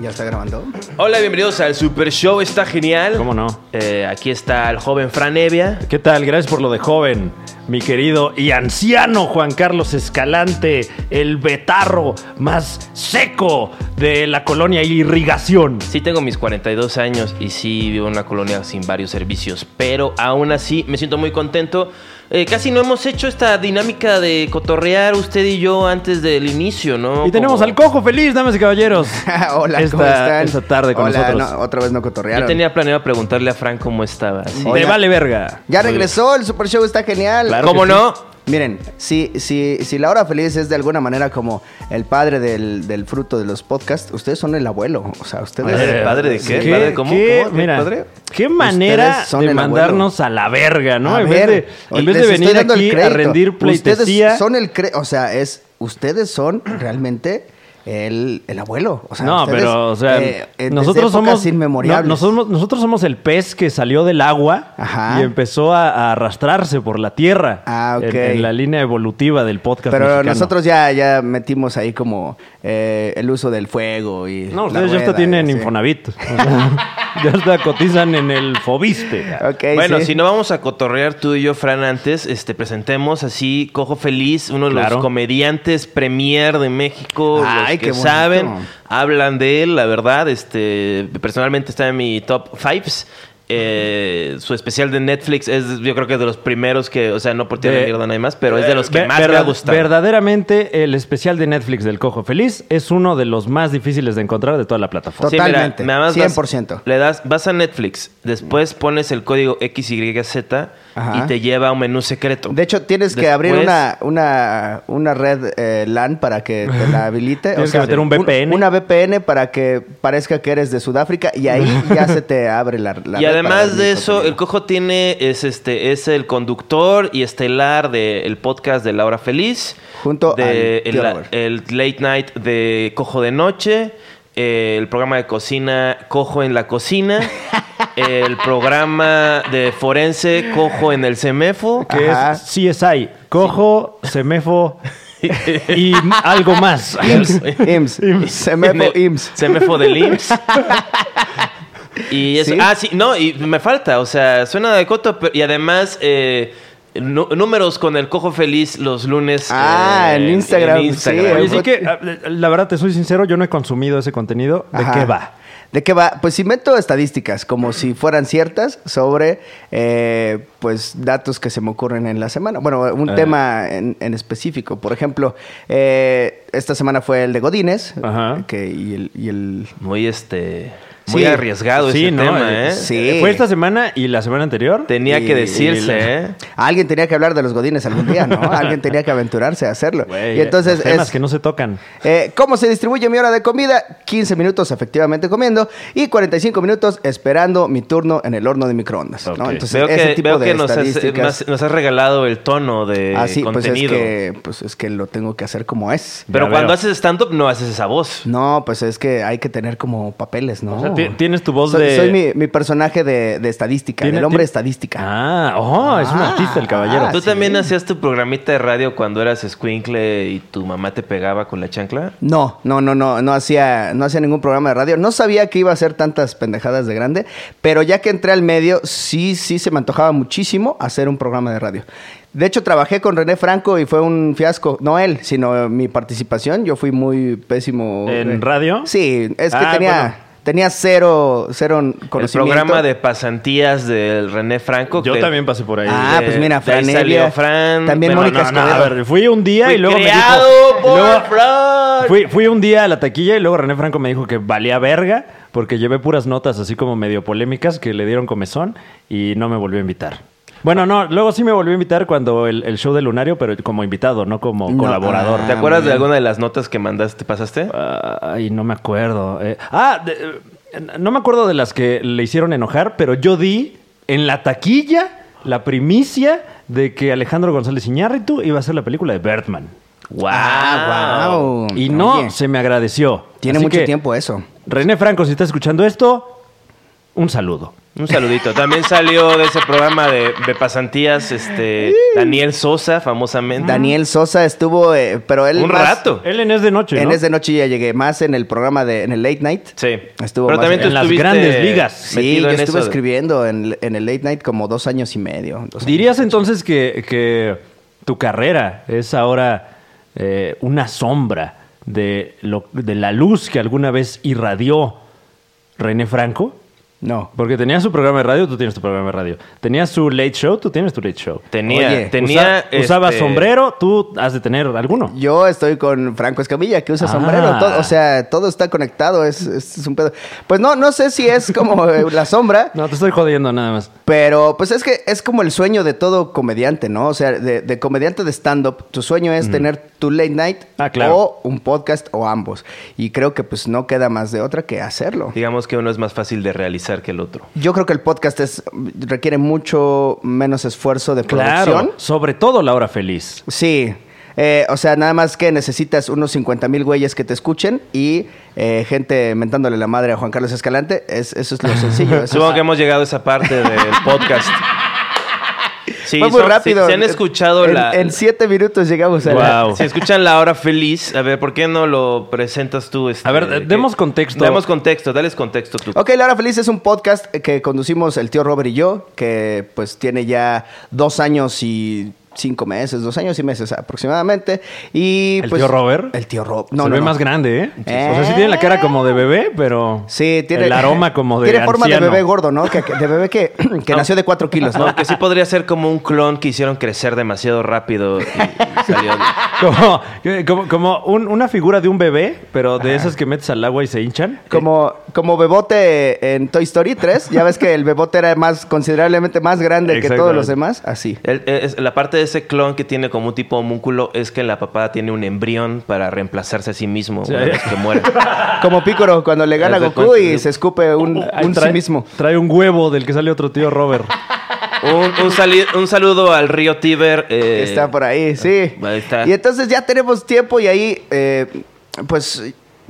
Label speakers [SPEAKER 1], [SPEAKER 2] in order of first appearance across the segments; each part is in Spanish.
[SPEAKER 1] ¿Ya está grabando?
[SPEAKER 2] Hola, bienvenidos al Super Show, está genial.
[SPEAKER 3] ¿Cómo no?
[SPEAKER 2] Eh, aquí está el joven Fran Evia.
[SPEAKER 3] ¿Qué tal? Gracias por lo de joven, mi querido y anciano Juan Carlos Escalante, el betarro más seco de la colonia Irrigación.
[SPEAKER 2] Sí tengo mis 42 años y sí vivo en una colonia sin varios servicios, pero aún así me siento muy contento. Eh, casi no hemos hecho esta dinámica de cotorrear usted y yo antes del inicio, ¿no?
[SPEAKER 3] Y tenemos
[SPEAKER 2] Como-
[SPEAKER 3] al cojo feliz, damas y caballeros.
[SPEAKER 1] Hola,
[SPEAKER 3] esta,
[SPEAKER 1] ¿cómo están?
[SPEAKER 3] Esta tarde con
[SPEAKER 1] Hola,
[SPEAKER 3] nosotros.
[SPEAKER 1] no, otra vez no
[SPEAKER 2] Yo
[SPEAKER 1] cotorrearon.
[SPEAKER 2] tenía planeado preguntarle a Fran cómo estaba. ¿sí?
[SPEAKER 3] Te
[SPEAKER 1] Oiga.
[SPEAKER 3] vale verga.
[SPEAKER 1] Ya regresó, el Super Show está genial.
[SPEAKER 3] Claro
[SPEAKER 2] ¿Cómo
[SPEAKER 3] que
[SPEAKER 2] no?
[SPEAKER 1] Miren, si, si, si la hora feliz es de alguna manera como el padre del, del fruto de los podcasts, ustedes son el abuelo. O sea, ustedes.
[SPEAKER 2] Eh, ¿Padre de qué? ¿Padre de cómo?
[SPEAKER 3] qué?
[SPEAKER 2] ¿Cómo? ¿Qué
[SPEAKER 3] Mira,
[SPEAKER 2] padre?
[SPEAKER 3] qué manera
[SPEAKER 1] Ustedes son
[SPEAKER 3] de
[SPEAKER 1] el abuelo.
[SPEAKER 3] mandarnos a la verga, ¿no?
[SPEAKER 1] A
[SPEAKER 3] en
[SPEAKER 1] ver,
[SPEAKER 3] vez de, en vez de
[SPEAKER 1] les estoy
[SPEAKER 3] venir
[SPEAKER 1] dando el
[SPEAKER 3] aquí a
[SPEAKER 1] crédito.
[SPEAKER 3] rendir pleitesía.
[SPEAKER 1] Ustedes son el cre- o sea, es ustedes son realmente el, el abuelo. O sea,
[SPEAKER 3] no,
[SPEAKER 1] ustedes,
[SPEAKER 3] pero, o sea,
[SPEAKER 1] eh, eh, desde
[SPEAKER 3] nosotros
[SPEAKER 1] épocas
[SPEAKER 3] somos,
[SPEAKER 1] inmemoriables.
[SPEAKER 3] no, nosotros, nosotros somos el pez que salió del agua
[SPEAKER 1] Ajá.
[SPEAKER 3] y empezó a, a arrastrarse por la tierra
[SPEAKER 1] Ah, ok.
[SPEAKER 3] en, en la línea evolutiva del podcast
[SPEAKER 1] Pero
[SPEAKER 3] mexicano.
[SPEAKER 1] nosotros ya, ya metimos ahí como eh, el uso del fuego y.
[SPEAKER 3] No,
[SPEAKER 1] la
[SPEAKER 3] ustedes ya
[SPEAKER 1] rueda
[SPEAKER 3] hasta
[SPEAKER 1] y
[SPEAKER 3] tienen
[SPEAKER 1] así.
[SPEAKER 3] Infonavit. O sea, ya hasta cotizan en el Fobiste.
[SPEAKER 1] Ok,
[SPEAKER 2] bueno,
[SPEAKER 1] sí.
[SPEAKER 2] si no vamos a cotorrear tú y yo, Fran, antes, este, presentemos así Cojo Feliz, uno de
[SPEAKER 3] Claro.
[SPEAKER 2] los comediantes premier de México,
[SPEAKER 1] Ay,
[SPEAKER 2] los que
[SPEAKER 1] qué bonito.
[SPEAKER 2] saben, hablan de él, la verdad, este, personalmente está en mi top fives. Eh, su especial de Netflix es, yo creo que es de los primeros que, o sea, no por tirar
[SPEAKER 3] De-
[SPEAKER 2] mierda nada más, pero es de los que
[SPEAKER 3] Ve-
[SPEAKER 2] más me
[SPEAKER 3] Eh, verdad-
[SPEAKER 2] ha gustado.
[SPEAKER 3] Verdaderamente, el especial de Netflix del Cojo Feliz es uno de los más difíciles de encontrar de toda la plataforma.
[SPEAKER 2] Sí, mira,
[SPEAKER 1] Totalmente,
[SPEAKER 2] nada más vas-
[SPEAKER 1] 100%.
[SPEAKER 2] le das, vas a Netflix, después pones el código XYZ
[SPEAKER 1] Ajá.
[SPEAKER 2] y te lleva a un menú secreto.
[SPEAKER 1] De hecho, tienes que abrir
[SPEAKER 2] Después-
[SPEAKER 1] una, una, una red eh, LAN para que te la habilite.
[SPEAKER 3] Tienes que meter un VPN.
[SPEAKER 1] una VPN para que parezca que eres de Sudáfrica y ahí ya se te abre la, la red
[SPEAKER 2] y
[SPEAKER 1] para ver
[SPEAKER 2] además
[SPEAKER 1] mi
[SPEAKER 2] de eso,
[SPEAKER 1] contenido.
[SPEAKER 2] el cojo tiene es este es el conductor y estelar del podcast de La Hora Feliz,
[SPEAKER 1] Junto
[SPEAKER 2] de
[SPEAKER 1] al
[SPEAKER 2] el,
[SPEAKER 1] tío Robert.
[SPEAKER 2] el late night de Cojo de Noche, eh, el programa de cocina Cojo en la cocina, el programa de forense Cojo en el Semefo.
[SPEAKER 3] Que
[SPEAKER 1] Ajá.
[SPEAKER 3] es CSI, Cojo, Semefo y m- algo más.
[SPEAKER 1] IMSS.
[SPEAKER 2] En
[SPEAKER 1] Semefo
[SPEAKER 2] el-
[SPEAKER 1] IMSS.
[SPEAKER 2] Semefo del IMSS. y eso.
[SPEAKER 1] ¿Sí?
[SPEAKER 2] Ah, sí, no, y me falta. O sea, suena de coto. pero- y además, eh, nu- números con el cojo feliz los lunes. eh,
[SPEAKER 1] Ah, en Instagram, sí,
[SPEAKER 3] Oye,
[SPEAKER 1] el
[SPEAKER 3] sí que, ah, la verdad, te soy sincero, yo no he consumido ese contenido. ¿De
[SPEAKER 1] Ajá.
[SPEAKER 3] qué va?
[SPEAKER 1] ¿De qué va? Pues si meto estadísticas, como si fueran ciertas, sobre eh, pues datos que se me ocurren en la semana. Bueno, un
[SPEAKER 3] Ah.
[SPEAKER 1] tema en, en específico. Por ejemplo, eh, esta semana fue el de Godínez.
[SPEAKER 3] Ajá.
[SPEAKER 1] que- y el- y el
[SPEAKER 2] Muy este. Muy
[SPEAKER 1] Sí.
[SPEAKER 2] arriesgado
[SPEAKER 3] Sí,
[SPEAKER 2] ese
[SPEAKER 3] ¿no?
[SPEAKER 2] tema,
[SPEAKER 3] Eh,
[SPEAKER 2] ¿eh?
[SPEAKER 1] sí.
[SPEAKER 3] Fue esta semana y la semana anterior.
[SPEAKER 2] Tenía
[SPEAKER 1] Y-
[SPEAKER 2] que decirse,
[SPEAKER 3] y-
[SPEAKER 2] ¿eh?
[SPEAKER 1] Alguien tenía que hablar de los godines algún día, ¿no? Alguien tenía que aventurarse a hacerlo.
[SPEAKER 3] Güey,
[SPEAKER 1] y entonces
[SPEAKER 3] Eh, los temas
[SPEAKER 1] es,
[SPEAKER 3] que no se tocan.
[SPEAKER 1] eh, ¿Cómo se distribuye mi hora de comida? 15 minutos efectivamente comiendo y 45 minutos esperando mi turno en el horno de microondas. ¿no?
[SPEAKER 3] Ok.
[SPEAKER 1] Entonces,
[SPEAKER 2] Veo
[SPEAKER 1] pues, ese
[SPEAKER 2] que,
[SPEAKER 1] tipo
[SPEAKER 2] veo
[SPEAKER 1] de
[SPEAKER 2] que nos, has,
[SPEAKER 1] estadísticas.
[SPEAKER 2] más- nos has regalado el tono de
[SPEAKER 1] Ah, sí, pues es,
[SPEAKER 2] contenido.
[SPEAKER 1] que, pues es que lo tengo que hacer como es.
[SPEAKER 2] Pero
[SPEAKER 3] Ya
[SPEAKER 2] cuando
[SPEAKER 3] veo.
[SPEAKER 2] haces stand-up, no haces esa voz.
[SPEAKER 1] No, pues es que hay que tener como papeles, ¿no?
[SPEAKER 3] O sea, ti- tienes tu voz
[SPEAKER 1] Soy-
[SPEAKER 3] de-
[SPEAKER 1] Soy mi, mi personaje de, de estadística,
[SPEAKER 3] Tiene-
[SPEAKER 1] el hombre
[SPEAKER 3] tiene-
[SPEAKER 1] estadística.
[SPEAKER 3] Ah, oh, es un
[SPEAKER 1] Ah,
[SPEAKER 3] artista el caballero.
[SPEAKER 1] Ah,
[SPEAKER 2] ¿Tú
[SPEAKER 1] sí.
[SPEAKER 2] también hacías tu programita de radio cuando eras escuincle y tu mamá te pegaba con la chancla?
[SPEAKER 1] No, no, no, no, no hacía, no hacía ningún programa de radio. No sabía que iba a hacer tantas pendejadas de grande, pero ya que entré al medio, sí, sí se me antojaba muchísimo hacer un programa de radio. De hecho, trabajé con René Franco y fue un fiasco. No él, sino mi participación. Yo fui muy pésimo.
[SPEAKER 3] ¿En
[SPEAKER 1] Eh,
[SPEAKER 3] radio?
[SPEAKER 1] Sí, es que
[SPEAKER 3] Ah,
[SPEAKER 1] tenía,
[SPEAKER 3] bueno.
[SPEAKER 1] tenía cero, cero
[SPEAKER 2] El
[SPEAKER 1] conocimiento.
[SPEAKER 2] programa de pasantías del René Franco.
[SPEAKER 3] Yo
[SPEAKER 2] que-
[SPEAKER 3] también pasé por ahí.
[SPEAKER 1] Ah,
[SPEAKER 2] de-
[SPEAKER 1] pues mira,
[SPEAKER 2] de ahí
[SPEAKER 1] Fran
[SPEAKER 2] salió
[SPEAKER 1] Evia,
[SPEAKER 2] Fran.
[SPEAKER 1] También
[SPEAKER 3] Bueno,
[SPEAKER 1] Mónica
[SPEAKER 3] no, no, a
[SPEAKER 1] Escobedo.
[SPEAKER 3] ver, fui un día
[SPEAKER 2] Fui
[SPEAKER 3] y luego me dijo-
[SPEAKER 2] creado por
[SPEAKER 3] luego-
[SPEAKER 2] Fran.
[SPEAKER 3] Fui, fui un día a la taquilla y luego René Franco me dijo que valía verga porque llevé puras notas así como medio polémicas que le dieron comezón y no me volvió a invitar. Bueno, no, luego sí me volvió a invitar cuando el, el show de Lunario, pero como invitado, no como
[SPEAKER 1] No,
[SPEAKER 3] colaborador.
[SPEAKER 1] ah,
[SPEAKER 2] ¿Te acuerdas
[SPEAKER 1] muy
[SPEAKER 2] de
[SPEAKER 1] bien.
[SPEAKER 2] alguna de las notas que mandaste, pasaste?
[SPEAKER 3] Ay, no me acuerdo. Eh, ah, de- eh, no me acuerdo de las que le hicieron enojar, pero yo di en la taquilla la primicia de que Alejandro González Iñárritu iba a hacer la película de Birdman.
[SPEAKER 2] ¡Wow!
[SPEAKER 1] Ah, wow.
[SPEAKER 3] Y no
[SPEAKER 1] Oye,
[SPEAKER 3] se me agradeció.
[SPEAKER 1] tiene
[SPEAKER 3] Así
[SPEAKER 1] mucho
[SPEAKER 3] que,
[SPEAKER 1] tiempo ¿eh? eso.
[SPEAKER 3] René Franco, si está escuchando esto, un saludo.
[SPEAKER 2] Un saludito. También salió de ese programa de, de pasantías este, Daniel Sosa,
[SPEAKER 3] Ah.
[SPEAKER 2] famosamente.
[SPEAKER 1] Daniel Sosa estuvo, eh, pero él
[SPEAKER 2] Un
[SPEAKER 1] más-
[SPEAKER 2] rato.
[SPEAKER 3] Él en Es de Noche,
[SPEAKER 1] En
[SPEAKER 3] ¿no?
[SPEAKER 1] es de noche ya llegué más en el programa de en el late night.
[SPEAKER 2] Sí.
[SPEAKER 1] Estuvo
[SPEAKER 2] Pero
[SPEAKER 1] más
[SPEAKER 2] también tú
[SPEAKER 3] en las
[SPEAKER 2] estuviste
[SPEAKER 3] grandes ligas.
[SPEAKER 1] Sí,
[SPEAKER 2] metido
[SPEAKER 1] yo
[SPEAKER 2] en
[SPEAKER 1] estuve
[SPEAKER 2] eso.
[SPEAKER 1] escribiendo en, en el late night como dos años y medio. dos
[SPEAKER 3] ¿Dirías entonces que, que tu carrera es ahora eh, una sombra de, lo- de la luz que alguna vez irradió René Franco?
[SPEAKER 1] años. No.
[SPEAKER 3] Porque tenía su programa de radio, tú tienes tu programa de radio. Tenía su late show, tú tienes tu late show.
[SPEAKER 2] Tenía,
[SPEAKER 1] Oye,
[SPEAKER 2] tenía.
[SPEAKER 3] Usa- usaba
[SPEAKER 2] este,
[SPEAKER 3] sombrero, tú has de tener alguno.
[SPEAKER 1] Yo estoy con Franco Escamilla, que usa
[SPEAKER 3] Ah.
[SPEAKER 1] sombrero. todo- o sea, todo está conectado. Es, es- es un pedo. Pues no, no sé si es como eh, la sombra.
[SPEAKER 3] No, te estoy jodiendo nada más.
[SPEAKER 1] Pero pues es que es como el sueño de todo comediante, ¿no? O sea, de, de comediante de stand-up, tu sueño es tener tu late night
[SPEAKER 3] Ah, claro.
[SPEAKER 1] o un podcast o ambos. Y creo que pues no queda más de otra que hacerlo.
[SPEAKER 2] Digamos que uno es más fácil de realizar que el otro.
[SPEAKER 1] Yo creo que el podcast es, requiere mucho menos esfuerzo de producción.
[SPEAKER 3] Claro, sobre todo la hora feliz.
[SPEAKER 1] Sí. Eh, o sea, nada más que necesitas unos 50 mil güeyes que te escuchen y eh, gente mentándole la madre a Juan Carlos Escalante. Es- eso es lo sencillo. eso es-
[SPEAKER 2] Supongo que hemos llegado a esa parte del podcast. Sí,
[SPEAKER 1] Fue muy
[SPEAKER 2] son-
[SPEAKER 1] rápido.
[SPEAKER 2] Si, si han escuchado
[SPEAKER 1] en,
[SPEAKER 2] la.
[SPEAKER 1] En siete minutos llegamos a la...
[SPEAKER 3] Wow.
[SPEAKER 2] Si escuchan la hora feliz, a ver, ¿por qué no lo presentas tú? este,
[SPEAKER 3] A ver, eh,
[SPEAKER 2] que-
[SPEAKER 3] demos contexto.
[SPEAKER 2] Demos contexto, dales contexto tú.
[SPEAKER 1] Ok, La Hora Feliz es un podcast que conducimos el tío Robert y yo, que pues tiene ya dos años y cinco meses, dos años y meses aproximadamente. Y,
[SPEAKER 3] ¿El
[SPEAKER 1] pues,
[SPEAKER 3] tío Robert?
[SPEAKER 1] El tío Robert.
[SPEAKER 3] Se ve más grande, ¿eh?
[SPEAKER 1] Eh.
[SPEAKER 3] O sea, sí tiene la cara como de bebé, pero
[SPEAKER 1] Sí, tiene...
[SPEAKER 3] el aroma como de
[SPEAKER 1] Tiene forma
[SPEAKER 3] anciano.
[SPEAKER 1] de bebé gordo, ¿no? Que, que- de bebé que, que nació de cuatro kilos, ¿no?
[SPEAKER 2] No, que sí podría ser como un clon que hicieron crecer demasiado rápido y, y salió.
[SPEAKER 3] Como, como, como un- una figura de un bebé, pero de esas que metes al agua y se hinchan.
[SPEAKER 1] Como, como Bebote en Toy Story 3, ya ves que el Bebote era más considerablemente más grande que todos los
[SPEAKER 3] Exactamente.
[SPEAKER 1] demás, así.
[SPEAKER 2] El- es- la parte de ese clon que tiene como un tipo homúnculo es que la papá tiene un embrión para reemplazarse a sí mismo
[SPEAKER 3] Sí.
[SPEAKER 2] una vez que muere.
[SPEAKER 1] Como Pícoro cuando le gana
[SPEAKER 2] Haz de
[SPEAKER 1] Goku
[SPEAKER 2] cuenta,
[SPEAKER 1] y
[SPEAKER 2] sí.
[SPEAKER 1] se escupe un,
[SPEAKER 3] Ahí
[SPEAKER 1] un sí mismo.
[SPEAKER 3] Trae un huevo del que sale otro tío Robert.
[SPEAKER 2] Un, un sali- un saludo al río Tíber. eh,
[SPEAKER 1] está por ahí, sí.
[SPEAKER 2] ahí está.
[SPEAKER 1] Y entonces ya tenemos tiempo y ahí, eh, pues,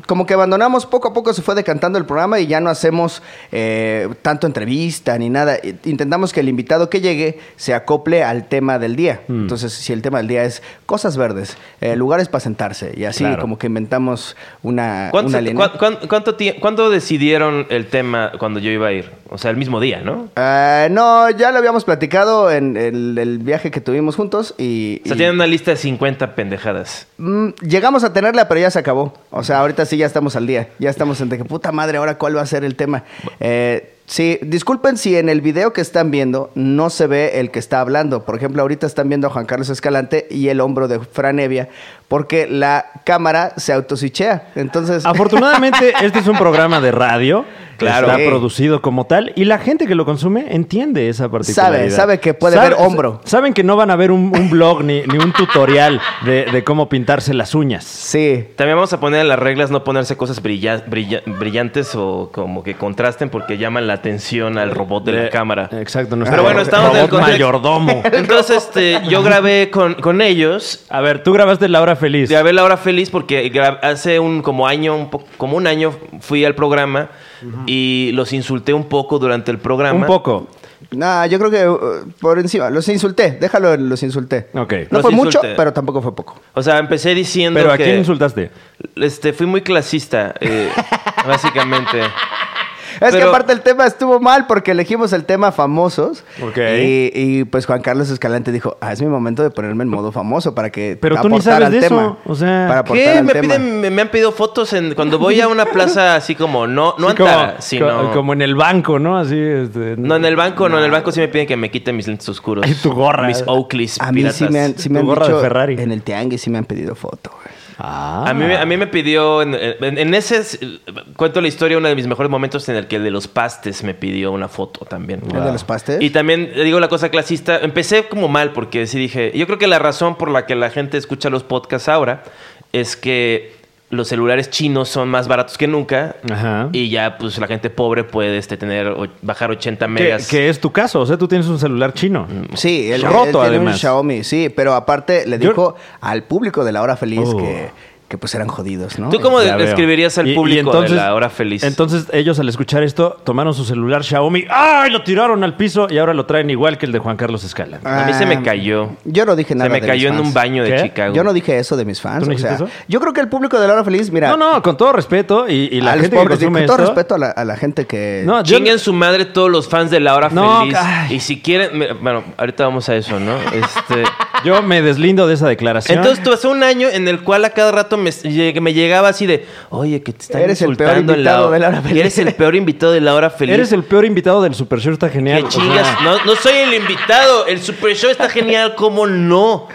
[SPEAKER 1] como que abandonamos, poco a poco se fue decantando el programa y ya no hacemos eh, tanto entrevista ni nada. I- Intentamos que el invitado que llegue se acople al tema del día.
[SPEAKER 2] Mm.
[SPEAKER 1] Entonces, si el tema del día es cosas verdes, eh, lugares para sentarse y así,
[SPEAKER 3] Claro.
[SPEAKER 1] como que inventamos una,
[SPEAKER 2] ¿Cuánto,
[SPEAKER 1] una
[SPEAKER 2] se-
[SPEAKER 1] línea.
[SPEAKER 2] cuán- cuán- cuánto tie- cuándo decidieron el tema cuando yo iba a ir? O sea, el mismo día, ¿no?
[SPEAKER 1] Ah, no, ya lo habíamos platicado en el, el viaje que tuvimos juntos y...
[SPEAKER 2] O sea,
[SPEAKER 1] y-
[SPEAKER 2] tienen una lista de 50 pendejadas.
[SPEAKER 1] Mm, llegamos a tenerla, pero ya se acabó. O sea, ahorita sí ya estamos al día. Ya estamos en de que puta madre, ahora cuál va a ser el tema. Eh, sí, disculpen si en el video que están viendo no se ve el que está hablando. Por ejemplo, ahorita están viendo a Juan Carlos Escalante y el hombro de Fran Evia, porque la cámara se autosichea. Entonces,
[SPEAKER 2] Ah,
[SPEAKER 3] Afortunadamente, este es un programa de radio.
[SPEAKER 1] Claro.
[SPEAKER 3] Está
[SPEAKER 1] Sí.
[SPEAKER 3] producido como tal. Y la gente que lo consume entiende esa particularidad.
[SPEAKER 1] Sabe, sabe que puede ver hombro.
[SPEAKER 3] Saben que no van a ver un, un blog ni, ni un tutorial de, de cómo pintarse las uñas.
[SPEAKER 1] sí.
[SPEAKER 2] También vamos a poner en las reglas no ponerse cosas brilla- brilla- brillantes o como que contrasten porque llaman la atención al robot de la
[SPEAKER 3] Eh,
[SPEAKER 2] cámara.
[SPEAKER 3] Exacto. nuestro
[SPEAKER 2] Pero bueno,
[SPEAKER 3] robot-
[SPEAKER 2] estamos en el
[SPEAKER 3] robot
[SPEAKER 2] contexto.
[SPEAKER 3] mayordomo.
[SPEAKER 2] Entonces, este, yo grabé con, con ellos.
[SPEAKER 3] A ver, tú grabaste La Hora Feliz.
[SPEAKER 2] Grabé La Hora Feliz porque gra- hace un como año, un po- como un año fui al programa y los insulté un poco durante el programa.
[SPEAKER 3] Un poco.
[SPEAKER 1] Nah, yo creo que uh, por encima. Los insulté. Déjalo, en los insulté.
[SPEAKER 3] Ok.
[SPEAKER 1] No
[SPEAKER 2] Los
[SPEAKER 1] fue mucho,
[SPEAKER 2] insulté.
[SPEAKER 1] pero tampoco fue poco.
[SPEAKER 2] O sea, empecé diciendo
[SPEAKER 3] Pero ¿a
[SPEAKER 2] que
[SPEAKER 3] quién insultaste?
[SPEAKER 2] este, fui muy clasista, eh, básicamente.
[SPEAKER 1] Es que
[SPEAKER 2] Pero-
[SPEAKER 1] aparte el tema estuvo mal porque elegimos el tema famosos.
[SPEAKER 3] Ok.
[SPEAKER 1] Y, y, pues Juan Carlos Escalante dijo, ah, es mi momento de ponerme en modo famoso para que...
[SPEAKER 3] Pero tú ni
[SPEAKER 1] aportar
[SPEAKER 3] sabes
[SPEAKER 1] al
[SPEAKER 3] de eso,
[SPEAKER 1] tema".
[SPEAKER 3] o sea-
[SPEAKER 1] Para aportar
[SPEAKER 2] ¿Qué?
[SPEAKER 1] al
[SPEAKER 2] Me,
[SPEAKER 1] tema.
[SPEAKER 2] piden- me- me han pedido fotos en, cuando voy a una plaza así como, no, no
[SPEAKER 3] Sí, como,
[SPEAKER 2] Antara, sino...
[SPEAKER 3] co- como en el banco, ¿no? Así. este,
[SPEAKER 2] No, en el banco, no. En el banco sí me piden que me quiten mis lentes oscuros.
[SPEAKER 3] Ay, tu gorra.
[SPEAKER 2] Mis Oakleys
[SPEAKER 1] A mí sí
[SPEAKER 2] piratas.
[SPEAKER 1] me han, sí me
[SPEAKER 3] Tu
[SPEAKER 1] han
[SPEAKER 3] gorra de
[SPEAKER 1] dicho...
[SPEAKER 3] Ferrari.
[SPEAKER 1] En el tianguis sí me han pedido foto. güey.
[SPEAKER 3] Ah.
[SPEAKER 2] A mí, me- a mí me pidió, en, en- en ese, es- cuento la historia, uno de mis mejores momentos en el que el de los pastes me pidió una foto también.
[SPEAKER 1] ¿El de los pastes?
[SPEAKER 2] Y también, le digo la cosa clasista, empecé como mal porque sí dije, yo creo que la razón por la que la gente escucha los podcasts ahora es que los celulares chinos son más baratos que nunca
[SPEAKER 3] Ajá.
[SPEAKER 2] y ya pues la gente pobre puede este, tener, o- bajar 80
[SPEAKER 3] Que,
[SPEAKER 2] megas.
[SPEAKER 3] que es tu caso, o sea, tú tienes un celular chino.
[SPEAKER 1] Sí, él,
[SPEAKER 3] Roto,
[SPEAKER 1] él tiene un
[SPEAKER 3] además.
[SPEAKER 1] Xiaomi, sí. Pero aparte le
[SPEAKER 3] Yo-
[SPEAKER 1] dijo al público de La Hora Feliz
[SPEAKER 3] Oh.
[SPEAKER 1] que, que pues eran jodidos, ¿no?
[SPEAKER 2] ¿Tú cómo
[SPEAKER 3] Ya veo.
[SPEAKER 2] describirías al
[SPEAKER 3] Y- y
[SPEAKER 2] público
[SPEAKER 3] entonces-
[SPEAKER 2] de la hora feliz?
[SPEAKER 3] Entonces, ellos al escuchar esto, tomaron su celular Xiaomi, ¡ay! Lo tiraron al piso y ahora lo traen igual que el de Juan Carlos Escala.
[SPEAKER 2] A mí se me cayó.
[SPEAKER 1] Yo no dije Ah, nada.
[SPEAKER 2] se me
[SPEAKER 1] de
[SPEAKER 2] cayó
[SPEAKER 1] mis
[SPEAKER 2] en un
[SPEAKER 1] fans.
[SPEAKER 2] baño de
[SPEAKER 3] ¿Qué?
[SPEAKER 2] Chicago.
[SPEAKER 1] Yo no dije eso de mis fans.
[SPEAKER 3] ¿Tú no
[SPEAKER 1] o sea,
[SPEAKER 3] dijiste eso?
[SPEAKER 1] Yo creo que el público de la hora feliz, mira,
[SPEAKER 3] No, no, con todo respeto y, y la
[SPEAKER 1] a los
[SPEAKER 3] gente
[SPEAKER 1] pobres,
[SPEAKER 3] que
[SPEAKER 1] digo, con
[SPEAKER 3] consume
[SPEAKER 1] todo
[SPEAKER 3] esto-
[SPEAKER 1] respeto a la, a la gente que...
[SPEAKER 3] No, yo-
[SPEAKER 2] Chinguen su madre todos los fans de La Hora
[SPEAKER 3] No,
[SPEAKER 2] Feliz.
[SPEAKER 3] ay.
[SPEAKER 2] Y si quieren... mira, Bueno, ahorita vamos a eso, ¿no? Este...
[SPEAKER 3] Yo me deslindo de esa declaración.
[SPEAKER 2] Entonces, tú hace un año en el cual a cada rato me, lleg- me llegaba así de, oye, que te están
[SPEAKER 1] Eres el peor
[SPEAKER 2] insultando en la
[SPEAKER 1] invitado
[SPEAKER 2] hora-
[SPEAKER 1] de la hora feliz".
[SPEAKER 2] Eres el peor invitado de la hora feliz.
[SPEAKER 3] Eres el peor invitado del Super Show, está genial.
[SPEAKER 2] Que chingas.
[SPEAKER 3] O sea,
[SPEAKER 2] No, no soy el invitado. El Super Show está genial. ¿Cómo no?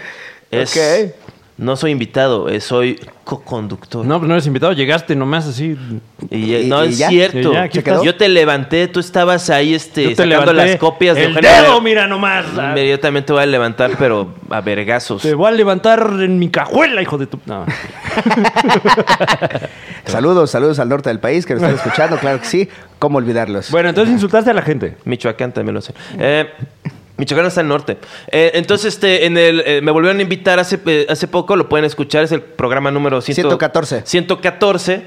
[SPEAKER 2] Es,
[SPEAKER 1] Ok.
[SPEAKER 2] No soy invitado. eh, Soy co-conductor.
[SPEAKER 3] No, pues no eres invitado, llegaste nomás así.
[SPEAKER 2] Y, eh,
[SPEAKER 1] ¿Y-
[SPEAKER 2] no
[SPEAKER 1] y
[SPEAKER 2] es
[SPEAKER 1] ya?
[SPEAKER 2] cierto.
[SPEAKER 3] ¿Y ya? ¿Aquí
[SPEAKER 1] ¿Se quedó?
[SPEAKER 2] Yo te levanté. Tú estabas ahí este,
[SPEAKER 3] Yo te
[SPEAKER 2] sacando
[SPEAKER 3] levanté
[SPEAKER 2] las copias de
[SPEAKER 3] el
[SPEAKER 2] Eugenio
[SPEAKER 3] dedo,
[SPEAKER 2] Derbez.
[SPEAKER 3] mira nomás. ah,
[SPEAKER 2] Mira, Yo también te voy a levantar, pero a vergazos.
[SPEAKER 3] Te voy a levantar en mi cajuela, hijo de tu... No.
[SPEAKER 1] Saludos, saludos al norte del país que nos están escuchando, claro que sí. ¿Cómo olvidarlos?
[SPEAKER 3] Bueno, entonces insultaste a la gente.
[SPEAKER 2] Michoacán también lo hace. Eh, Michoacán está al norte. Eh, entonces, este, en el, eh, me volvieron a invitar hace, eh, hace poco, lo pueden escuchar, es el programa número ciento-
[SPEAKER 1] 114.
[SPEAKER 2] 114.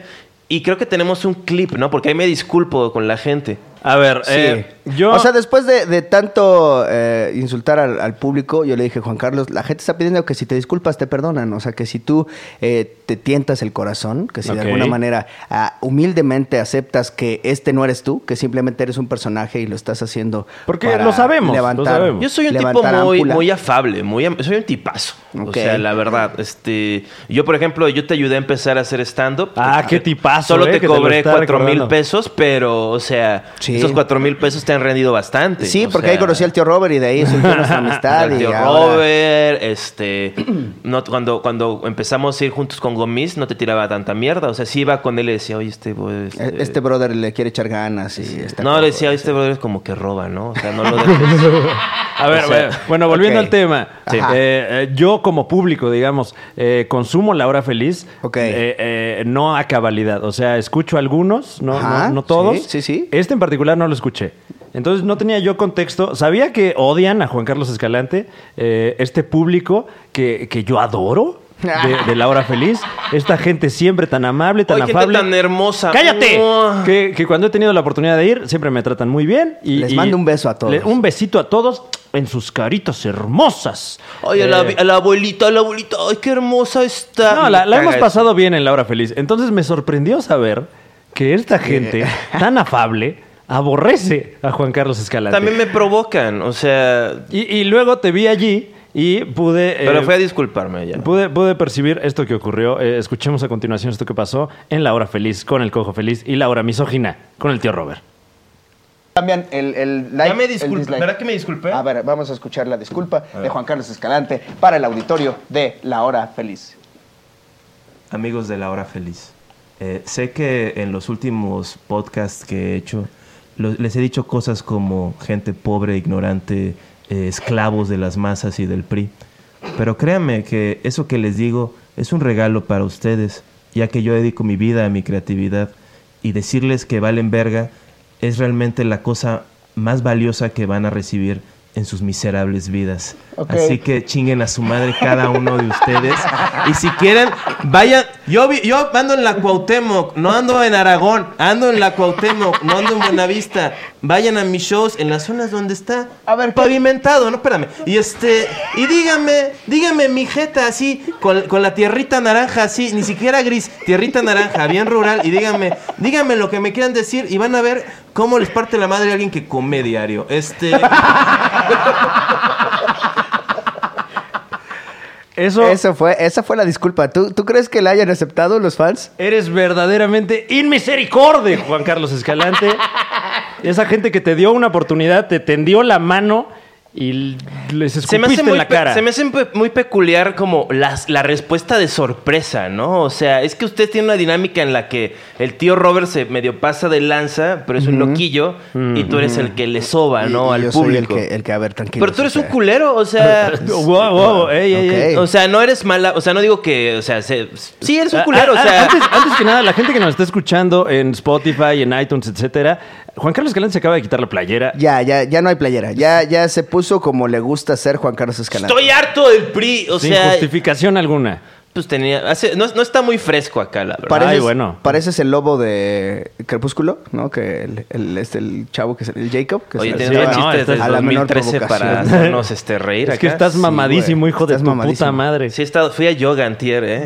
[SPEAKER 2] Y creo que tenemos un clip, ¿no? Porque ahí me disculpo con la gente.
[SPEAKER 3] A ver,
[SPEAKER 1] Sí.
[SPEAKER 3] eh, yo...
[SPEAKER 1] O sea, después de, de tanto eh, insultar al, al público, yo le dije, Juan Carlos, la gente está pidiendo que si te disculpas te perdonan. O sea, que si tú eh, te tientas el corazón, que si
[SPEAKER 3] Ok.
[SPEAKER 1] de alguna manera ah, humildemente aceptas que este no eres tú, que simplemente eres un personaje y lo estás haciendo.
[SPEAKER 3] Porque lo sabemos, lo sabemos.
[SPEAKER 2] Yo soy un tipo
[SPEAKER 1] levantar
[SPEAKER 2] muy,
[SPEAKER 1] ámpula.
[SPEAKER 2] muy afable, muy am- soy un tipazo. O
[SPEAKER 1] Ok.
[SPEAKER 2] sea, la verdad, este, yo por ejemplo, yo te ayudé a empezar a hacer stand-up.
[SPEAKER 3] Ah, qué tipazo,
[SPEAKER 2] Solo te
[SPEAKER 3] eh, que te lo
[SPEAKER 2] cobré
[SPEAKER 3] está
[SPEAKER 2] cuatro
[SPEAKER 3] recordando.
[SPEAKER 2] mil pesos, pero, o sea,
[SPEAKER 1] Sí.
[SPEAKER 2] esos cuatro mil pesos te han rendido bastante.
[SPEAKER 1] Sí,
[SPEAKER 2] o
[SPEAKER 1] porque ahí
[SPEAKER 2] sea,
[SPEAKER 1] conocí al tío Robert y de ahí surgió nuestra amistad.
[SPEAKER 2] Al
[SPEAKER 1] y
[SPEAKER 2] tío
[SPEAKER 1] ahora-
[SPEAKER 2] Robert, este, no, cuando, cuando empezamos a ir juntos con Gomis, no te tiraba tanta mierda. O sea, sí iba con él y decía, oye, este... güey,
[SPEAKER 1] Eh, Este brother le quiere echar ganas y está
[SPEAKER 2] no,
[SPEAKER 1] todo.
[SPEAKER 2] le decía, "Oye, este brother es como que roba, ¿no? O sea, no lo dejes.
[SPEAKER 3] A ver,
[SPEAKER 2] O sea,
[SPEAKER 3] bueno, bueno, volviendo
[SPEAKER 1] ok.
[SPEAKER 3] al tema.
[SPEAKER 1] Sí.
[SPEAKER 3] Eh, eh, yo como público, digamos, eh, consumo La Hora Feliz,
[SPEAKER 1] Ok.
[SPEAKER 3] eh, eh, no a cabalidad. O sea, escucho algunos, no,
[SPEAKER 1] Ajá,
[SPEAKER 3] no, no todos.
[SPEAKER 1] sí, sí, sí.
[SPEAKER 3] Este en particular no lo escuché. Entonces no tenía yo contexto. Sabía que odian a Juan Carlos Escalante, eh, este público que, que yo adoro. De, de la hora feliz. Esta gente siempre tan amable, tan
[SPEAKER 2] Oye, gente
[SPEAKER 3] afable.
[SPEAKER 2] tan hermosa.
[SPEAKER 3] ¡Cállate!
[SPEAKER 2] No.
[SPEAKER 3] Que, que cuando he tenido la oportunidad de ir, siempre me tratan muy bien. Y,
[SPEAKER 1] Les
[SPEAKER 3] y-
[SPEAKER 1] mando un beso a todos.
[SPEAKER 3] le- un besito a todos en sus caritas hermosas.
[SPEAKER 2] Oye, a, la,
[SPEAKER 3] Eh,
[SPEAKER 2] a la abuelita, a la abuelita, ay, qué hermosa está.
[SPEAKER 3] No,
[SPEAKER 2] Me
[SPEAKER 3] la, la
[SPEAKER 2] caga
[SPEAKER 3] hemos
[SPEAKER 2] eso.
[SPEAKER 3] pasado bien en La Hora Feliz. Entonces me sorprendió saber que
[SPEAKER 2] Eh.
[SPEAKER 3] esta gente tan afable aborrece a Juan Carlos Escalante.
[SPEAKER 2] También me provocan, o
[SPEAKER 4] Eh,
[SPEAKER 2] sea...
[SPEAKER 3] y, y luego te vi allí y pude... eh,
[SPEAKER 2] Pero fue a disculparme ya.
[SPEAKER 3] Pude, pude percibir esto que ocurrió. Eh, escuchemos a continuación esto que pasó en La Hora Feliz con el Cojo Feliz y La Hora Misógina con el tío Robert.
[SPEAKER 1] Cambian el, el like.
[SPEAKER 2] Ya me
[SPEAKER 1] el
[SPEAKER 2] disculpé.
[SPEAKER 1] dislike.
[SPEAKER 2] ¿Verdad que me disculpé?
[SPEAKER 1] A ver, vamos a escuchar la disculpa de Juan Carlos Escalante para el auditorio de La Hora Feliz.
[SPEAKER 4] Amigos de la hora feliz, eh, sé que en los últimos podcasts que he hecho lo- les he dicho cosas como gente pobre, ignorante, eh, esclavos de las masas y del PRI, pero créanme que eso que les digo es un regalo para ustedes, ya que yo dedico mi vida a mi creatividad y decirles que valen verga es realmente la cosa más valiosa que van a recibir en sus miserables vidas.
[SPEAKER 1] Ok.
[SPEAKER 4] Así que chinguen a su madre cada uno de ustedes. Y si quieren, vayan. Yo, vi- yo ando en la Cuauhtémoc, no ando en Aragón, ando en la Cuauhtémoc, no ando en Buenavista. Vayan a mis shows en las zonas donde está
[SPEAKER 1] A ver, ¿qué-
[SPEAKER 4] pavimentado, no, espérame. Y este, y dígame, dígame mi jeta así, con, con la tierrita naranja así, ni siquiera gris, tierrita naranja, bien rural, y dígame, dígame lo que me quieran decir y van a ver cómo les parte la madre a alguien que come diario. Este.
[SPEAKER 3] Eso,
[SPEAKER 1] Eso fue, esa fue la disculpa. ¿Tú, ¿Tú crees que la hayan aceptado los fans?
[SPEAKER 3] Eres verdaderamente inmisericorde, Juan Carlos Escalante. Esa gente que te dio una oportunidad, te tendió la mano y les escupiste
[SPEAKER 2] Se me, hace
[SPEAKER 3] en
[SPEAKER 2] muy
[SPEAKER 3] la
[SPEAKER 2] pe-
[SPEAKER 3] cara.
[SPEAKER 2] se me hace pe- muy peculiar como las, la respuesta de sorpresa, ¿no? O sea, es que usted tiene una dinámica en la que el tío Robert se medio pasa de lanza, pero es un loquillo, y tú eres el que le soba,
[SPEAKER 1] Y-
[SPEAKER 2] ¿no?
[SPEAKER 1] y
[SPEAKER 2] Al
[SPEAKER 1] yo soy
[SPEAKER 2] público.
[SPEAKER 1] el, que, el que, a ver, tranquilo.
[SPEAKER 2] Pero tú eres un
[SPEAKER 1] culero.
[SPEAKER 2] culero, o sea...
[SPEAKER 3] Wow, wow, ey, ey, ey.
[SPEAKER 1] Ok.
[SPEAKER 2] O sea, no eres mala, o sea, no digo que, o sea, se- sí eres un culero, o
[SPEAKER 3] Ah, ah,
[SPEAKER 2] sea,
[SPEAKER 3] Antes, antes que nada, la gente que nos está escuchando en Spotify, en iTunes, etcétera, Juan Carlos Escalante se acaba de quitar la playera.
[SPEAKER 1] Ya, ya, ya no hay playera. Ya, ya se puso como le gusta ser Juan Carlos Escalante.
[SPEAKER 2] estoy harto del PRI, o
[SPEAKER 3] sin
[SPEAKER 2] sea,
[SPEAKER 3] justificación alguna.
[SPEAKER 2] pues tenía... hace- no, no está muy fresco acá, la verdad.
[SPEAKER 1] Pareces,
[SPEAKER 3] Ay, bueno.
[SPEAKER 1] pareces el lobo de Crepúsculo, ¿no? Que el, el- este, el chavo que es el Jacob. Que
[SPEAKER 2] Oye,
[SPEAKER 1] se- se
[SPEAKER 2] tenemos
[SPEAKER 1] va
[SPEAKER 3] no,
[SPEAKER 2] chistes
[SPEAKER 3] estás-
[SPEAKER 2] desde
[SPEAKER 1] a la menor
[SPEAKER 2] 2013 para
[SPEAKER 1] provocación.
[SPEAKER 2] hacernos este, reír
[SPEAKER 3] Es que
[SPEAKER 2] acá.
[SPEAKER 3] estás
[SPEAKER 1] sí,
[SPEAKER 3] mamadísimo,
[SPEAKER 1] güey.
[SPEAKER 3] hijo de
[SPEAKER 1] Estás
[SPEAKER 3] tu puta
[SPEAKER 1] mamadísimo.
[SPEAKER 3] madre.
[SPEAKER 2] Sí, he estado- fui a yoga antier, ¿eh?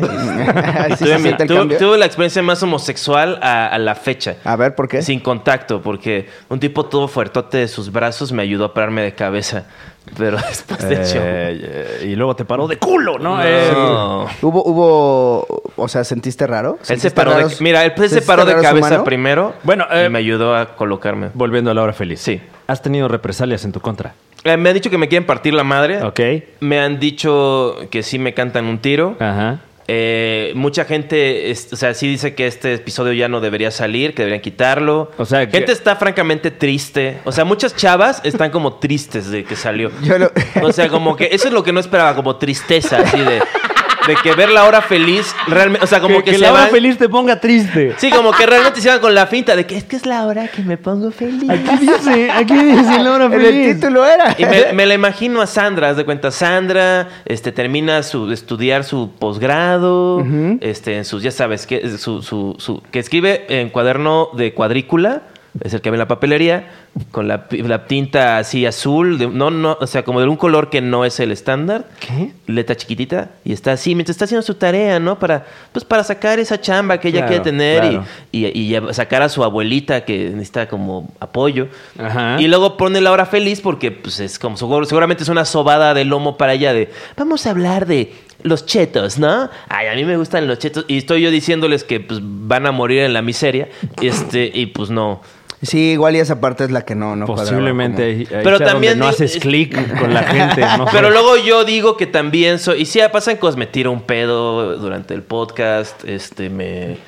[SPEAKER 2] Y
[SPEAKER 1] ¿Sí se
[SPEAKER 2] tuve, mi-
[SPEAKER 1] siente el
[SPEAKER 2] tuve-
[SPEAKER 1] cambio? Ah,
[SPEAKER 2] tuve la experiencia más homosexual a, a la fecha.
[SPEAKER 1] A ver, ¿por qué?
[SPEAKER 2] Sin contacto, porque un tipo todo fuertote de sus brazos me ayudó a pararme de cabeza. Pero después de hecho...
[SPEAKER 3] Eh, y luego te paró de culo, ¿no? Eh,
[SPEAKER 2] No.
[SPEAKER 1] Hubo, hubo, o sea, ¿sentiste raro?
[SPEAKER 2] Oh. Él se
[SPEAKER 1] ¿Sentiste
[SPEAKER 2] paró de,
[SPEAKER 1] raros-
[SPEAKER 2] mira, él pues, se
[SPEAKER 1] ¿sentiste
[SPEAKER 2] paró de
[SPEAKER 1] raro su
[SPEAKER 2] cabeza
[SPEAKER 1] mano?
[SPEAKER 2] primero
[SPEAKER 3] Bueno, eh,
[SPEAKER 2] y me ayudó a colocarme.
[SPEAKER 3] Volviendo a la hora feliz.
[SPEAKER 2] Sí.
[SPEAKER 3] Has tenido represalias en tu contra.
[SPEAKER 2] Eh, me han dicho que me quieren partir la madre.
[SPEAKER 3] Ok.
[SPEAKER 2] Me han dicho que sí me cantan un tiro.
[SPEAKER 3] Ajá.
[SPEAKER 2] Eh, mucha gente, es- o sea, sí dice que este episodio ya no debería salir, que deberían quitarlo.
[SPEAKER 3] O sea, que-
[SPEAKER 2] gente está francamente triste. O sea, muchas chavas están como tristes de que salió.
[SPEAKER 1] Yo lo-
[SPEAKER 2] O sea, como que eso es lo que no esperaba, como tristeza, así de, de que ver la hora feliz realmente, o sea, como que, se
[SPEAKER 3] la hora
[SPEAKER 2] van-
[SPEAKER 3] feliz te ponga triste.
[SPEAKER 2] Sí, como que realmente se van con la finta de que es que es la hora que me pongo feliz.
[SPEAKER 3] Aquí dice, aquí dice la hora
[SPEAKER 1] En el
[SPEAKER 3] feliz.
[SPEAKER 1] título era.
[SPEAKER 2] Y me, me la imagino a Sandra, haz de cuenta, Sandra este, termina su, de estudiar su posgrado, este, en sus, ya sabes, que, su, su- su- que escribe en cuaderno de cuadrícula, es el que ve en la papelería, con la, pi- la tinta así azul, de- no, no, o sea, como de un color que no es el estándar.
[SPEAKER 3] ¿Qué?
[SPEAKER 2] Letra chiquitita y está así, mientras está haciendo su tarea, ¿no? Para, pues para sacar esa chamba que ella
[SPEAKER 3] Claro,
[SPEAKER 2] quiere tener y-
[SPEAKER 3] claro.
[SPEAKER 2] y, y ya sacar a su abuelita que necesita como apoyo.
[SPEAKER 3] Ajá.
[SPEAKER 2] Y luego pone la hora feliz porque pues es como seguro- seguramente es una sobada de lomo para ella de vamos a hablar de los chetos, ¿no? Ay, a mí me gustan los chetos y estoy yo diciéndoles que pues van a morir en la miseria, este y pues no.
[SPEAKER 1] Sí, igual y esa parte es la que no, no cuadraba
[SPEAKER 3] Posiblemente
[SPEAKER 1] como-
[SPEAKER 3] ahí, ahí
[SPEAKER 2] Pero
[SPEAKER 3] sea
[SPEAKER 2] también
[SPEAKER 3] donde no
[SPEAKER 2] digo-
[SPEAKER 3] haces clic con la gente. no sé.
[SPEAKER 2] Pero luego yo digo que también soy. Y sí, pasa en cosas. Me tiro un pedo durante el podcast. Este, me.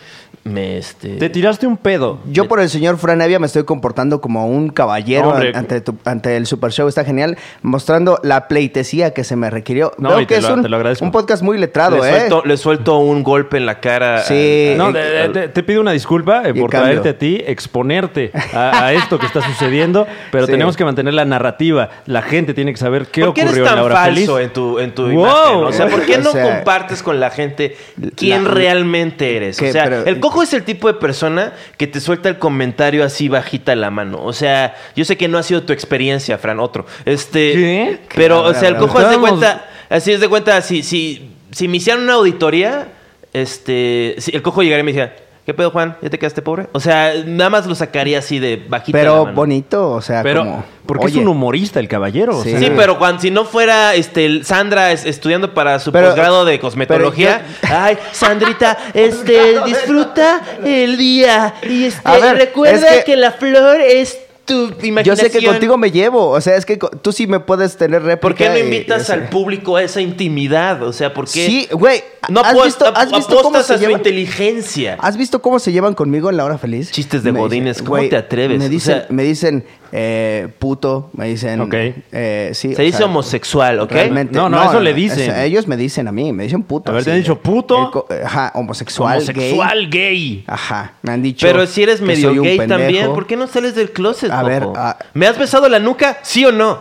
[SPEAKER 2] Me, este.
[SPEAKER 3] Te tiraste un pedo.
[SPEAKER 1] Yo por el señor Fran Evia me estoy comportando como un caballero
[SPEAKER 3] Hombre.
[SPEAKER 1] an- ante, tu- ante el Super Show. Está genial. Mostrando la pleitesía que se me requirió.
[SPEAKER 3] No, y
[SPEAKER 1] que
[SPEAKER 3] te lo-
[SPEAKER 1] un,
[SPEAKER 3] te lo agradezco.
[SPEAKER 1] un podcast muy letrado,
[SPEAKER 2] le,
[SPEAKER 1] ¿eh?
[SPEAKER 2] suelto, le suelto un golpe en la cara.
[SPEAKER 1] Sí.
[SPEAKER 3] No,
[SPEAKER 1] eh,
[SPEAKER 3] de- de- de- te pido una disculpa eh,
[SPEAKER 1] Y en
[SPEAKER 3] por
[SPEAKER 1] cambio-
[SPEAKER 3] traerte a ti, exponerte a, a esto que está sucediendo, pero
[SPEAKER 1] Sí.
[SPEAKER 3] tenemos que mantener la narrativa. La gente tiene que saber qué
[SPEAKER 2] ¿Por qué eres
[SPEAKER 3] ocurrió en la
[SPEAKER 2] tan
[SPEAKER 3] hora feliz.
[SPEAKER 2] falso en tu, en tu
[SPEAKER 3] Wow.
[SPEAKER 2] imagen? O sea, ¿por qué
[SPEAKER 1] O
[SPEAKER 2] no
[SPEAKER 1] sea,
[SPEAKER 2] compartes con la gente quién
[SPEAKER 1] la-
[SPEAKER 2] realmente eres?
[SPEAKER 1] ¿Qué?
[SPEAKER 2] o sea,
[SPEAKER 1] Pero-
[SPEAKER 2] el cojo es el tipo de persona que te suelta el comentario así bajita la mano. O sea, yo sé que no ha sido tu experiencia, Fran, otro. Este,
[SPEAKER 3] ¿Qué?
[SPEAKER 2] Pero, o
[SPEAKER 1] Claro,
[SPEAKER 2] sea, el
[SPEAKER 1] claro.
[SPEAKER 2] cojo es de
[SPEAKER 3] Estábamos-
[SPEAKER 2] cuenta, así es de cuenta, si, si, si me hicieran una auditoría, este, si el cojo llegaría y me dijera, ¿qué pedo, Juan? ¿Ya te quedaste pobre? O sea, nada más lo sacaría así de bajita la
[SPEAKER 1] Pero
[SPEAKER 2] mano.
[SPEAKER 1] bonito, o sea,
[SPEAKER 3] Pero,
[SPEAKER 1] como...
[SPEAKER 3] porque
[SPEAKER 1] oye,
[SPEAKER 3] es un humorista el caballero. o
[SPEAKER 1] Sí.
[SPEAKER 3] sea.
[SPEAKER 2] Sí, pero cuando, si no fuera este, el- Sandra es- estudiando para su
[SPEAKER 1] Pero-
[SPEAKER 2] posgrado de cosmetología, ay, Sandrita, este, disfruta el día y este,
[SPEAKER 1] A ver,
[SPEAKER 2] recuerda
[SPEAKER 1] es
[SPEAKER 2] que...
[SPEAKER 1] que-
[SPEAKER 2] la flor es tu imaginación.
[SPEAKER 1] Yo sé que contigo me llevo. O sea, es que co- tú sí me puedes tener réplica.
[SPEAKER 2] ¿Por qué no
[SPEAKER 1] y-
[SPEAKER 2] invitas
[SPEAKER 1] y-
[SPEAKER 2] al público a esa intimidad? O sea, ¿por qué?
[SPEAKER 1] Sí, güey.
[SPEAKER 2] no
[SPEAKER 1] ¿Has
[SPEAKER 2] apuest-
[SPEAKER 1] visto, has
[SPEAKER 2] ap-
[SPEAKER 1] visto cómo
[SPEAKER 2] apostas
[SPEAKER 1] se
[SPEAKER 2] a su
[SPEAKER 1] llevan?
[SPEAKER 2] inteligencia.
[SPEAKER 1] ¿Has visto cómo se llevan conmigo en la hora feliz?
[SPEAKER 2] Chistes de
[SPEAKER 1] Me dicen,
[SPEAKER 2] godines, ¿cómo
[SPEAKER 1] güey,
[SPEAKER 2] te atreves?
[SPEAKER 1] Me
[SPEAKER 2] O
[SPEAKER 1] dicen,
[SPEAKER 2] sea-
[SPEAKER 1] me dicen eh, puto, me dicen.
[SPEAKER 3] Ok.
[SPEAKER 1] eh, sí,
[SPEAKER 2] Se
[SPEAKER 1] o
[SPEAKER 2] dice
[SPEAKER 1] sea,
[SPEAKER 2] homosexual, ¿ok?
[SPEAKER 1] realmente-
[SPEAKER 3] No, no, eso le dicen.
[SPEAKER 1] o sea, ellos me dicen a mí, me dicen puto.
[SPEAKER 3] A ver, ¿te
[SPEAKER 1] así,
[SPEAKER 3] han dicho puto?
[SPEAKER 1] el co- Ajá, homosexual. Gay.
[SPEAKER 3] Homosexual gay.
[SPEAKER 1] Ajá, me han dicho.
[SPEAKER 2] Pero si eres
[SPEAKER 1] que
[SPEAKER 2] medio
[SPEAKER 1] soy un
[SPEAKER 2] gay
[SPEAKER 1] pendejo.
[SPEAKER 2] también, ¿por qué no sales del closet?
[SPEAKER 1] A ver,
[SPEAKER 2] Coco?
[SPEAKER 1] ah-
[SPEAKER 2] ¿me has besado la nuca? ¿Sí o no?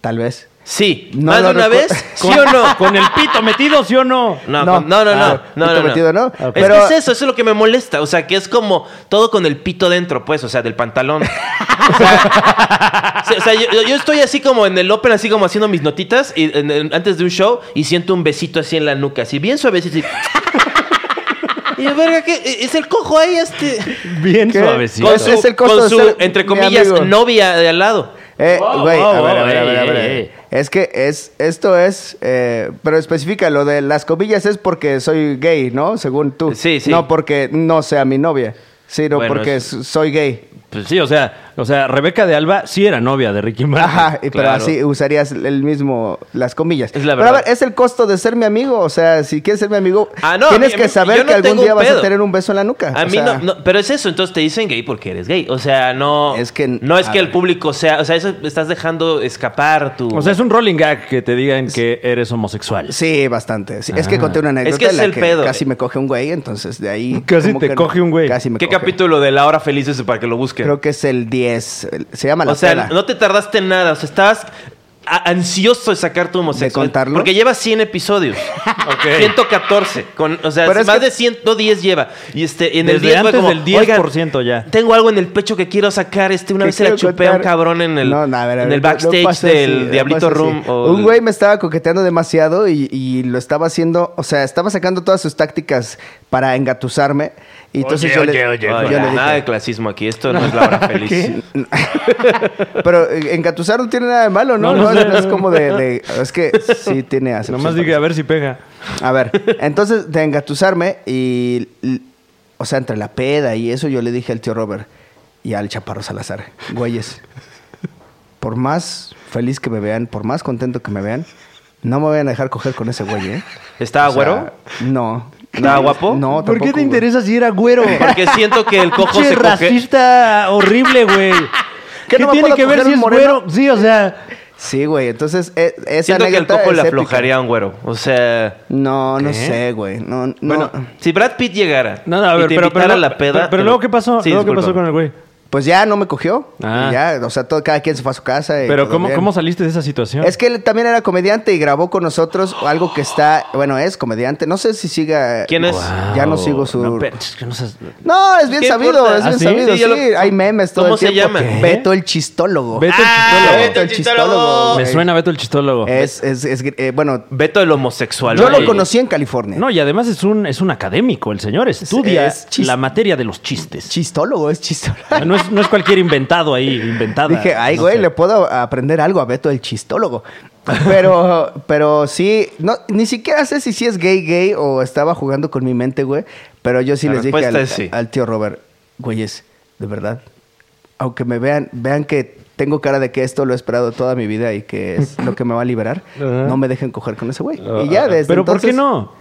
[SPEAKER 1] Tal vez.
[SPEAKER 2] Sí.
[SPEAKER 1] No
[SPEAKER 2] ¿Más
[SPEAKER 1] lo
[SPEAKER 2] de una
[SPEAKER 1] recu-
[SPEAKER 2] vez? ¿Sí o no?
[SPEAKER 3] ¿Con el pito metido, sí o no?
[SPEAKER 2] No,
[SPEAKER 1] No.
[SPEAKER 2] con- no, no, no,
[SPEAKER 1] Ah, pito
[SPEAKER 2] no, no, no.
[SPEAKER 1] metido, ¿no?
[SPEAKER 2] Es
[SPEAKER 1] Pero-
[SPEAKER 2] que es eso, eso es lo que me molesta. O sea, que es como todo con el pito dentro, pues, o sea, del pantalón. O sea, sí, o sea, yo, yo estoy así como en el open, así como haciendo mis notitas y, en- en- antes de un show y siento un besito así en la nuca, así bien suavecito. así. Y yo, verga, ¿qué? e, ¿Es el cojo ahí este?
[SPEAKER 3] Bien
[SPEAKER 1] ¿Qué?
[SPEAKER 3] suavecito.
[SPEAKER 1] Con Es el costo
[SPEAKER 2] con
[SPEAKER 1] de
[SPEAKER 2] su,
[SPEAKER 1] ser
[SPEAKER 2] entre
[SPEAKER 1] mi
[SPEAKER 2] comillas,
[SPEAKER 1] amigo.
[SPEAKER 2] novia de al lado.
[SPEAKER 1] Eh,
[SPEAKER 3] Wow,
[SPEAKER 1] güey, a ver, a
[SPEAKER 3] wow, wow,
[SPEAKER 1] ver, a ver, a
[SPEAKER 3] ey,
[SPEAKER 1] ver, a ver.
[SPEAKER 3] ey, ey.
[SPEAKER 1] Es que es, esto es, eh, pero especifica, lo de las comillas es porque soy gay, ¿no? Según tú.
[SPEAKER 2] Sí, sí.
[SPEAKER 1] No porque no sea mi novia, sino
[SPEAKER 2] Bueno,
[SPEAKER 1] porque
[SPEAKER 2] es-
[SPEAKER 1] s- soy gay.
[SPEAKER 3] Pues sí, o sea, o sea, Rebeca de Alba sí era novia de Ricky Martin.
[SPEAKER 1] Ajá, y- pero
[SPEAKER 2] claro.
[SPEAKER 1] así usarías el mismo, las comillas.
[SPEAKER 2] Es la
[SPEAKER 1] Pero a
[SPEAKER 2] verdad.
[SPEAKER 1] ver, es el costo de ser mi amigo, o sea, si quieres ser mi amigo,
[SPEAKER 2] Ah, no, a
[SPEAKER 1] tienes
[SPEAKER 2] mí- a
[SPEAKER 1] que
[SPEAKER 2] mí- yo
[SPEAKER 1] saber
[SPEAKER 2] no
[SPEAKER 1] que algún
[SPEAKER 2] tengo
[SPEAKER 1] día
[SPEAKER 2] un
[SPEAKER 1] vas a
[SPEAKER 2] pedo.
[SPEAKER 1] tener un beso en la nuca.
[SPEAKER 2] A
[SPEAKER 1] o
[SPEAKER 2] mí
[SPEAKER 1] sea,
[SPEAKER 2] no, no, pero es eso, entonces te dicen gay porque eres gay. O sea, no.
[SPEAKER 1] Es que-
[SPEAKER 2] no es
[SPEAKER 1] a
[SPEAKER 2] que el
[SPEAKER 1] ver.
[SPEAKER 2] público sea. O sea, eso estás dejando escapar tu.
[SPEAKER 3] O sea, es un rolling gag que te digan que eres homosexual.
[SPEAKER 1] Sí, bastante. Sí, Es
[SPEAKER 3] Ah.
[SPEAKER 1] que conté una anécdota
[SPEAKER 2] Es que es
[SPEAKER 1] en la
[SPEAKER 2] el
[SPEAKER 1] que
[SPEAKER 2] pedo.
[SPEAKER 1] casi me coge un güey, entonces de ahí...
[SPEAKER 3] Casi
[SPEAKER 1] como
[SPEAKER 3] te
[SPEAKER 1] que no-
[SPEAKER 3] coge un güey.
[SPEAKER 1] Casi me
[SPEAKER 2] ¿Qué
[SPEAKER 1] coge.
[SPEAKER 2] capítulo de La Hora Feliz es eso para que lo busquen?
[SPEAKER 1] Creo que es el 10. el- Se llama La
[SPEAKER 2] o sea,
[SPEAKER 1] Peda.
[SPEAKER 2] no te tardaste en nada. O sea, estabas a- ansioso de sacar tu homosexual.
[SPEAKER 1] ¿De contarlo?
[SPEAKER 2] Porque lleva 100 episodios.
[SPEAKER 3] Ok.
[SPEAKER 2] 114. Con, o sea,
[SPEAKER 1] Pero es
[SPEAKER 2] más
[SPEAKER 1] que-
[SPEAKER 2] de 110 lleva. Y este, en el
[SPEAKER 3] Desde
[SPEAKER 2] 10 fue
[SPEAKER 3] antes
[SPEAKER 2] como,
[SPEAKER 3] del 10%
[SPEAKER 2] "Oigan,
[SPEAKER 3] ya".
[SPEAKER 2] Tengo algo en el pecho que quiero sacar. Este, una
[SPEAKER 1] que
[SPEAKER 2] vez se la
[SPEAKER 1] quiero
[SPEAKER 2] chupé a un
[SPEAKER 1] contar.
[SPEAKER 2] cabrón en el,
[SPEAKER 1] No, no, a ver, a
[SPEAKER 2] en
[SPEAKER 1] ver,
[SPEAKER 2] el
[SPEAKER 1] no- no
[SPEAKER 2] backstage
[SPEAKER 1] pasa
[SPEAKER 2] del
[SPEAKER 1] así, no
[SPEAKER 2] Diablito
[SPEAKER 1] pasa así.
[SPEAKER 2] Room. o
[SPEAKER 1] Un
[SPEAKER 2] el-
[SPEAKER 1] güey me estaba coqueteando demasiado y, y lo estaba haciendo, o sea, estaba sacando todas sus tácticas para engatusarme. Y entonces yo, le,
[SPEAKER 2] Ay,
[SPEAKER 1] yo le
[SPEAKER 2] nada
[SPEAKER 1] dije,
[SPEAKER 2] de clasismo aquí. Esto no es la hora feliz.
[SPEAKER 1] pero eh, engatusar no tiene nada de malo, ¿no?
[SPEAKER 3] No,
[SPEAKER 1] No,
[SPEAKER 3] no sé.
[SPEAKER 1] no es como de, de- es que sí tiene acepción
[SPEAKER 3] Nomás
[SPEAKER 1] para
[SPEAKER 3] dije, a ver si pega.
[SPEAKER 1] A ver, entonces de engatusarme y, l- o sea, entre la peda y eso, yo le dije al tío Robert y al chaparro Salazar, güeyes, por más feliz que me vean, por más contento que me vean, no me vayan a dejar coger con ese güey, ¿eh?
[SPEAKER 2] ¿Estaba
[SPEAKER 1] O sea,
[SPEAKER 2] güero?
[SPEAKER 1] no.
[SPEAKER 2] ¿Estaba guapo?
[SPEAKER 1] No,
[SPEAKER 3] ¿Por qué
[SPEAKER 1] tampoco,
[SPEAKER 3] te
[SPEAKER 1] güey.
[SPEAKER 3] interesa si era güero?
[SPEAKER 2] Porque siento que el cojo
[SPEAKER 3] Pinche
[SPEAKER 2] se coge...
[SPEAKER 3] racista horrible, güey.
[SPEAKER 1] ¿Qué,
[SPEAKER 3] ¿Qué,
[SPEAKER 1] no me
[SPEAKER 3] tiene
[SPEAKER 1] puedo
[SPEAKER 3] que ver
[SPEAKER 1] coger
[SPEAKER 3] si
[SPEAKER 1] un
[SPEAKER 3] es
[SPEAKER 1] moreno?
[SPEAKER 3] güero? Sí, o sea.
[SPEAKER 1] Sí, güey, entonces e- esa
[SPEAKER 2] Siento que el
[SPEAKER 1] anécdota
[SPEAKER 2] cojo
[SPEAKER 1] es
[SPEAKER 2] le
[SPEAKER 1] épica.
[SPEAKER 2] aflojaría a un güero. O sea...
[SPEAKER 1] No, no
[SPEAKER 3] ¿Qué?
[SPEAKER 1] sé, güey. No, no.
[SPEAKER 2] Bueno, si Brad Pitt llegara
[SPEAKER 3] No, no, a
[SPEAKER 2] y
[SPEAKER 3] ver,
[SPEAKER 2] te
[SPEAKER 3] pero, pero,
[SPEAKER 2] invitara
[SPEAKER 3] no-
[SPEAKER 2] a la peda...
[SPEAKER 3] pero- pero luego, ¿qué pasó?
[SPEAKER 2] Sí,
[SPEAKER 3] luego, ¿qué pasó
[SPEAKER 2] discúlpame.
[SPEAKER 3] con el güey?
[SPEAKER 1] Pues ya no me cogió.
[SPEAKER 3] Ah.
[SPEAKER 1] Y Ya, o sea, todo, cada quien se fue a su casa. y
[SPEAKER 3] Pero,
[SPEAKER 1] todo
[SPEAKER 3] ¿cómo,
[SPEAKER 1] pues, bien.
[SPEAKER 3] ¿cómo saliste de esa situación?
[SPEAKER 1] Es que él también era comediante y grabó con nosotros algo que está, bueno, es comediante. No sé si siga.
[SPEAKER 2] ¿Quién es?
[SPEAKER 1] Ya
[SPEAKER 2] Ah,
[SPEAKER 1] no sigo su.
[SPEAKER 3] No,
[SPEAKER 1] No,
[SPEAKER 3] pero es que no seas-
[SPEAKER 1] es bien
[SPEAKER 2] ¿Qué
[SPEAKER 1] sabido,
[SPEAKER 2] importa?
[SPEAKER 1] es bien
[SPEAKER 3] ¿Ah, sí?
[SPEAKER 1] sabido.
[SPEAKER 2] Sí,
[SPEAKER 1] Sí,
[SPEAKER 2] yo lo-
[SPEAKER 1] hay memes todo
[SPEAKER 2] ¿Cómo
[SPEAKER 1] el
[SPEAKER 2] se
[SPEAKER 1] tiempo.
[SPEAKER 2] llama?
[SPEAKER 1] ¿Qué? Beto el chistólogo.
[SPEAKER 3] Beto
[SPEAKER 2] Ah,
[SPEAKER 3] el
[SPEAKER 2] Beto
[SPEAKER 3] chistólogo.
[SPEAKER 2] el chistólogo.
[SPEAKER 1] güey.
[SPEAKER 3] Me suena Beto el chistólogo.
[SPEAKER 1] Es, es, es- eh, bueno,
[SPEAKER 2] Beto el homosexual.
[SPEAKER 1] yo
[SPEAKER 2] güey.
[SPEAKER 1] lo conocí en California.
[SPEAKER 3] No, y además es un, es un académico. El señor estudia
[SPEAKER 1] es chis-
[SPEAKER 3] la materia de los chistes.
[SPEAKER 1] Chistólogo, es chistólogo.
[SPEAKER 3] No es, no es cualquier inventado ahí, inventada.
[SPEAKER 1] Dije, ay,
[SPEAKER 3] No
[SPEAKER 1] güey,
[SPEAKER 3] sé.
[SPEAKER 1] le puedo aprender algo a Beto el chistólogo. Pero, pero sí, no, ni siquiera sé si sí es gay, gay o estaba jugando con mi mente, güey. Pero yo sí
[SPEAKER 2] La
[SPEAKER 1] les dije
[SPEAKER 2] respuesta
[SPEAKER 1] al,
[SPEAKER 2] es sí.
[SPEAKER 1] al tío Robert, güeyes, de verdad, aunque me vean, vean que tengo cara de que esto lo he esperado toda mi vida y que es lo que me va a liberar,
[SPEAKER 3] Ajá.
[SPEAKER 1] no me dejen coger con ese güey. y ya desde
[SPEAKER 3] Ah, ¿Pero por
[SPEAKER 1] entonces,
[SPEAKER 3] qué no?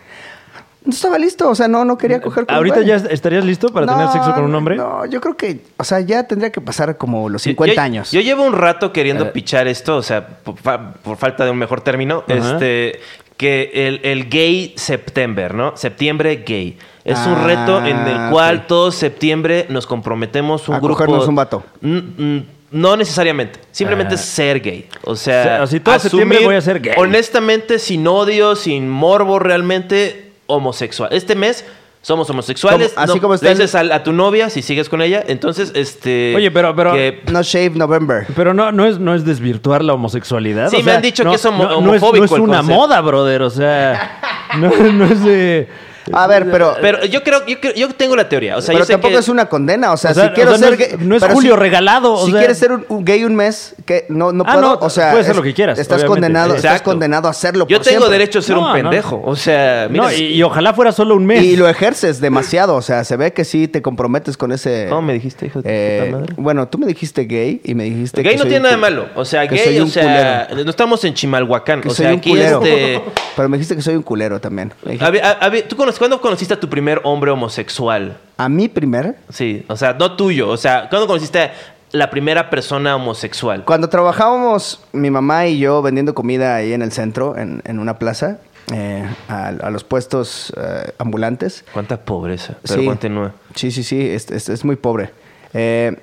[SPEAKER 1] No estaba listo, o sea, no, no quería coger con un
[SPEAKER 3] ¿Ahorita
[SPEAKER 1] güey.
[SPEAKER 3] ya estarías listo para tener
[SPEAKER 1] No,
[SPEAKER 3] sexo con un hombre?
[SPEAKER 1] No, yo creo que, o sea, ya tendría que pasar como los
[SPEAKER 2] Yo-
[SPEAKER 1] 50
[SPEAKER 2] yo-
[SPEAKER 1] años. Eh.
[SPEAKER 2] Yo llevo un rato queriendo pichar esto, o sea, por, fa- por falta de un mejor término,
[SPEAKER 3] Ajá.
[SPEAKER 2] este que el, el gay septiembre, ¿no? Septiembre gay. Es un
[SPEAKER 1] Ah,
[SPEAKER 2] reto en el cual
[SPEAKER 1] ok.
[SPEAKER 2] todo septiembre nos comprometemos un
[SPEAKER 1] A
[SPEAKER 2] grupo.
[SPEAKER 1] cogernos un vato.
[SPEAKER 2] Mm, mm, No necesariamente. Simplemente
[SPEAKER 3] Ah.
[SPEAKER 2] es ser gay. O
[SPEAKER 3] O
[SPEAKER 2] sea,
[SPEAKER 3] sea, así todo septiembre voy a ser gay.
[SPEAKER 2] Honestamente, sin odio, sin morbo, realmente homosexual. Este mes somos homosexuales.
[SPEAKER 1] Como- así
[SPEAKER 2] no,
[SPEAKER 1] como está
[SPEAKER 2] le
[SPEAKER 1] el-
[SPEAKER 2] dices al- a, tu novia si sigues con ella. Entonces, este.
[SPEAKER 3] Oye, pero- pero-
[SPEAKER 2] que-
[SPEAKER 1] No Shave November.
[SPEAKER 3] Pero no, no, es, no es desvirtuar la homosexualidad.
[SPEAKER 2] Sí,
[SPEAKER 3] o
[SPEAKER 2] me
[SPEAKER 3] sea,
[SPEAKER 2] han dicho
[SPEAKER 3] no-
[SPEAKER 2] que es homo-
[SPEAKER 3] no- no es-
[SPEAKER 2] homofóbico
[SPEAKER 3] No es,
[SPEAKER 2] el
[SPEAKER 3] una
[SPEAKER 2] concepto.
[SPEAKER 3] moda, brother. O sea, no, no es de.
[SPEAKER 1] A ver, pero,
[SPEAKER 2] Pero yo creo, yo creo- yo tengo la teoría. O sea,
[SPEAKER 1] pero
[SPEAKER 2] yo sé
[SPEAKER 1] tampoco
[SPEAKER 2] que-
[SPEAKER 1] es una condena. O sea,
[SPEAKER 3] O sea,
[SPEAKER 1] si quiero
[SPEAKER 3] o sea,
[SPEAKER 1] ser
[SPEAKER 3] no es-
[SPEAKER 1] gay.
[SPEAKER 3] no es
[SPEAKER 1] pero
[SPEAKER 3] Julio regalado, o
[SPEAKER 1] Si
[SPEAKER 3] sea.
[SPEAKER 1] quieres ser un, un gay un mes, que no, no
[SPEAKER 3] Ah,
[SPEAKER 1] puedo.
[SPEAKER 3] no,
[SPEAKER 1] o sea,
[SPEAKER 3] puedes hacer lo que quieras,
[SPEAKER 1] Estás
[SPEAKER 3] obviamente.
[SPEAKER 1] condenado, estás
[SPEAKER 2] Exacto.
[SPEAKER 1] condenado a hacerlo.
[SPEAKER 2] Yo
[SPEAKER 1] por
[SPEAKER 2] tengo
[SPEAKER 1] siempre.
[SPEAKER 2] derecho a ser
[SPEAKER 3] No,
[SPEAKER 2] un
[SPEAKER 3] no.
[SPEAKER 2] pendejo. O sea, mira,
[SPEAKER 3] No, y, y ojalá fuera solo un mes.
[SPEAKER 1] Y lo ejerces demasiado. O sea, se ve que sí te comprometes con ese.
[SPEAKER 2] ¿Cómo me dijiste, hijo de
[SPEAKER 1] eh,
[SPEAKER 2] puta madre?
[SPEAKER 1] Bueno, tú me dijiste gay y me dijiste.
[SPEAKER 2] Gay
[SPEAKER 1] que
[SPEAKER 2] no
[SPEAKER 1] soy
[SPEAKER 2] tiene
[SPEAKER 1] un
[SPEAKER 2] nada de
[SPEAKER 1] cul-
[SPEAKER 2] malo. O sea,
[SPEAKER 1] que
[SPEAKER 2] gay,
[SPEAKER 1] soy
[SPEAKER 2] o
[SPEAKER 1] un
[SPEAKER 2] sea,
[SPEAKER 1] culero.
[SPEAKER 2] no estamos en Chimalhuacán.
[SPEAKER 1] Que
[SPEAKER 2] o
[SPEAKER 1] soy
[SPEAKER 2] sea,
[SPEAKER 1] un
[SPEAKER 2] aquí
[SPEAKER 1] culero.
[SPEAKER 2] este.
[SPEAKER 1] Pero me dijiste que soy un culero también. Me dijiste-
[SPEAKER 2] A ver, a- a ver, ¿tú cono- ¿Cuándo conociste a tu primer hombre homosexual?
[SPEAKER 1] a mí primero.
[SPEAKER 2] Sí, o sea, no tuyo. O sea, ¿cuándo conociste a la primera persona homosexual?
[SPEAKER 1] Cuando trabajábamos mi mamá y yo vendiendo comida ahí en el centro, en, en una plaza, eh, a, a los puestos eh, ambulantes.
[SPEAKER 2] Cuánta pobreza. Pero continúa.
[SPEAKER 1] Sí, sí, sí, es, es- es muy pobre. Eh,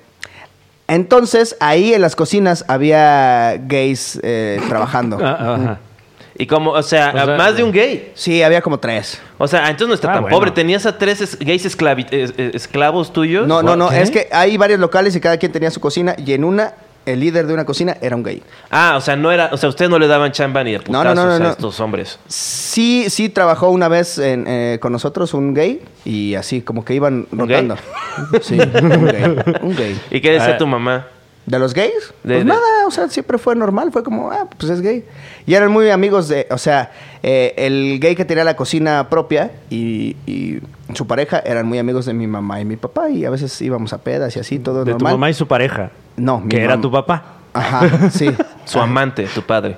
[SPEAKER 1] entonces, ahí en las cocinas había gays eh, trabajando.
[SPEAKER 3] Ah, ajá.
[SPEAKER 2] Y como, o sea,
[SPEAKER 3] O sea,
[SPEAKER 2] más de un gay.
[SPEAKER 1] Sí, había como tres.
[SPEAKER 2] O sea, entonces no está
[SPEAKER 3] Ah,
[SPEAKER 2] tan
[SPEAKER 3] bueno.
[SPEAKER 2] pobre. Tenías a tres es- gays esclavi- es- es- esclavos tuyos.
[SPEAKER 1] No, no, no,
[SPEAKER 3] ¿Qué?
[SPEAKER 1] es que hay varios locales y cada quien tenía su cocina y en una, el líder de una cocina era un gay.
[SPEAKER 2] Ah, o sea, no era, o sea, ustedes no le daban chamba ni de
[SPEAKER 1] No, no,
[SPEAKER 2] putazos
[SPEAKER 1] no, no,
[SPEAKER 2] a
[SPEAKER 1] no.
[SPEAKER 2] estos hombres.
[SPEAKER 1] Sí, sí trabajó una vez en, eh, con nosotros un gay y así como que iban
[SPEAKER 2] gay?
[SPEAKER 1] rotando. Sí, un gay, un gay.
[SPEAKER 2] ¿Y qué decía
[SPEAKER 3] Ah.
[SPEAKER 2] tu mamá?
[SPEAKER 1] ¿De los gays?
[SPEAKER 2] De-
[SPEAKER 1] pues
[SPEAKER 2] de-
[SPEAKER 1] nada, o sea, siempre fue normal, fue como, ah, pues es gay. Y eran muy amigos de, o sea, eh, el gay que tenía la cocina propia y, y su pareja eran muy amigos de mi mamá y mi papá y a veces íbamos a pedas y así, todo
[SPEAKER 3] De tu
[SPEAKER 1] normal.
[SPEAKER 3] mamá y su pareja.
[SPEAKER 1] No, mi
[SPEAKER 3] Que era
[SPEAKER 1] mam-
[SPEAKER 3] tu papá.
[SPEAKER 1] Ajá, sí.
[SPEAKER 2] Su amante, tu padre.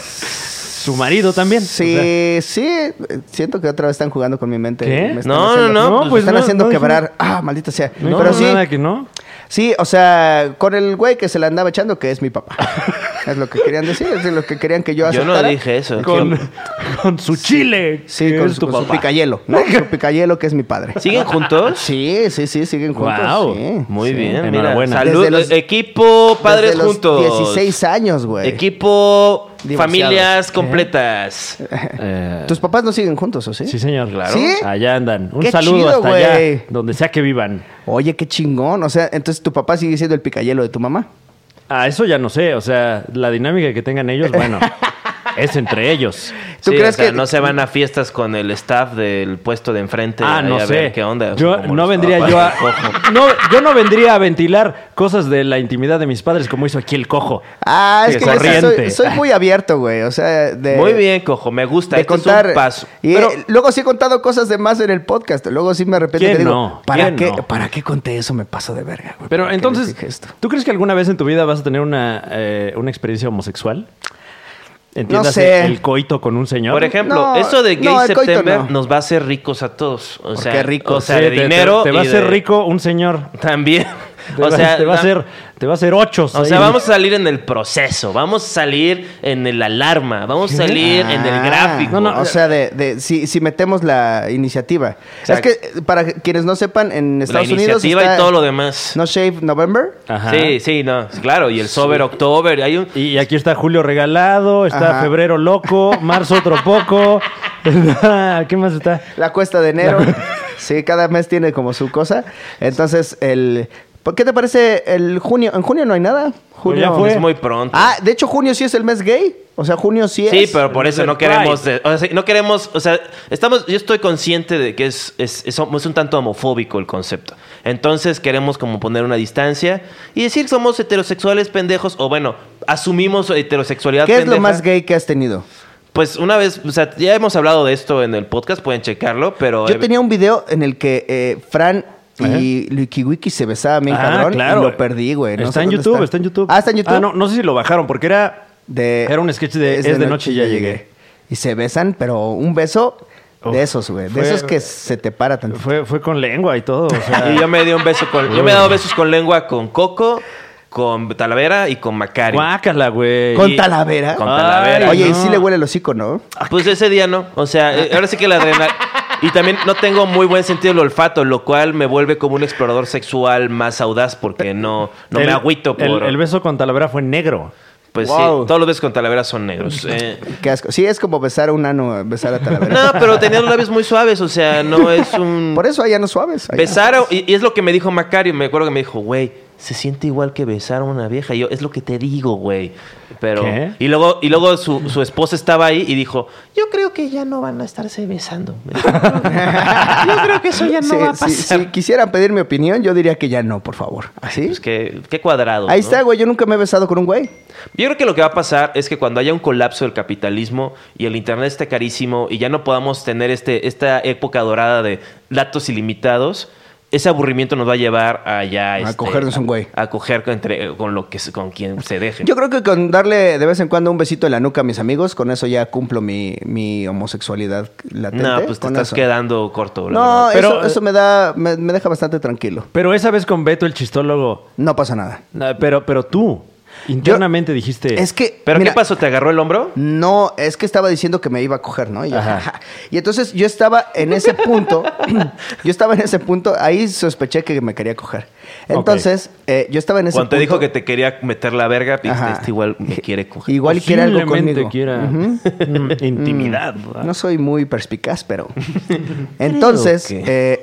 [SPEAKER 3] Su marido también.
[SPEAKER 1] Sí,
[SPEAKER 3] o sea.
[SPEAKER 1] sí, eh, siento que otra vez están jugando con mi mente.
[SPEAKER 3] ¿Qué?
[SPEAKER 1] Me están
[SPEAKER 2] No, no,
[SPEAKER 1] haciendo-
[SPEAKER 2] no,
[SPEAKER 1] me
[SPEAKER 2] pues
[SPEAKER 1] están
[SPEAKER 3] no,
[SPEAKER 1] haciendo
[SPEAKER 3] no,
[SPEAKER 1] quebrar. Ah, maldita sea.
[SPEAKER 3] No,
[SPEAKER 1] Pero
[SPEAKER 3] no,
[SPEAKER 1] sí,
[SPEAKER 3] nada que no.
[SPEAKER 1] sí, o sea, con el güey que se la andaba echando, que es mi papá. Es lo que querían decir, es lo que querían que yo
[SPEAKER 2] Yo
[SPEAKER 1] aceptara.
[SPEAKER 2] no dije eso.
[SPEAKER 3] Con, con su chile.
[SPEAKER 1] Sí,
[SPEAKER 3] que
[SPEAKER 1] con,
[SPEAKER 3] es
[SPEAKER 1] su,
[SPEAKER 3] tu
[SPEAKER 1] con su
[SPEAKER 3] papá.
[SPEAKER 1] picayelo, ¿no? Su picayelo que es mi padre.
[SPEAKER 2] ¿Siguen juntos?
[SPEAKER 1] Sí, sí, sí, siguen juntos.
[SPEAKER 3] Guau,
[SPEAKER 1] sí,
[SPEAKER 2] Muy
[SPEAKER 1] sí.
[SPEAKER 2] bien, mira.
[SPEAKER 3] Enhorabuena.
[SPEAKER 2] Salud,
[SPEAKER 1] Desde los-
[SPEAKER 2] equipo, padres
[SPEAKER 1] Desde los
[SPEAKER 2] juntos.
[SPEAKER 1] 16 años, güey.
[SPEAKER 2] Equipo,
[SPEAKER 1] Divorciados.
[SPEAKER 2] familias completas.
[SPEAKER 3] Eh,
[SPEAKER 1] ¿Tus papás no siguen juntos o sí?
[SPEAKER 3] sí, señor.
[SPEAKER 2] Claro.
[SPEAKER 1] ¿Sí?
[SPEAKER 3] Allá andan. Un
[SPEAKER 1] Qué
[SPEAKER 3] saludo
[SPEAKER 1] chido,
[SPEAKER 3] hasta allá,
[SPEAKER 1] güey.
[SPEAKER 3] donde sea que vivan.
[SPEAKER 1] Oye, qué chingón. O sea, entonces tu papá sigue siendo el picayelo de tu mamá.
[SPEAKER 3] Ah, eso ya no sé. O sea, la dinámica que tengan ellos, bueno, es entre ellos.
[SPEAKER 1] ¿Tú
[SPEAKER 2] Sí,
[SPEAKER 1] crees
[SPEAKER 2] o sea,
[SPEAKER 1] que-
[SPEAKER 2] no se van a fiestas con el staff del puesto de enfrente?
[SPEAKER 3] Ah,
[SPEAKER 2] ahí
[SPEAKER 3] no
[SPEAKER 2] a
[SPEAKER 3] sé.
[SPEAKER 2] ver qué onda?
[SPEAKER 3] Yo
[SPEAKER 2] Como
[SPEAKER 3] no
[SPEAKER 2] los
[SPEAKER 3] vendría
[SPEAKER 2] papás
[SPEAKER 3] yo
[SPEAKER 2] del cojo.
[SPEAKER 3] a. No, yo no vendría a ventilar cosas de la intimidad de mis padres como hizo aquí el cojo.
[SPEAKER 1] Ah, es
[SPEAKER 3] Sí,
[SPEAKER 1] que yo sí soy,
[SPEAKER 3] corriente.
[SPEAKER 1] soy muy abierto, güey. O sea, de...
[SPEAKER 2] Muy bien, cojo, me gusta.
[SPEAKER 1] De
[SPEAKER 2] Este es
[SPEAKER 1] contar.
[SPEAKER 2] un paso.
[SPEAKER 1] Y
[SPEAKER 2] Pero-
[SPEAKER 1] eh, luego sí he contado cosas de más en el podcast. Luego sí me arrepiento y
[SPEAKER 3] ¿Quién
[SPEAKER 1] te digo,
[SPEAKER 3] no?
[SPEAKER 1] ¿para,
[SPEAKER 3] ¿Quién
[SPEAKER 1] qué,
[SPEAKER 3] no?
[SPEAKER 1] ¿para qué conté eso? Me paso de verga, güey.
[SPEAKER 3] Pero
[SPEAKER 1] ¿Para qué
[SPEAKER 3] entonces,
[SPEAKER 1] les dije esto?
[SPEAKER 3] ¿tú crees que alguna vez en tu vida vas a tener una, eh, una experiencia homosexual? Entiéndase,
[SPEAKER 1] sé.
[SPEAKER 3] el coito con un señor.
[SPEAKER 2] Por ejemplo,
[SPEAKER 1] No,
[SPEAKER 2] eso de Gay
[SPEAKER 1] no, el coito
[SPEAKER 2] September
[SPEAKER 1] no.
[SPEAKER 2] nos va a hacer ricos a todos. O sea,
[SPEAKER 1] qué ricos?
[SPEAKER 2] O
[SPEAKER 3] Sí,
[SPEAKER 2] sea, de
[SPEAKER 3] te- te-
[SPEAKER 2] dinero.
[SPEAKER 3] Te, va a
[SPEAKER 2] y
[SPEAKER 3] hacer
[SPEAKER 2] de-
[SPEAKER 3] rico un señor.
[SPEAKER 2] También.
[SPEAKER 3] Te,
[SPEAKER 2] o
[SPEAKER 3] va,
[SPEAKER 2] sea,
[SPEAKER 3] te va a
[SPEAKER 2] na-
[SPEAKER 3] hacer, te va a hacer ocho.
[SPEAKER 2] O sea, vamos a salir en el proceso, vamos a salir en el alarma, vamos a salir en el
[SPEAKER 1] Ah,
[SPEAKER 2] gráfico.
[SPEAKER 1] No, no, o sea, de, de- si, si metemos la iniciativa.
[SPEAKER 2] Exacto.
[SPEAKER 1] Es que eh, para quienes no sepan, en
[SPEAKER 2] la
[SPEAKER 1] Estados Unidos.
[SPEAKER 2] iniciativa
[SPEAKER 1] está
[SPEAKER 2] y todo lo demás.
[SPEAKER 1] No Shave November.
[SPEAKER 2] Sí, sí, no, claro, y el Sober October, hay un
[SPEAKER 3] Y aquí está Julio regalado, está
[SPEAKER 1] Ajá.
[SPEAKER 3] Febrero loco, Marzo otro poco. está- ¿Qué más está?
[SPEAKER 1] La cuesta de enero. sí, cada mes tiene como su cosa. Entonces, el. ¿Por qué te parece el junio? En junio no hay nada. Junio
[SPEAKER 3] Pues ya fue.
[SPEAKER 2] es muy pronto.
[SPEAKER 1] Ah, de hecho, junio sí es el mes gay. O sea, junio sí es.
[SPEAKER 2] Sí, pero por eso
[SPEAKER 3] el
[SPEAKER 2] no
[SPEAKER 3] Pride.
[SPEAKER 2] queremos, de- o sea, no queremos, o sea, estamos, yo estoy consciente de que es, es, es, es un tanto homofóbico el concepto. Entonces queremos como poner una distancia y decir somos heterosexuales pendejos o bueno, asumimos heterosexualidad
[SPEAKER 1] ¿Qué es lo
[SPEAKER 2] pendeja.
[SPEAKER 1] más gay que has tenido?
[SPEAKER 2] Pues una vez, o sea, ya hemos hablado de esto en el podcast, pueden checarlo, pero...
[SPEAKER 1] Yo tenía un video en el que eh, Fran y Luikiwiki se besaban bien
[SPEAKER 3] Ah,
[SPEAKER 1] cabrón.
[SPEAKER 3] claro.
[SPEAKER 1] Y lo perdí, güey. No
[SPEAKER 3] está
[SPEAKER 1] sé
[SPEAKER 3] en
[SPEAKER 1] dónde
[SPEAKER 3] YouTube, está. en YouTube.
[SPEAKER 1] Ah, está en YouTube.
[SPEAKER 3] Ah, no, no sé si lo bajaron porque era.
[SPEAKER 1] De-
[SPEAKER 3] Era un sketch de Es, de noche, y ya llegué.
[SPEAKER 1] Y se besan, pero un beso
[SPEAKER 3] Uf,
[SPEAKER 1] de esos, güey. De
[SPEAKER 3] fue-
[SPEAKER 1] esos que se te para tanto.
[SPEAKER 3] Fue, fue con lengua y todo. o sea.
[SPEAKER 2] eh, Y yo me di un beso con... Yo me he dado besos con lengua con Coco, con Talavera y con Macari.
[SPEAKER 3] Guácala, güey.
[SPEAKER 1] ¿Con
[SPEAKER 2] Y-
[SPEAKER 1] Talavera?
[SPEAKER 2] Con Talavera.
[SPEAKER 1] Oye, y
[SPEAKER 3] no.
[SPEAKER 1] sí le huele el hocico, ¿no?
[SPEAKER 2] Pues ese día no. O sea, eh, ahora sí que la adrenalina. Y también no tengo muy buen sentido del olfato, lo cual me vuelve como un explorador sexual más audaz porque no, no
[SPEAKER 3] El-
[SPEAKER 2] me agüito por.
[SPEAKER 3] El, el beso con Talavera fue negro.
[SPEAKER 2] Pues
[SPEAKER 1] Wow.
[SPEAKER 2] sí, todos los besos con Talavera son negros. eh.
[SPEAKER 1] Qué asco. Sí, es como besar a un ano, besar a Talavera.
[SPEAKER 2] No, pero tenía los labios muy suaves, o sea, no es un.
[SPEAKER 1] Por eso allá no suaves. allá.
[SPEAKER 2] Besar, a- y, y es lo que me dijo Macario, me acuerdo que me dijo, güey, se siente igual que besar a una vieja. Y yo, es lo que te digo, güey. Pero.
[SPEAKER 3] ¿Qué?
[SPEAKER 2] Y luego, y luego su, su esposa estaba ahí y dijo, yo creo que ya no van a estarse besando. yo creo que eso ya no
[SPEAKER 1] Sí,
[SPEAKER 2] va a
[SPEAKER 1] sí,
[SPEAKER 2] pasar.
[SPEAKER 1] Si quisieran pedir mi opinión, yo diría que ya no, por favor. ¿Así?
[SPEAKER 2] Pues que, qué cuadrado.
[SPEAKER 1] Ahí
[SPEAKER 2] ¿no?
[SPEAKER 1] está, güey. Yo nunca me he besado con un güey.
[SPEAKER 2] Yo creo que lo que va a pasar es que cuando haya un colapso del capitalismo y el Internet esté carísimo y ya no podamos tener este, esta época dorada de datos ilimitados, ese aburrimiento nos va a llevar a ya... este,
[SPEAKER 1] cogernos un güey.
[SPEAKER 2] A, coger con, entre- con lo que, se- con quien se deje.
[SPEAKER 1] Yo creo que con darle de vez en cuando un besito en la nuca a mis amigos, con eso ya cumplo mi, mi homosexualidad latente.
[SPEAKER 2] no, pues te
[SPEAKER 1] con
[SPEAKER 2] estás
[SPEAKER 1] eso.
[SPEAKER 2] quedando corto.
[SPEAKER 1] No,
[SPEAKER 2] la verdad.
[SPEAKER 3] Pero,
[SPEAKER 1] eso,
[SPEAKER 3] eh,
[SPEAKER 1] eso me da, me, me deja bastante tranquilo.
[SPEAKER 3] Pero esa vez con Beto, el chistólogo.
[SPEAKER 1] No pasa nada.
[SPEAKER 3] na- Pero, pero tú, internamente dijiste.
[SPEAKER 1] Es que.
[SPEAKER 2] ¿Pero
[SPEAKER 1] mira,
[SPEAKER 2] qué pasó? ¿Te agarró el hombro?
[SPEAKER 1] No, es que estaba diciendo que me iba a coger, ¿no? Y, yo,
[SPEAKER 3] Ajá.
[SPEAKER 1] "Ja". y entonces yo estaba en ese punto, yo estaba en ese punto, ahí sospeché que me quería coger. Entonces, eh, yo estaba en ese
[SPEAKER 2] Cuando
[SPEAKER 1] punto.
[SPEAKER 2] te dijo que te quería meter la verga, dijiste,
[SPEAKER 1] Ajá.
[SPEAKER 2] este igual me quiere coger.
[SPEAKER 1] Igual y quiere algo
[SPEAKER 3] Posiblemente
[SPEAKER 1] conmigo.
[SPEAKER 3] quiera
[SPEAKER 1] Ujú.
[SPEAKER 3] mm, intimidad. ¿verdad?
[SPEAKER 1] No soy muy perspicaz, pero. Entonces,
[SPEAKER 2] Creo
[SPEAKER 1] eh,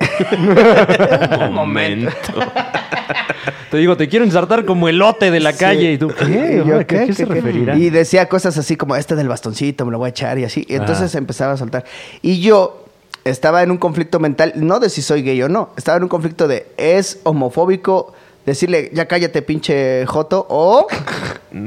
[SPEAKER 2] Un momento.
[SPEAKER 3] Te digo, te quiero ensartar como elote de la
[SPEAKER 1] Sí.
[SPEAKER 3] calle. Y tú,
[SPEAKER 1] Y
[SPEAKER 3] ¿qué?
[SPEAKER 1] yo,
[SPEAKER 3] ¿A qué,
[SPEAKER 1] ¿qué?
[SPEAKER 3] qué se
[SPEAKER 1] ¿Qué?
[SPEAKER 3] referirá?
[SPEAKER 1] Y decía cosas así como este del bastoncito, me lo voy a echar y así. Y entonces
[SPEAKER 3] Ajá.
[SPEAKER 1] empezaba a soltar. Y yo estaba en un conflicto mental, no de si soy gay o no, estaba en un conflicto de es homofóbico decirle ya cállate pinche joto o,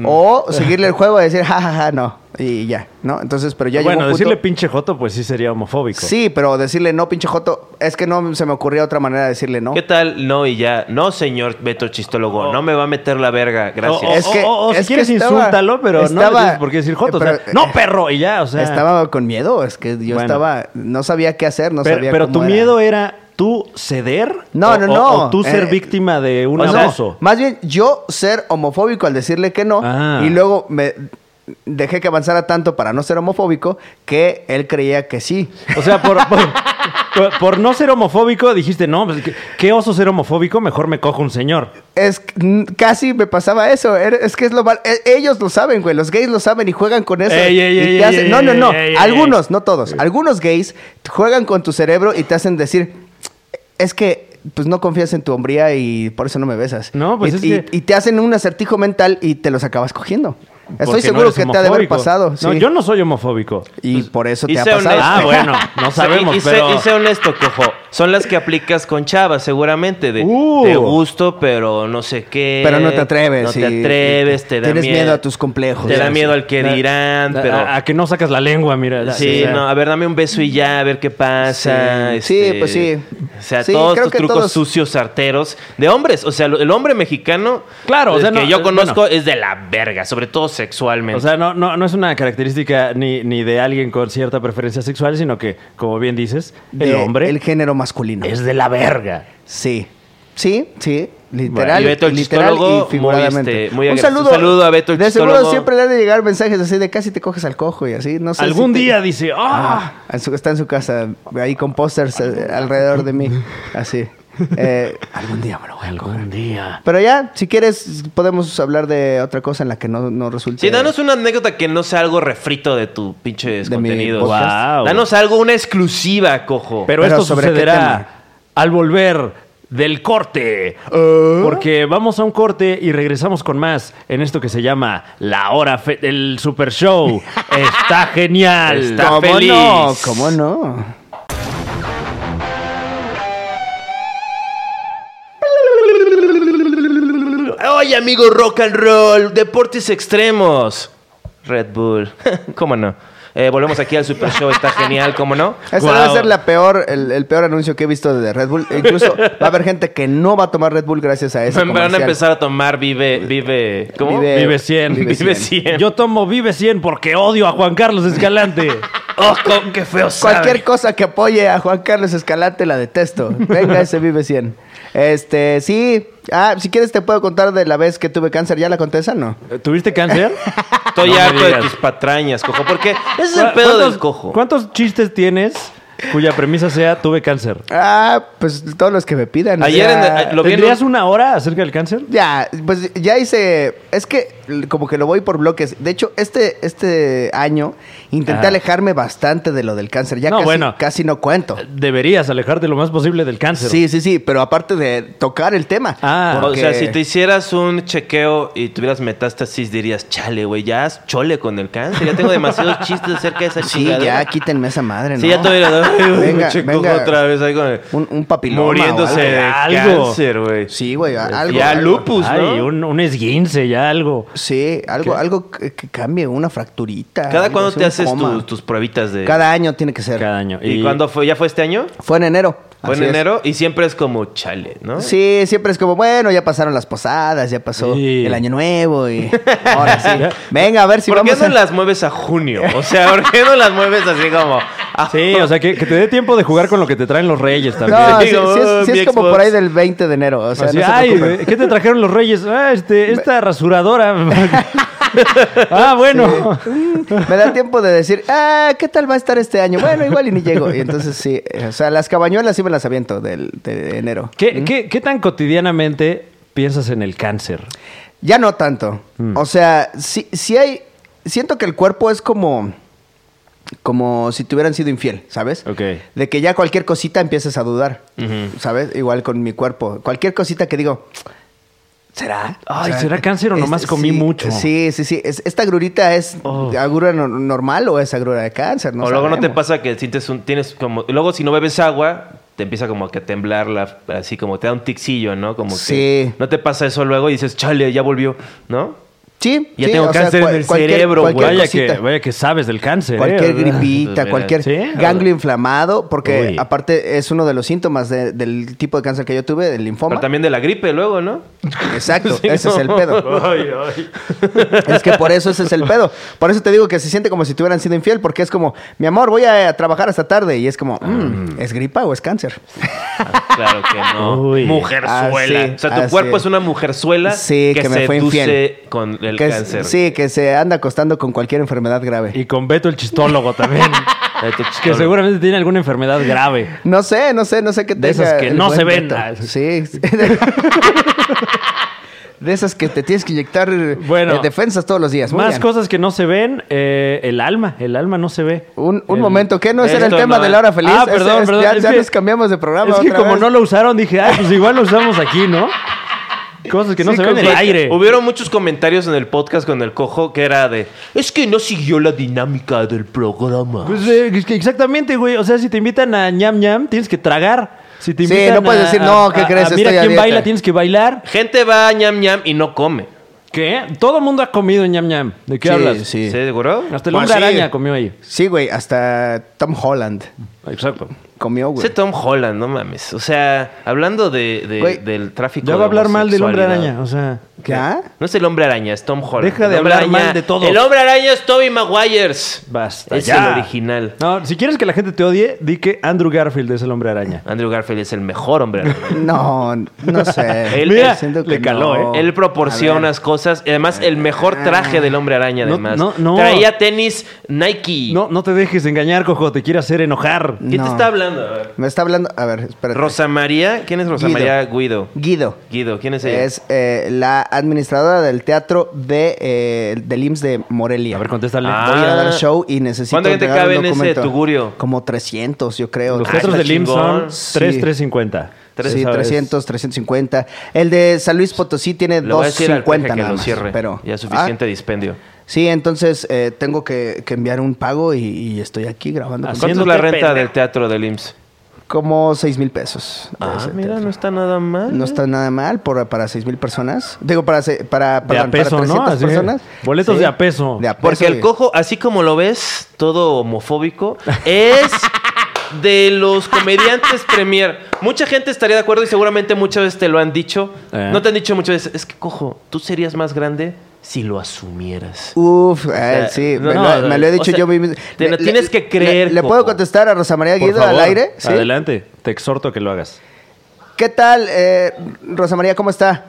[SPEAKER 1] o seguirle el juego y decir jajaja no y ya, ¿no? Entonces, pero ya
[SPEAKER 3] bueno,
[SPEAKER 1] llegó un punto-
[SPEAKER 3] decirle pinche joto, pues sí sería homofóbico.
[SPEAKER 1] Sí, pero decirle no pinche joto es que no se me ocurría otra manera de decirle no.
[SPEAKER 2] ¿Qué tal? No, y ya. No, señor Beto Chistólogo, no me va a meter la verga. Gracias.
[SPEAKER 3] O, o-
[SPEAKER 1] Es que-
[SPEAKER 3] o- o si
[SPEAKER 1] es que
[SPEAKER 3] quieres
[SPEAKER 1] estaba-
[SPEAKER 3] insúltalo, pero no le
[SPEAKER 1] estaba-
[SPEAKER 3] tienes por qué decir joto. o sea,
[SPEAKER 1] pero- eh,
[SPEAKER 3] no, perro, y ya, o sea.
[SPEAKER 1] estaba con miedo, es que yo
[SPEAKER 3] Bueno.
[SPEAKER 1] estaba no sabía qué hacer, no
[SPEAKER 3] pero
[SPEAKER 1] sabía
[SPEAKER 3] pero
[SPEAKER 1] cómo
[SPEAKER 3] tu
[SPEAKER 1] era.
[SPEAKER 3] miedo era tú ceder
[SPEAKER 1] No,
[SPEAKER 3] o,
[SPEAKER 1] no,
[SPEAKER 3] o-
[SPEAKER 1] no.
[SPEAKER 3] o tú ser
[SPEAKER 1] Eh,
[SPEAKER 3] víctima de un
[SPEAKER 1] O sea,
[SPEAKER 3] abuso.
[SPEAKER 1] más bien yo ser homofóbico al decirle que no
[SPEAKER 3] Ah.
[SPEAKER 1] y luego me dejé que avanzara tanto para no ser homofóbico que él creía que sí.
[SPEAKER 3] O sea, por, por, por- por no ser homofóbico dijiste, no, pues, ¿qué, qué oso ser homofóbico, mejor me cojo un señor.
[SPEAKER 1] Es que, mm, casi me pasaba eso. Era- Es que es lo mal. e- Ellos lo saben, güey. Los gays lo saben y juegan con eso.
[SPEAKER 3] Ey, ey,
[SPEAKER 1] y
[SPEAKER 3] ey,
[SPEAKER 1] te
[SPEAKER 3] ey,
[SPEAKER 1] hacen-
[SPEAKER 3] ey,
[SPEAKER 1] no, no, no.
[SPEAKER 3] ey, ey,
[SPEAKER 1] Algunos, no todos. Algunos gays juegan con tu cerebro y te hacen decir, es que pues no confías en tu hombría y por eso no me besas.
[SPEAKER 3] No, pues,
[SPEAKER 1] y,
[SPEAKER 3] es
[SPEAKER 1] y-
[SPEAKER 3] que-
[SPEAKER 1] y te hacen un acertijo mental y te los acabas cogiendo.
[SPEAKER 3] porque no
[SPEAKER 1] Estoy seguro
[SPEAKER 3] eres
[SPEAKER 1] que te ha de haber
[SPEAKER 3] homofóbico.
[SPEAKER 1] pasado.
[SPEAKER 3] No, Pues
[SPEAKER 1] sí.
[SPEAKER 3] yo no soy homofóbico.
[SPEAKER 1] Y por eso
[SPEAKER 2] Y
[SPEAKER 1] te ha
[SPEAKER 2] sé
[SPEAKER 1] pasado.
[SPEAKER 2] honesto.
[SPEAKER 3] Ah, bueno,
[SPEAKER 2] Sí,
[SPEAKER 3] no sabemos,
[SPEAKER 2] y, y sé-
[SPEAKER 3] pero...
[SPEAKER 2] y sé honesto, cojo. Son las que aplicas con chavas, seguramente. De,
[SPEAKER 3] Uh.
[SPEAKER 2] de gusto, pero no sé qué.
[SPEAKER 1] Pero no te atreves.
[SPEAKER 2] No te
[SPEAKER 1] y-
[SPEAKER 2] atreves,
[SPEAKER 1] y-
[SPEAKER 2] te da
[SPEAKER 1] Tienes
[SPEAKER 2] miedo.
[SPEAKER 1] miedo a tus complejos.
[SPEAKER 2] Te da
[SPEAKER 1] Sí,
[SPEAKER 2] miedo
[SPEAKER 1] sí.
[SPEAKER 2] al que dirán,
[SPEAKER 3] A-
[SPEAKER 2] pero...
[SPEAKER 3] A, a que no sacas la lengua, mira. la-
[SPEAKER 2] Sí,
[SPEAKER 3] o sea,
[SPEAKER 2] no, a ver, dame un beso y ya, a ver qué pasa.
[SPEAKER 1] Sí,
[SPEAKER 2] este,
[SPEAKER 1] sí, pues sí.
[SPEAKER 2] O sea,
[SPEAKER 1] Sí,
[SPEAKER 2] todos
[SPEAKER 1] creo
[SPEAKER 2] estos
[SPEAKER 1] que
[SPEAKER 2] trucos
[SPEAKER 1] todos-
[SPEAKER 2] sucios, arteros, de hombres. O sea, lo- el hombre mexicano
[SPEAKER 3] Claro, o
[SPEAKER 2] el
[SPEAKER 3] sea,
[SPEAKER 2] que
[SPEAKER 3] no,
[SPEAKER 2] yo
[SPEAKER 3] eh,
[SPEAKER 2] conozco es de la verga, sobre todo sexualmente.
[SPEAKER 3] O sea, no, no, no es una característica ni, ni de alguien con cierta preferencia sexual, sino que, como bien dices, el
[SPEAKER 1] De-
[SPEAKER 3] hombre
[SPEAKER 1] El género masculino.
[SPEAKER 3] es de la verga.
[SPEAKER 1] Sí, sí, sí.
[SPEAKER 2] Bueno,
[SPEAKER 1] Literal,
[SPEAKER 2] y Beto el
[SPEAKER 1] literal
[SPEAKER 2] chistólogo,
[SPEAKER 1] y figuradamente.
[SPEAKER 2] muy, este, muy agra- un saludo a Beto el
[SPEAKER 1] De seguro
[SPEAKER 2] chistólogo.
[SPEAKER 1] siempre le han de llegar mensajes así de casi te coges al cojo y así. No sé
[SPEAKER 3] Algún
[SPEAKER 1] si te-
[SPEAKER 3] día dice, ¡ah!
[SPEAKER 1] Ah, en su- está en su casa, ahí con pósters eh, alrededor de mí. Así. Eh, algún día me lo voy a coger.
[SPEAKER 3] algún día.
[SPEAKER 1] Pero ya, si quieres, podemos hablar de otra cosa en la que no, no resulte.
[SPEAKER 2] Sí, danos una anécdota que no sea algo refrito de tu pinche
[SPEAKER 1] Eh, De mi
[SPEAKER 2] contenido.
[SPEAKER 1] podcast.
[SPEAKER 3] Wow.
[SPEAKER 2] Danos algo, una exclusiva, cojo.
[SPEAKER 3] Pero,
[SPEAKER 1] Pero
[SPEAKER 3] esto
[SPEAKER 1] ¿sobre qué tema?
[SPEAKER 3] sucederá al volver del corte. Porque vamos a un corte y regresamos con más en esto que se llama La Hora Fe- el Super Show. Está genial.
[SPEAKER 2] Está
[SPEAKER 1] ¿Cómo
[SPEAKER 2] feliz.
[SPEAKER 1] no? ¿Cómo no?
[SPEAKER 2] Oye, amigo rock and roll, deportes extremos. Red Bull. ¿Cómo no? Eh, volvemos aquí al Super Show, está genial, ¿cómo no?
[SPEAKER 1] Ese
[SPEAKER 3] Guau.
[SPEAKER 1] debe ser la peor, el, el peor anuncio que he visto de Red Bull. E incluso va a haber gente que no va a tomar Red Bull gracias a ese
[SPEAKER 2] Van a
[SPEAKER 1] comercial.
[SPEAKER 2] empezar a tomar Vive. Vive. ¿Cómo?
[SPEAKER 1] Vive-
[SPEAKER 3] Vive 100.
[SPEAKER 1] Vive
[SPEAKER 2] Vive 100.
[SPEAKER 3] Yo tomo Vive 100 porque odio a Juan Carlos Escalante.
[SPEAKER 2] ¡Oh, co- qué feo sabe.
[SPEAKER 1] Cualquier cosa que apoye a Juan Carlos Escalante la detesto. Venga, ese vive 100. Este, sí. Ah, si quieres te puedo contar de la vez que tuve cáncer. ¿Ya la conté esa? No.
[SPEAKER 3] ¿Tuviste cáncer?
[SPEAKER 2] Estoy
[SPEAKER 3] No me
[SPEAKER 2] harto de
[SPEAKER 3] digas.
[SPEAKER 2] tus patrañas, cojo. Porque ese es el
[SPEAKER 3] ¿Cuá-
[SPEAKER 2] pedo del
[SPEAKER 3] cuántos-
[SPEAKER 2] cojo.
[SPEAKER 3] ¿Cuántos chistes tienes cuya premisa sea tuve cáncer?
[SPEAKER 1] Ah, pues todos los que me pidan. o
[SPEAKER 2] Ayer en-
[SPEAKER 1] sea,
[SPEAKER 2] eh, lo- vi en
[SPEAKER 3] ¿Tendrías una hora acerca del cáncer?
[SPEAKER 1] Ya, pues ya hice. Es que l- como que lo voy por bloques. De hecho, este, este año intenté
[SPEAKER 3] Ah.
[SPEAKER 1] alejarme bastante de lo del cáncer. Ya
[SPEAKER 3] No,
[SPEAKER 1] casi,
[SPEAKER 3] bueno.
[SPEAKER 1] casi no cuento.
[SPEAKER 3] Deberías alejarte lo más posible del cáncer.
[SPEAKER 1] Sí, sí, sí, pero aparte de tocar el tema.
[SPEAKER 3] Ah.
[SPEAKER 2] O sea, si te hicieras un chequeo y tuvieras metástasis, dirías, chale, güey, ya haz chole con el cáncer. Ya tengo demasiados chistes acerca de esa
[SPEAKER 1] Sí,
[SPEAKER 2] chingadera.
[SPEAKER 1] ya quítenme esa madre, ¿no?
[SPEAKER 2] Sí, ya tuviera.
[SPEAKER 1] Venga, venga.
[SPEAKER 2] otra vez ahí con el-
[SPEAKER 1] Un, un papiloma. o algo.
[SPEAKER 2] muriéndose de
[SPEAKER 3] Algo.
[SPEAKER 2] cáncer, güey.
[SPEAKER 1] Sí, güey, a- algo.
[SPEAKER 2] ya
[SPEAKER 1] algo.
[SPEAKER 2] lupus, ¿no?
[SPEAKER 3] Ay, un, un esguince, ya algo.
[SPEAKER 1] Sí, algo, algo que, que cambie, una fracturita.
[SPEAKER 2] ¿Cada
[SPEAKER 1] algo
[SPEAKER 2] cuándo
[SPEAKER 1] así,
[SPEAKER 2] te
[SPEAKER 1] un
[SPEAKER 2] haces
[SPEAKER 1] coma.
[SPEAKER 2] tus- eh? tus pruebitas de...?
[SPEAKER 1] Cada año tiene que ser.
[SPEAKER 3] Cada año.
[SPEAKER 2] ¿Y, cuándo fue? ¿Ya fue este año?
[SPEAKER 1] Fue en enero.
[SPEAKER 2] Fue
[SPEAKER 1] así es.
[SPEAKER 2] en enero y siempre es como chale, ¿no?
[SPEAKER 1] Sí, siempre es como, bueno, ya pasaron las posadas, ya pasó
[SPEAKER 3] Sí.
[SPEAKER 1] el año nuevo y ahora sí. Venga, a ver si
[SPEAKER 2] ¿Por qué
[SPEAKER 1] vamos
[SPEAKER 2] no
[SPEAKER 1] a...
[SPEAKER 2] las mueves a junio? O sea, ¿por qué no las mueves así como...? ah,
[SPEAKER 3] Sí, o sea, que, que te dé tiempo de jugar con lo que te traen los reyes también.
[SPEAKER 1] No, sí,
[SPEAKER 2] Digo,
[SPEAKER 1] sí es, sí
[SPEAKER 2] mi
[SPEAKER 1] es como
[SPEAKER 2] Xbox.
[SPEAKER 1] por ahí del 20 de enero. O sea,
[SPEAKER 3] Así,
[SPEAKER 1] no se
[SPEAKER 3] ay,
[SPEAKER 1] preocupen.
[SPEAKER 3] ¿qué te trajeron los reyes? Ah, este, esta rasuradora. ah, bueno.
[SPEAKER 1] Me da tiempo de decir, ah, ¿qué tal va a estar este año? Bueno, igual y ni llego. Y entonces sí, eh, o sea, las cabañuelas sí me las aviento del, de enero.
[SPEAKER 3] ¿Qué, qué, qué tan cotidianamente piensas en el cáncer?
[SPEAKER 1] Ya no tanto.
[SPEAKER 3] Mm.
[SPEAKER 1] O sea, sí, sí hay. Siento que el cuerpo es como. Como si te hubieran sido infiel, ¿sabes?
[SPEAKER 3] Ok.
[SPEAKER 1] De que ya cualquier cosita empiezas a dudar, ¿sabes? Igual con mi cuerpo. Cualquier cosita que digo, ¿será?
[SPEAKER 3] Ay,
[SPEAKER 1] O sea,
[SPEAKER 3] ¿será cáncer o
[SPEAKER 1] es-
[SPEAKER 3] nomás comí
[SPEAKER 1] sí,
[SPEAKER 3] mucho?
[SPEAKER 1] Sí, sí, sí. Es- ¿Esta grurita es
[SPEAKER 3] Oh.
[SPEAKER 1] agrura no- normal o es agrura de cáncer? No
[SPEAKER 2] o luego no te
[SPEAKER 1] sabemos.
[SPEAKER 2] pasa que sientes un, tienes como... Luego si no bebes agua, te empieza como que a temblar, la, así como te da un ticillo, ¿no? Como que
[SPEAKER 1] Sí.
[SPEAKER 2] no te pasa eso luego y dices, chale, ya volvió, ¿no?
[SPEAKER 1] Sí,
[SPEAKER 2] Ya
[SPEAKER 1] sí,
[SPEAKER 2] tengo
[SPEAKER 1] o sea,
[SPEAKER 2] cáncer en
[SPEAKER 1] cual-
[SPEAKER 2] el
[SPEAKER 1] cualquier-
[SPEAKER 2] cerebro, güey.
[SPEAKER 1] cualquier
[SPEAKER 3] Vaya
[SPEAKER 1] cosita.
[SPEAKER 3] que, vaya que sabes del cáncer. ¿eh?
[SPEAKER 1] Cualquier
[SPEAKER 3] O sea,
[SPEAKER 2] Pues,
[SPEAKER 1] gripita,
[SPEAKER 2] mira,
[SPEAKER 1] cualquier
[SPEAKER 3] sí.
[SPEAKER 1] ganglio inflamado, porque
[SPEAKER 3] Uy.
[SPEAKER 1] aparte es uno de los síntomas de- del tipo de cáncer que yo tuve, del linfoma.
[SPEAKER 2] Pero también de la gripe luego, ¿no?
[SPEAKER 1] Exacto,
[SPEAKER 2] Sí,
[SPEAKER 1] ese
[SPEAKER 2] no.
[SPEAKER 1] es el pedo. Es que por eso ese es el pedo. Por eso te digo que se siente como si te hubieran sido infiel, porque es como, mi amor, voy a, eh, trabajar hasta tarde. Y es como, mm, ¿es gripa o es cáncer?
[SPEAKER 2] Ah, claro que no.
[SPEAKER 3] Uy.
[SPEAKER 2] Mujerzuela.
[SPEAKER 1] Así,
[SPEAKER 2] o sea, tu
[SPEAKER 1] Ah, así
[SPEAKER 2] cuerpo
[SPEAKER 1] es.
[SPEAKER 2] es una mujerzuela
[SPEAKER 1] Sí,
[SPEAKER 2] que,
[SPEAKER 1] que
[SPEAKER 2] se
[SPEAKER 1] me fue infiel.
[SPEAKER 2] con el
[SPEAKER 1] Que es-
[SPEAKER 2] cáncer.
[SPEAKER 1] sí, que se anda acostando con cualquier enfermedad grave.
[SPEAKER 3] Y con Beto el chistólogo también. que seguramente tiene alguna enfermedad grave.
[SPEAKER 1] No sé, no sé, no sé qué
[SPEAKER 3] De esas
[SPEAKER 1] tenga
[SPEAKER 3] que
[SPEAKER 1] el
[SPEAKER 3] no
[SPEAKER 1] buen
[SPEAKER 3] se ven.
[SPEAKER 1] Beto.
[SPEAKER 3] Ah,
[SPEAKER 1] Sí. sí. De esas que te tienes que inyectar eh,
[SPEAKER 3] Bueno.
[SPEAKER 1] eh, defensas todos los días. Muy
[SPEAKER 3] Más
[SPEAKER 1] bien.
[SPEAKER 3] cosas que no se ven, eh, el alma, el alma no se ve.
[SPEAKER 1] Un, un
[SPEAKER 3] El-
[SPEAKER 1] momento, ¿qué? ¿No ese era el
[SPEAKER 2] Esto
[SPEAKER 1] tema
[SPEAKER 2] no
[SPEAKER 1] de
[SPEAKER 2] es-
[SPEAKER 1] la hora feliz?
[SPEAKER 3] Ah,
[SPEAKER 1] Ese
[SPEAKER 3] perdón,
[SPEAKER 1] es-
[SPEAKER 3] perdón,
[SPEAKER 1] Ya,
[SPEAKER 3] es
[SPEAKER 1] ya
[SPEAKER 3] que-
[SPEAKER 1] nos cambiamos de programa
[SPEAKER 3] Es que
[SPEAKER 1] otra
[SPEAKER 3] como
[SPEAKER 1] vez.
[SPEAKER 3] no lo usaron, dije, ay, pues igual lo usamos aquí, ¿no? Cosas que no
[SPEAKER 2] Sí,
[SPEAKER 3] se ven en
[SPEAKER 2] como
[SPEAKER 3] el
[SPEAKER 2] que
[SPEAKER 3] aire.
[SPEAKER 2] Hubieron muchos comentarios en el podcast con el cojo que era de es que no siguió la dinámica del programa.
[SPEAKER 3] Pues, eh, es que exactamente, güey. O sea, si te invitan a ñam ñam, tienes que tragar. Si te
[SPEAKER 1] Sí,
[SPEAKER 3] invitan
[SPEAKER 1] no puedes
[SPEAKER 3] a-
[SPEAKER 1] decir,
[SPEAKER 3] a-
[SPEAKER 1] "No, ¿qué
[SPEAKER 3] a-
[SPEAKER 1] crees?
[SPEAKER 3] a mira
[SPEAKER 1] Estoy a
[SPEAKER 3] quién
[SPEAKER 1] dieta".
[SPEAKER 3] baila, tienes que bailar.
[SPEAKER 2] Gente va a ñam ñam y no come.
[SPEAKER 3] ¿Qué? Todo el mundo ha comido ñam ñam. ¿De qué
[SPEAKER 1] Sí,
[SPEAKER 3] hablas?
[SPEAKER 1] sí.
[SPEAKER 2] ¿Sí, seguro?
[SPEAKER 3] Hasta el
[SPEAKER 1] Pues
[SPEAKER 3] hombre
[SPEAKER 1] sí.
[SPEAKER 3] araña comió ahí.
[SPEAKER 1] Sí, güey, hasta Tom Holland
[SPEAKER 3] Exacto.
[SPEAKER 1] comió, güey.
[SPEAKER 2] Ese Tom Holland, no mames. O sea, hablando de, de-
[SPEAKER 1] Güey,
[SPEAKER 2] del tráfico.
[SPEAKER 3] Ya va
[SPEAKER 2] de
[SPEAKER 3] a hablar mal del hombre
[SPEAKER 2] homosexualidad.
[SPEAKER 3] araña, o sea.
[SPEAKER 1] ¿Ya?
[SPEAKER 2] No es el hombre araña, es Tom Holland.
[SPEAKER 3] Deja de
[SPEAKER 2] El hombre
[SPEAKER 3] hablar mal
[SPEAKER 2] araña-
[SPEAKER 3] de todos.
[SPEAKER 2] El hombre araña es Toby Maguires.
[SPEAKER 3] Basta.
[SPEAKER 2] Es
[SPEAKER 3] ya.
[SPEAKER 2] el original.
[SPEAKER 3] No, si quieres que la gente te odie, di que Andrew Garfield es el hombre araña.
[SPEAKER 2] Andrew Garfield es el mejor hombre araña.
[SPEAKER 1] No, no sé.
[SPEAKER 2] Él-
[SPEAKER 3] Mira,
[SPEAKER 1] Siento
[SPEAKER 3] le caló,
[SPEAKER 1] no.
[SPEAKER 3] Oh, ¿eh?
[SPEAKER 2] Él proporciona cosas. y Además, el mejor traje del hombre araña,
[SPEAKER 3] No,
[SPEAKER 2] además.
[SPEAKER 3] no, no.
[SPEAKER 2] Traía tenis Nike.
[SPEAKER 3] No, no te dejes engañar, cojo, te quiere hacer enojar.
[SPEAKER 2] ¿Quién
[SPEAKER 1] No.
[SPEAKER 2] te está hablando? A ver.
[SPEAKER 1] Me está hablando. A ver, espérate.
[SPEAKER 2] Rosa María. ¿Quién es Rosa
[SPEAKER 1] Guido.
[SPEAKER 2] María Guido?
[SPEAKER 1] Guido.
[SPEAKER 2] Guido, ¿quién es ella?
[SPEAKER 1] Es eh, la administradora del teatro de, eh, del IMSS de Morelia.
[SPEAKER 3] A ver, contéstale.
[SPEAKER 2] Ah,
[SPEAKER 1] Voy a dar show y necesito.
[SPEAKER 2] ¿Cuánta gente
[SPEAKER 1] entregar un
[SPEAKER 2] cabe en ese
[SPEAKER 1] documento.
[SPEAKER 2] tugurio?
[SPEAKER 1] Como 300, yo creo.
[SPEAKER 3] Los
[SPEAKER 2] Ah,
[SPEAKER 3] teatros
[SPEAKER 2] está
[SPEAKER 3] del IMSS son
[SPEAKER 2] chingón.
[SPEAKER 1] Sí.
[SPEAKER 3] 3, 350.
[SPEAKER 2] Tres,
[SPEAKER 1] sí,
[SPEAKER 3] ¿sabes?
[SPEAKER 1] 300, 350. El de San Luis Potosí tiene
[SPEAKER 2] Le voy a decir al
[SPEAKER 1] 250
[SPEAKER 2] peje que
[SPEAKER 1] nada
[SPEAKER 2] lo
[SPEAKER 1] más,
[SPEAKER 2] cierre.
[SPEAKER 1] Pero,
[SPEAKER 2] Ya suficiente dispendio.
[SPEAKER 1] Ah, sí, entonces eh, tengo que, que enviar un pago y, y estoy aquí grabando. con-
[SPEAKER 3] Así.
[SPEAKER 2] ¿Cuánto
[SPEAKER 3] Haciéndote
[SPEAKER 2] es la renta
[SPEAKER 3] pendejo.
[SPEAKER 2] del teatro del IMSS?
[SPEAKER 1] Como 6 mil pesos. de
[SPEAKER 2] Ah,
[SPEAKER 1] ese
[SPEAKER 2] mira,
[SPEAKER 1] teatro.
[SPEAKER 2] no está nada mal.
[SPEAKER 1] No está nada mal por, para 6 mil personas. Digo, para, se- para,
[SPEAKER 3] De a
[SPEAKER 1] perdón, para
[SPEAKER 3] peso, ¿no?
[SPEAKER 1] 300
[SPEAKER 3] Así.
[SPEAKER 1] personas.
[SPEAKER 3] Boletos de a peso.
[SPEAKER 1] De a peso,
[SPEAKER 2] Porque el
[SPEAKER 1] güey.
[SPEAKER 2] cojo, así como lo ves, todo homofóbico, es de los comediantes premier. Mucha gente estaría de acuerdo y seguramente muchas veces te lo han dicho.
[SPEAKER 3] Eh.
[SPEAKER 2] No te han dicho muchas veces, es que cojo, tú serías más grande si lo asumieras.
[SPEAKER 1] Uf, eh,
[SPEAKER 2] sea,
[SPEAKER 1] sí,
[SPEAKER 2] no,
[SPEAKER 1] me,
[SPEAKER 2] no,
[SPEAKER 1] lo,
[SPEAKER 2] no,
[SPEAKER 1] me lo he
[SPEAKER 2] o
[SPEAKER 1] dicho
[SPEAKER 2] sea,
[SPEAKER 1] yo mismo.
[SPEAKER 2] te lo
[SPEAKER 1] Le-
[SPEAKER 2] tienes
[SPEAKER 1] le-
[SPEAKER 2] que creer,
[SPEAKER 1] ¿Le, le
[SPEAKER 2] Coco.
[SPEAKER 1] puedo contestar a Rosa María
[SPEAKER 3] Por
[SPEAKER 1] Guido
[SPEAKER 3] favor,
[SPEAKER 1] al aire? ¿Sí?
[SPEAKER 3] Adelante, te exhorto a que lo hagas.
[SPEAKER 1] ¿Qué tal, eh, Rosa María? ¿Cómo está?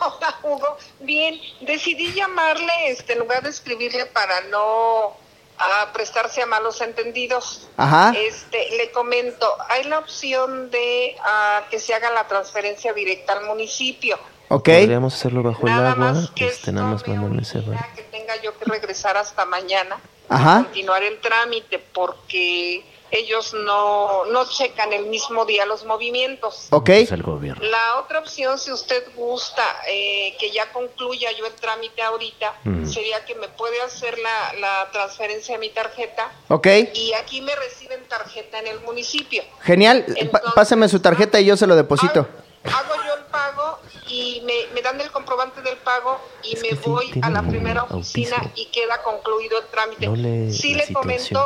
[SPEAKER 5] Hola Hugo, bien, decidí llamarle este, en lugar de escribirle para no ah, prestarse a malos entendidos.
[SPEAKER 1] Ajá.
[SPEAKER 5] Este, le comento, hay la opción de ah, que se haga la transferencia directa al municipio.
[SPEAKER 1] ¿Ok?
[SPEAKER 2] Podríamos hacerlo bajo el
[SPEAKER 5] nada
[SPEAKER 2] agua.
[SPEAKER 5] más que
[SPEAKER 2] Este, nada
[SPEAKER 5] esto
[SPEAKER 2] más
[SPEAKER 5] me
[SPEAKER 2] mandarme ese
[SPEAKER 5] origina
[SPEAKER 2] baño.
[SPEAKER 5] que tenga yo que regresar hasta mañana
[SPEAKER 1] Ajá.
[SPEAKER 5] a continuar el trámite porque ellos no no checan el mismo día los movimientos.
[SPEAKER 1] ¿Ok?
[SPEAKER 3] Es el gobierno.
[SPEAKER 5] La otra opción, si usted gusta, eh, que ya concluya yo el trámite ahorita, sería que me puede hacer la, la transferencia de mi tarjeta
[SPEAKER 1] ¿Ok?
[SPEAKER 5] y aquí me reciben tarjeta en el municipio.
[SPEAKER 1] Genial. Pa-
[SPEAKER 5] Entonces-
[SPEAKER 1] Páseme su tarjeta y yo se lo deposito.
[SPEAKER 5] Ha- Hago yo el pago y me, me dan el comprobante del pago y me voy a la primera oficina y queda concluido el trámite.
[SPEAKER 2] No le-
[SPEAKER 5] si
[SPEAKER 2] la
[SPEAKER 5] le
[SPEAKER 2] situación.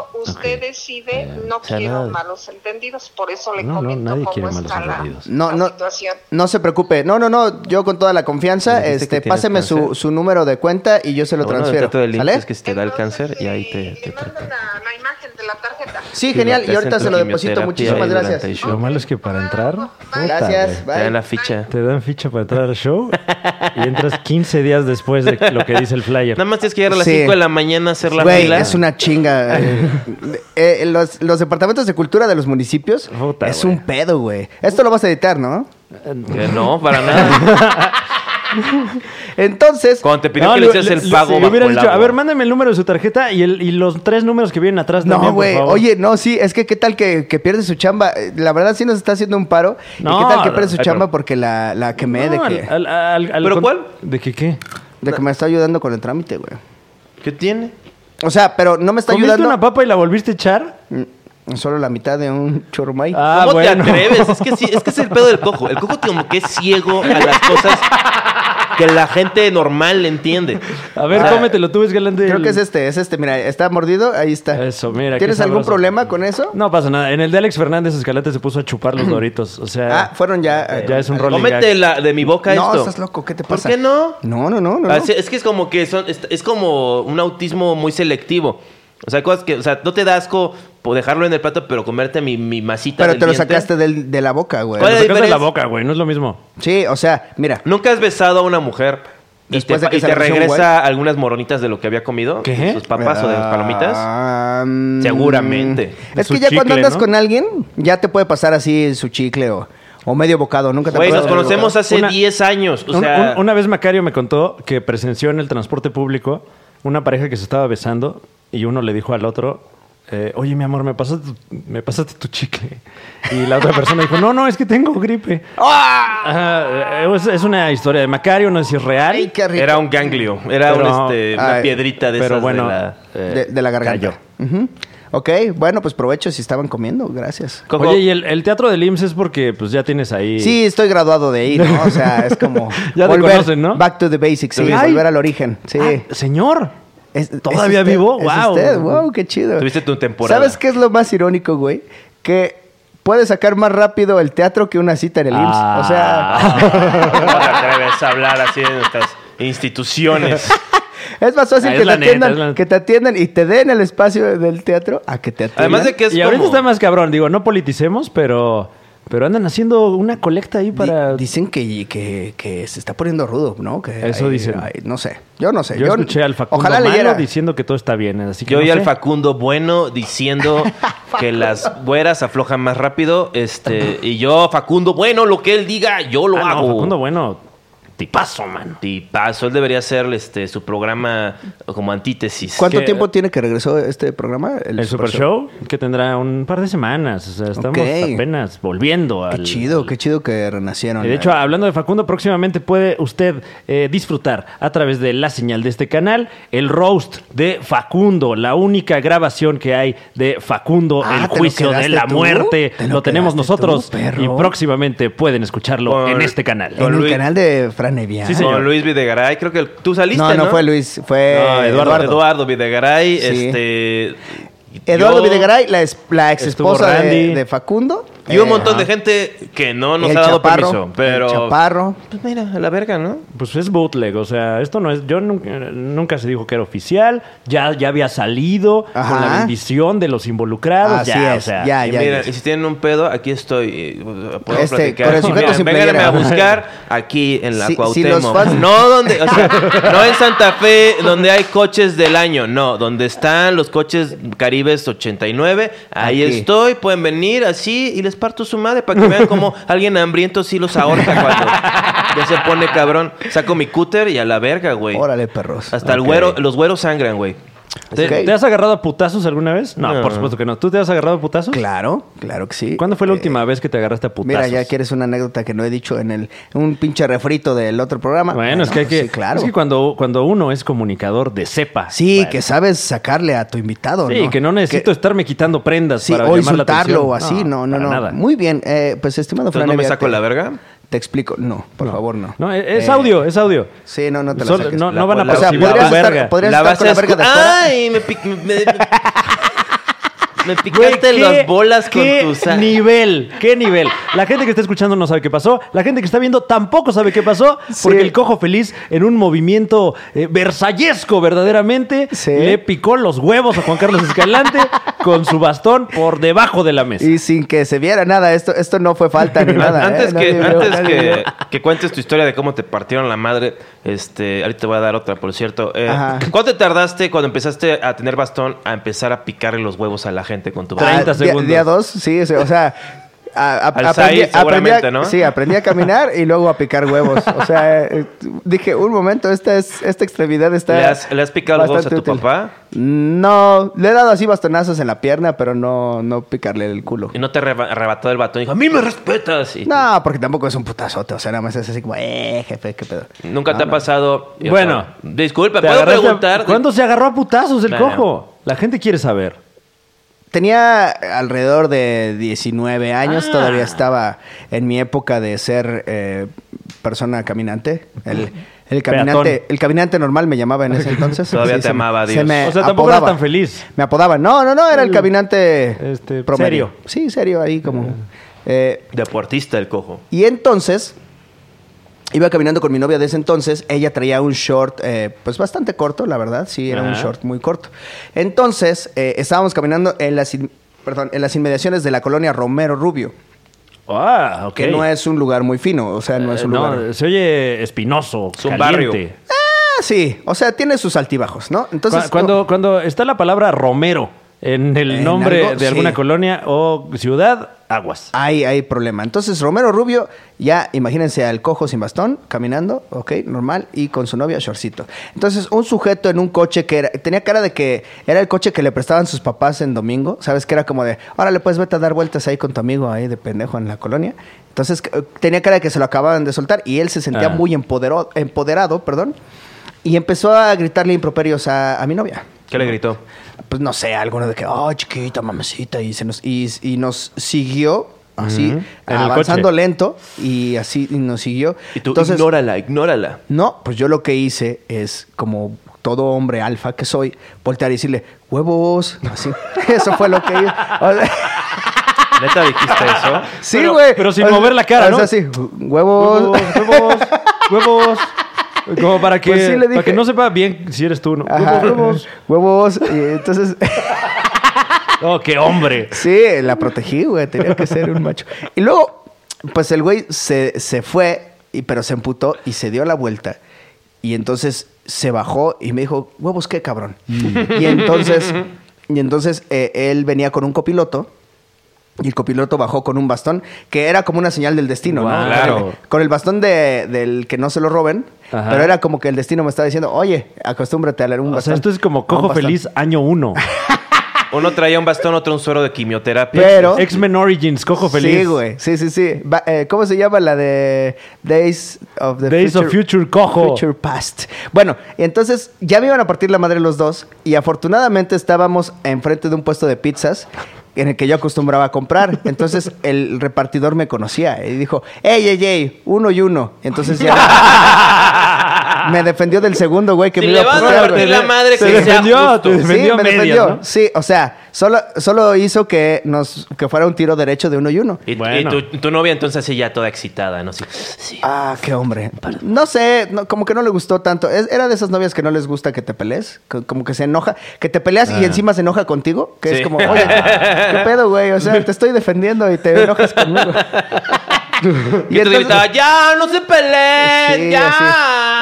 [SPEAKER 5] comento, usted decide, no
[SPEAKER 2] o sea,
[SPEAKER 5] quiero
[SPEAKER 2] nada de-
[SPEAKER 5] malos entendidos, por eso le
[SPEAKER 3] No, no,
[SPEAKER 5] comento
[SPEAKER 3] nadie
[SPEAKER 5] cómo
[SPEAKER 3] quiere
[SPEAKER 5] está
[SPEAKER 3] malos
[SPEAKER 5] la-
[SPEAKER 3] entendidos.
[SPEAKER 1] No,
[SPEAKER 5] la
[SPEAKER 1] no,
[SPEAKER 5] situación.
[SPEAKER 1] no se preocupe. No, no, no. Yo con toda la confianza,
[SPEAKER 2] Dijiste que
[SPEAKER 1] este,
[SPEAKER 2] tienes
[SPEAKER 1] páseme su,
[SPEAKER 2] cáncer.
[SPEAKER 1] su número de cuenta y yo se lo
[SPEAKER 2] bueno del
[SPEAKER 1] transfiero.
[SPEAKER 2] teatro del IMSS
[SPEAKER 1] ¿Sale?
[SPEAKER 2] es que si te da el cáncer y ahí te, te
[SPEAKER 5] Le mando
[SPEAKER 2] tratan.
[SPEAKER 5] la, la imagen de la tarjeta.
[SPEAKER 1] Sí, genial.
[SPEAKER 2] te
[SPEAKER 1] Y ahorita se
[SPEAKER 2] hacen tu
[SPEAKER 1] lo deposito.
[SPEAKER 2] quimioterapia
[SPEAKER 1] Muchísimas
[SPEAKER 2] ahí
[SPEAKER 1] gracias.
[SPEAKER 2] durante el show.
[SPEAKER 3] Lo malo es que para entrar. puta,
[SPEAKER 1] Gracias.
[SPEAKER 3] güey.
[SPEAKER 2] Te dan la
[SPEAKER 1] Bye.
[SPEAKER 2] ficha.
[SPEAKER 3] Te dan ficha para entrar al show y entras 15 días después de lo que dice el flyer.
[SPEAKER 2] Nada más tienes que llegar a las
[SPEAKER 1] Sí.
[SPEAKER 2] 5 de la mañana a hacer la
[SPEAKER 1] Güey,
[SPEAKER 2] fila.
[SPEAKER 1] es una chinga. eh. Eh, los, los departamentos de cultura de los municipios
[SPEAKER 3] Puta,
[SPEAKER 1] es
[SPEAKER 3] güey.
[SPEAKER 1] un pedo, güey. Esto lo vas a editar, ¿no?
[SPEAKER 2] Que no, para nada.
[SPEAKER 1] Entonces,
[SPEAKER 2] Cuando te pidió
[SPEAKER 3] No,
[SPEAKER 2] que le
[SPEAKER 3] le-
[SPEAKER 2] hicieras
[SPEAKER 3] le-
[SPEAKER 2] el pago
[SPEAKER 3] le
[SPEAKER 2] bajo
[SPEAKER 3] hubieras
[SPEAKER 2] el
[SPEAKER 3] dicho,
[SPEAKER 2] agua.
[SPEAKER 3] A ver, mándame el número de su tarjeta y, el, y los tres números que vienen atrás
[SPEAKER 1] no,
[SPEAKER 3] también, por
[SPEAKER 1] güey.
[SPEAKER 3] favor.
[SPEAKER 1] Oye, no, sí, es que qué tal que, que pierde su chamba. Eh, La verdad sí nos está haciendo un paro.
[SPEAKER 3] No,
[SPEAKER 1] ¿Y qué tal que
[SPEAKER 3] no,
[SPEAKER 1] pierde su
[SPEAKER 3] ay,
[SPEAKER 1] chamba
[SPEAKER 3] pero-
[SPEAKER 1] porque la, la quemé de
[SPEAKER 3] No,
[SPEAKER 1] que,
[SPEAKER 3] al- al- al-
[SPEAKER 2] ¿Pero
[SPEAKER 3] con-
[SPEAKER 2] cuál?
[SPEAKER 3] ¿De que qué?
[SPEAKER 1] de que me está ayudando con el trámite, güey?
[SPEAKER 2] ¿Qué tiene?
[SPEAKER 1] O sea, pero no me está
[SPEAKER 3] ¿Comiste
[SPEAKER 1] ayudando.
[SPEAKER 3] una papa y la volviste a echar?
[SPEAKER 1] Mm, Solo la mitad de un churumay.
[SPEAKER 3] Ah,
[SPEAKER 2] ¿Cómo
[SPEAKER 3] bueno.
[SPEAKER 2] te atreves? Es que, sí, es que es el pedo del cojo. El cojo como que es ciego a las cosas que la gente normal entiende.
[SPEAKER 3] A ver,
[SPEAKER 2] O sea,
[SPEAKER 3] cómetelo tú, es galante.
[SPEAKER 1] Ah. Creo
[SPEAKER 3] el-
[SPEAKER 1] que es este, es este. Mira, está mordido, ahí está.
[SPEAKER 3] Eso, mira. qué
[SPEAKER 1] ¿Tienes algún
[SPEAKER 3] sabroso.
[SPEAKER 1] problema con eso?
[SPEAKER 3] No pasa nada. En el de Alex Fernández, Escalante se puso a chupar los doritos. O sea,
[SPEAKER 1] Ah, fueron ya.
[SPEAKER 3] ya es un rolling
[SPEAKER 2] Cómete
[SPEAKER 3] gag.
[SPEAKER 2] la, de mi boca
[SPEAKER 1] No,
[SPEAKER 2] esto.
[SPEAKER 1] estás loco, ¿qué te pasa?
[SPEAKER 2] ¿Por qué no?
[SPEAKER 1] No, no, no, no.
[SPEAKER 2] Ah,
[SPEAKER 1] no.
[SPEAKER 2] sí, es que es como que son, es, es como un autismo muy selectivo. O sea, cosas que, o sea, no te da asco por dejarlo en el plato, pero comerte mi, mi masita.
[SPEAKER 1] Pero
[SPEAKER 2] del
[SPEAKER 1] te lo
[SPEAKER 2] diente.
[SPEAKER 1] sacaste del- de la boca, güey.
[SPEAKER 3] Te
[SPEAKER 2] ¿Cuál es la
[SPEAKER 3] lo sacas de la
[SPEAKER 2] diferencia?
[SPEAKER 3] boca, güey. No es lo mismo.
[SPEAKER 1] Sí, o sea, mira.
[SPEAKER 2] ¿Nunca has besado a una mujer y
[SPEAKER 1] Después
[SPEAKER 2] te,
[SPEAKER 1] de que
[SPEAKER 2] y
[SPEAKER 1] se
[SPEAKER 2] te
[SPEAKER 1] le hizo un
[SPEAKER 2] regresa algunas moronitas de lo que había comido?
[SPEAKER 3] ¿Qué?
[SPEAKER 2] ¿De sus papas o de las palomitas?
[SPEAKER 1] Ah, mm,
[SPEAKER 2] Seguramente.
[SPEAKER 1] Es
[SPEAKER 3] Su
[SPEAKER 1] que ya cuando
[SPEAKER 3] chicle,
[SPEAKER 1] andas
[SPEAKER 3] ¿no?
[SPEAKER 1] con alguien, ya te puede pasar así su chicle o, o medio bocado. Nunca te
[SPEAKER 2] Güey,
[SPEAKER 1] ha
[SPEAKER 2] nos
[SPEAKER 1] pasado medio
[SPEAKER 2] conocemos
[SPEAKER 1] bocado?
[SPEAKER 2] hace
[SPEAKER 3] Una-
[SPEAKER 2] 10 años. O
[SPEAKER 3] Un-
[SPEAKER 2] sea,
[SPEAKER 3] un- una vez Macario me contó que presenció en el transporte público una pareja que se estaba besando y uno le dijo al otro, eh, oye mi amor, me pasaste, tu- me pasaste tu chicle. Y la otra persona dijo, no, no, es que tengo gripe.
[SPEAKER 1] ¡Ah!
[SPEAKER 3] Ajá, eh, es, es una historia de Macario, no sé si es real.
[SPEAKER 1] Ay, qué rico.
[SPEAKER 2] era un ganglio. Era un,
[SPEAKER 3] Pero-
[SPEAKER 2] este, una
[SPEAKER 1] Ay,
[SPEAKER 2] piedrita de
[SPEAKER 3] pero
[SPEAKER 2] esas
[SPEAKER 3] bueno,
[SPEAKER 2] de la...
[SPEAKER 1] De,
[SPEAKER 2] Eh,
[SPEAKER 1] de la garganta. Ujú. Ok, bueno, pues provecho si estaban comiendo. Gracias.
[SPEAKER 2] Coco,
[SPEAKER 3] Oye, y el, el teatro del IMSS es porque pues ya tienes ahí...
[SPEAKER 1] Sí, estoy graduado de ahí, ¿no? O sea, es como.
[SPEAKER 3] Ya te conocen, ¿no?
[SPEAKER 1] Back to the basics, sí,
[SPEAKER 3] Ay.
[SPEAKER 1] volver al origen. Sí.
[SPEAKER 3] Ah, señor.
[SPEAKER 1] Es-
[SPEAKER 3] ¿Todavía
[SPEAKER 1] es usted,
[SPEAKER 3] vivo?
[SPEAKER 1] es
[SPEAKER 3] Guau.
[SPEAKER 1] usted, wow, qué chido.
[SPEAKER 2] Tuviste tu temporada.
[SPEAKER 1] ¿Sabes qué es lo más irónico, güey? Que puedes sacar más rápido el teatro que una cita en el
[SPEAKER 3] Ah.
[SPEAKER 1] IMSS. O sea,
[SPEAKER 2] no te atreves a hablar así de nuestras instituciones.
[SPEAKER 1] es más fácil
[SPEAKER 3] Ah, es
[SPEAKER 1] que, te
[SPEAKER 3] la neta,
[SPEAKER 1] atiendan,
[SPEAKER 3] es la neta.
[SPEAKER 1] que te atiendan y te den el espacio del teatro a que te atiendan.
[SPEAKER 2] Además de que es
[SPEAKER 3] y ahorita
[SPEAKER 2] como-
[SPEAKER 3] está más cabrón. Digo, no politicemos, pero, pero andan haciendo una colecta ahí
[SPEAKER 1] Di-
[SPEAKER 3] para...
[SPEAKER 1] dicen que, que, que se está poniendo rudo, ¿no? Que
[SPEAKER 3] Eso dicen.
[SPEAKER 1] no sé. Yo no sé.
[SPEAKER 3] yo, escuché al Facundo
[SPEAKER 1] Ojalá
[SPEAKER 3] Malo
[SPEAKER 1] leyera.
[SPEAKER 3] diciendo que todo está bien, ¿eh? así que
[SPEAKER 2] Yo
[SPEAKER 3] no
[SPEAKER 2] oí al
[SPEAKER 3] sé.
[SPEAKER 2] Facundo Bueno diciendo que las güeras aflojan más rápido. Este, y yo, Facundo Bueno, lo que él diga, yo lo
[SPEAKER 3] Ah, no,
[SPEAKER 2] hago.
[SPEAKER 3] Facundo, bueno, tipazo, mano.
[SPEAKER 2] Tipazo, él debería ser este, su programa como antítesis.
[SPEAKER 1] ¿Cuánto
[SPEAKER 3] que-
[SPEAKER 1] tiempo tiene que regresó este programa?
[SPEAKER 3] El, Super Show, que tendrá un par de semanas. O sea, estamos
[SPEAKER 1] Ok.
[SPEAKER 3] apenas volviendo al...
[SPEAKER 1] Qué chido,
[SPEAKER 3] al-
[SPEAKER 1] qué chido que renacieron.
[SPEAKER 3] Y de hecho, hablando de Facundo, próximamente puede usted eh, disfrutar a través de la señal de este canal el roast de Facundo, la única grabación que hay de Facundo,
[SPEAKER 1] Ah, ¿te
[SPEAKER 3] el
[SPEAKER 1] lo
[SPEAKER 3] juicio de
[SPEAKER 1] quedaste
[SPEAKER 3] la
[SPEAKER 1] tú?
[SPEAKER 3] muerte.
[SPEAKER 1] ¿Te
[SPEAKER 3] lo
[SPEAKER 1] lo
[SPEAKER 3] tenemos
[SPEAKER 1] quedaste
[SPEAKER 3] nosotros
[SPEAKER 1] tú, perro?
[SPEAKER 3] y próximamente pueden escucharlo
[SPEAKER 2] Con-
[SPEAKER 3] en este canal.
[SPEAKER 1] en
[SPEAKER 2] con
[SPEAKER 1] el
[SPEAKER 2] Luis-
[SPEAKER 1] canal de Fran Evia.
[SPEAKER 3] Sí,
[SPEAKER 2] Con
[SPEAKER 3] señor.
[SPEAKER 2] Luis Videgaray, creo que el- tú saliste,
[SPEAKER 1] No,
[SPEAKER 2] ¿no?
[SPEAKER 1] no fue Luis, fue
[SPEAKER 2] No, Eduardo,
[SPEAKER 1] Eduardo.
[SPEAKER 2] Eduardo. Videgaray,
[SPEAKER 1] Sí.
[SPEAKER 2] este...
[SPEAKER 1] Eduardo
[SPEAKER 2] yo-
[SPEAKER 1] Videgaray, la, es- la ex
[SPEAKER 3] Estuvo
[SPEAKER 1] esposa de,
[SPEAKER 3] Randy.
[SPEAKER 1] de Facundo.
[SPEAKER 2] Y un
[SPEAKER 1] Eh,
[SPEAKER 2] montón
[SPEAKER 1] ajá.
[SPEAKER 2] de gente que no nos
[SPEAKER 1] El
[SPEAKER 2] ha dado
[SPEAKER 1] Chaparro,
[SPEAKER 2] permiso. Pero...
[SPEAKER 1] el Chaparro.
[SPEAKER 2] Pues mira, a la verga, ¿no?
[SPEAKER 3] Pues es bootleg, o sea, esto no es. Yo nunca, nunca se dijo que era oficial, ya, ya había salido con
[SPEAKER 1] Ajá.
[SPEAKER 3] la bendición de los involucrados.
[SPEAKER 1] Así
[SPEAKER 3] ya, o
[SPEAKER 1] es,
[SPEAKER 3] sea,
[SPEAKER 1] ya,
[SPEAKER 2] Y
[SPEAKER 1] Ah, ya.
[SPEAKER 2] mira,
[SPEAKER 1] ya.
[SPEAKER 2] y si tienen un pedo, aquí estoy. eh, Puedo
[SPEAKER 1] Este,
[SPEAKER 2] platicar.
[SPEAKER 1] con el sujeto
[SPEAKER 2] Miren,
[SPEAKER 1] sin
[SPEAKER 2] vénganme
[SPEAKER 1] playera.
[SPEAKER 2] a buscar aquí en la
[SPEAKER 1] Si- si
[SPEAKER 2] Cuauhtémoc.
[SPEAKER 1] los fans-
[SPEAKER 2] No donde, o sea, no en Santa Fe donde hay coches del año, no, donde están los coches Caribes 89, ahí
[SPEAKER 1] Aquí.
[SPEAKER 2] estoy, pueden venir así y les parto su madre para que vean cómo alguien hambriento sí los ahorca cuando ya se pone cabrón. Saco mi cúter y a la verga, güey.
[SPEAKER 1] Órale, perros.
[SPEAKER 2] Hasta el
[SPEAKER 3] Ok.
[SPEAKER 2] güero, los güeros sangran, güey.
[SPEAKER 3] ¿Te,
[SPEAKER 1] Ok.
[SPEAKER 3] te has agarrado a putazos alguna vez? No,
[SPEAKER 2] No.
[SPEAKER 3] por supuesto que no. ¿Tú te has agarrado a putazos?
[SPEAKER 1] Claro, claro que sí.
[SPEAKER 3] ¿Cuándo fue la
[SPEAKER 1] Eh,
[SPEAKER 3] última vez que te agarraste a
[SPEAKER 1] Mira,
[SPEAKER 3] putazos?
[SPEAKER 1] ya quieres una anécdota que no he dicho en el un pinche refrito del otro programa.
[SPEAKER 3] Bueno, es que hay que.
[SPEAKER 1] Sí, claro.
[SPEAKER 3] Es que cuando, cuando uno es comunicador de cepa.
[SPEAKER 1] Sí,
[SPEAKER 3] bueno,
[SPEAKER 1] que sabes sacarle a tu invitado,
[SPEAKER 3] Sí,
[SPEAKER 1] ¿no?
[SPEAKER 3] que no necesito estarme quitando prendas
[SPEAKER 1] Sí,
[SPEAKER 3] para
[SPEAKER 1] o
[SPEAKER 3] llamar la
[SPEAKER 1] insultarlo o
[SPEAKER 3] atención.
[SPEAKER 1] así, no, no,
[SPEAKER 3] para
[SPEAKER 1] no.
[SPEAKER 3] nada.
[SPEAKER 1] Muy bien, eh, pues estimado
[SPEAKER 2] Entonces
[SPEAKER 1] Fran.
[SPEAKER 2] no me
[SPEAKER 1] Evia,
[SPEAKER 2] saco
[SPEAKER 1] te-
[SPEAKER 2] la verga.
[SPEAKER 1] Te explico, no, por favor, no.
[SPEAKER 3] No, es es
[SPEAKER 1] Eh,
[SPEAKER 3] audio, es audio.
[SPEAKER 1] Sí, no, no te lo
[SPEAKER 3] Solo-
[SPEAKER 1] saques.
[SPEAKER 3] no,
[SPEAKER 2] La-
[SPEAKER 3] no van a
[SPEAKER 2] la-
[SPEAKER 1] o sea,
[SPEAKER 3] percibir
[SPEAKER 1] podrías
[SPEAKER 3] la
[SPEAKER 1] estar-
[SPEAKER 3] verga.
[SPEAKER 1] podrías
[SPEAKER 2] La
[SPEAKER 1] estar
[SPEAKER 2] vas
[SPEAKER 1] con
[SPEAKER 2] a
[SPEAKER 1] la verga de
[SPEAKER 2] escu-
[SPEAKER 1] fuera.
[SPEAKER 2] ¡Ay! Me, pic- me- me- me
[SPEAKER 3] Güey,
[SPEAKER 2] picaste
[SPEAKER 3] ¿qué-
[SPEAKER 2] las bolas con
[SPEAKER 3] qué
[SPEAKER 2] tu sa-
[SPEAKER 3] nivel, qué nivel. La gente que está escuchando no sabe qué pasó, la gente que está viendo tampoco sabe qué pasó, porque
[SPEAKER 1] Sí.
[SPEAKER 3] el cojo feliz en un movimiento eh, versallesco verdaderamente
[SPEAKER 1] Sí.
[SPEAKER 3] le picó los huevos a Juan Carlos Escalante con su bastón por debajo de la mesa.
[SPEAKER 1] Y sin que se viera nada, esto, esto no fue falta ni nada.
[SPEAKER 2] antes
[SPEAKER 1] ¿eh? Nadie
[SPEAKER 2] que,
[SPEAKER 1] vio,
[SPEAKER 2] antes
[SPEAKER 1] nadie
[SPEAKER 2] que,
[SPEAKER 1] vio.
[SPEAKER 2] que cuentes tu historia de cómo te partieron la madre, este, ahorita te voy a dar otra, por cierto. Eh,
[SPEAKER 1] Ajá.
[SPEAKER 2] ¿Cuánto te tardaste cuando empezaste a tener bastón a empezar a picarle los huevos a la gente con tu bastón?
[SPEAKER 3] 30
[SPEAKER 1] Ah, día-
[SPEAKER 3] segundos.
[SPEAKER 1] Día 2, sí, sí, o sea... a- a-
[SPEAKER 2] Al
[SPEAKER 1] aprendí,
[SPEAKER 2] Said, seguramente,
[SPEAKER 1] aprendí a,
[SPEAKER 2] ¿no?
[SPEAKER 1] Sí, aprendí a caminar y luego a picar huevos. O sea, eh, dije, un momento, esta, es, esta extremidad está.
[SPEAKER 2] ¿Le has- le has picado los huevos a
[SPEAKER 1] bastante
[SPEAKER 2] tu papá?
[SPEAKER 1] No, le he dado así bastonazos en la pierna, pero no, no picarle el culo.
[SPEAKER 2] Y no te arreba- arrebató el batón y dijo, a mí me respetas. Y
[SPEAKER 1] No, porque tampoco es un putazote. O sea, nada más es así como, eh, jefe, qué pedo.
[SPEAKER 2] Nunca
[SPEAKER 1] No,
[SPEAKER 2] te ha
[SPEAKER 1] no.
[SPEAKER 2] pasado. y, o
[SPEAKER 3] Bueno.
[SPEAKER 2] sea, disculpa,
[SPEAKER 3] Te
[SPEAKER 2] ¿puedo
[SPEAKER 3] agarraste a-
[SPEAKER 2] preguntar?
[SPEAKER 3] ¿Cuándo se agarró a putazos el
[SPEAKER 2] Bueno.
[SPEAKER 3] cojo? La gente quiere saber.
[SPEAKER 1] Tenía alrededor de 19 años,
[SPEAKER 3] Ah.
[SPEAKER 1] todavía estaba en mi época de ser eh, persona caminante. El, El caminante, el caminante normal me llamaba en ese entonces.
[SPEAKER 2] Todavía te amaba, Dios.
[SPEAKER 3] O sea, tampoco
[SPEAKER 1] era
[SPEAKER 3] eras tan feliz.
[SPEAKER 1] Me apodaban. No, no, no, era el, caminante
[SPEAKER 3] este,
[SPEAKER 1] promedio.
[SPEAKER 3] serio. Ah.
[SPEAKER 1] Sí, serio, ahí como. Eh,
[SPEAKER 2] Deportista el cojo.
[SPEAKER 1] y entonces, iba caminando con mi novia de ese entonces. Ella traía un short, eh, pues bastante corto, la verdad. Sí, era un
[SPEAKER 3] Ajá.
[SPEAKER 1] short muy corto. Entonces, eh, estábamos caminando en las, in- perdón, en las inmediaciones de la colonia Romero Rubio,
[SPEAKER 3] Ah, ok.
[SPEAKER 1] que no es un lugar muy fino. O sea, no es
[SPEAKER 3] Eh,
[SPEAKER 1] un lugar.
[SPEAKER 3] no, se oye espinoso,
[SPEAKER 2] Es un
[SPEAKER 3] caliente.
[SPEAKER 2] barrio.
[SPEAKER 1] Ah, sí. O sea, tiene sus altibajos, ¿no? Entonces.
[SPEAKER 3] Cu- cuando, cuando está la palabra Romero en el
[SPEAKER 1] En
[SPEAKER 3] nombre
[SPEAKER 1] algo,
[SPEAKER 3] de alguna
[SPEAKER 1] sí.
[SPEAKER 3] colonia o ciudad, aguas.
[SPEAKER 1] Hay, hay problema. Entonces, Romero Rubio, ya imagínense al cojo sin bastón, caminando, ok, normal, y con su novia, shortcito. Entonces, un sujeto en un coche que era- tenía cara de que era el coche que le prestaban sus papás en domingo, ¿sabes? Que era como de, órale, pues vete a dar vueltas ahí con tu amigo ahí de pendejo en la colonia. Entonces, eh, tenía cara de que se lo acababan de soltar y él se sentía
[SPEAKER 3] Ah.
[SPEAKER 1] muy empoderó- empoderado, perdón, y empezó a gritarle improperios a- a mi novia
[SPEAKER 2] ¿Qué le gritó?
[SPEAKER 1] pues no sé, alguno de que, oh, chiquita, mamacita, y, se nos, y, y nos siguió así,
[SPEAKER 3] el
[SPEAKER 1] avanzando
[SPEAKER 3] coche.
[SPEAKER 1] lento, y así y nos siguió.
[SPEAKER 2] Y tú, ignórala, ignórala.
[SPEAKER 1] No, pues yo lo que hice es, como todo hombre alfa que soy, voltear y decirle, huevos, así. Eso fue lo que hice. O sea,
[SPEAKER 2] ¿Neta dijiste eso?
[SPEAKER 1] sí,
[SPEAKER 3] Pero-
[SPEAKER 1] güey.
[SPEAKER 3] pero sin
[SPEAKER 1] O sea,
[SPEAKER 3] mover la cara, ¿no?
[SPEAKER 1] O sea, sí, huevos.
[SPEAKER 3] Huevos, huevos, huevos. Como para que,
[SPEAKER 1] Pues sí le dije.
[SPEAKER 3] para que no sepa bien si eres tú, ¿no?
[SPEAKER 1] Ajá,
[SPEAKER 3] Huevos,
[SPEAKER 1] huevos. Y entonces...
[SPEAKER 3] huevos. Oh, qué hombre.
[SPEAKER 1] Sí, la protegí, güey. Tenía que ser un macho. Y luego, pues el güey se, se fue, y, pero se emputó y se dio la vuelta. Y entonces se bajó y me dijo, huevos, qué cabrón.
[SPEAKER 3] Mm.
[SPEAKER 1] Y entonces, y entonces eh, él venía con un copiloto. Y el copiloto bajó con un bastón, que era como una señal del destino,
[SPEAKER 3] Guau.
[SPEAKER 1] ¿no?
[SPEAKER 3] Claro.
[SPEAKER 1] Con el bastón de- del que no se lo roben,
[SPEAKER 3] Ajá.
[SPEAKER 1] pero era como que el destino me estaba diciendo, oye, acostúmbrate a leer un
[SPEAKER 3] O
[SPEAKER 1] bastón.
[SPEAKER 3] sea, esto es como
[SPEAKER 1] A un
[SPEAKER 3] Cojo
[SPEAKER 1] bastón.
[SPEAKER 3] Feliz año uno.
[SPEAKER 2] Uno traía un bastón, otro un suero de quimioterapia.
[SPEAKER 1] Pero-
[SPEAKER 3] X-Men Origins, Cojo Feliz.
[SPEAKER 1] Sí, güey. Sí, sí, sí. Va- eh, ¿Cómo se llama la de Days of the
[SPEAKER 3] Days of Future Cojo.
[SPEAKER 1] Future Past. Bueno, entonces ya me iban a partir la madre los dos y afortunadamente estábamos enfrente de un puesto de pizzas en el que yo acostumbraba a comprar. Entonces el repartidor me conocía y dijo, ¡Ey, ey, ey! Uno y uno. Entonces ya... Me defendió del segundo, güey, que
[SPEAKER 2] Si
[SPEAKER 1] me
[SPEAKER 2] le
[SPEAKER 1] iba a
[SPEAKER 2] vas a
[SPEAKER 1] putear,
[SPEAKER 2] partir
[SPEAKER 1] güey.
[SPEAKER 2] la madre,
[SPEAKER 3] Se
[SPEAKER 2] que sea
[SPEAKER 3] defendió,
[SPEAKER 2] justo.
[SPEAKER 3] te defendió
[SPEAKER 1] sí, me
[SPEAKER 3] medias,
[SPEAKER 1] defendió.
[SPEAKER 3] ¿no?
[SPEAKER 1] Sí, o sea, solo, solo hizo que nos que fuera un tiro derecho de uno y uno.
[SPEAKER 2] Y, y
[SPEAKER 3] Bueno.
[SPEAKER 2] tu, tu novia entonces así ya toda excitada, ¿no? Sí. sí.
[SPEAKER 1] Ah, qué hombre. No sé, no, como que no le gustó tanto. Es- era de esas novias que no les gusta que te pelees, co- como que se enoja, que te peleas y encima se enoja contigo, que es
[SPEAKER 2] Ah. Sí.
[SPEAKER 1] como, oye, qué pedo, güey, o sea, te estoy defendiendo y te enojas conmigo.
[SPEAKER 2] Y, tú le gritaba, ya, no se peleen,
[SPEAKER 1] Sí,
[SPEAKER 2] ya.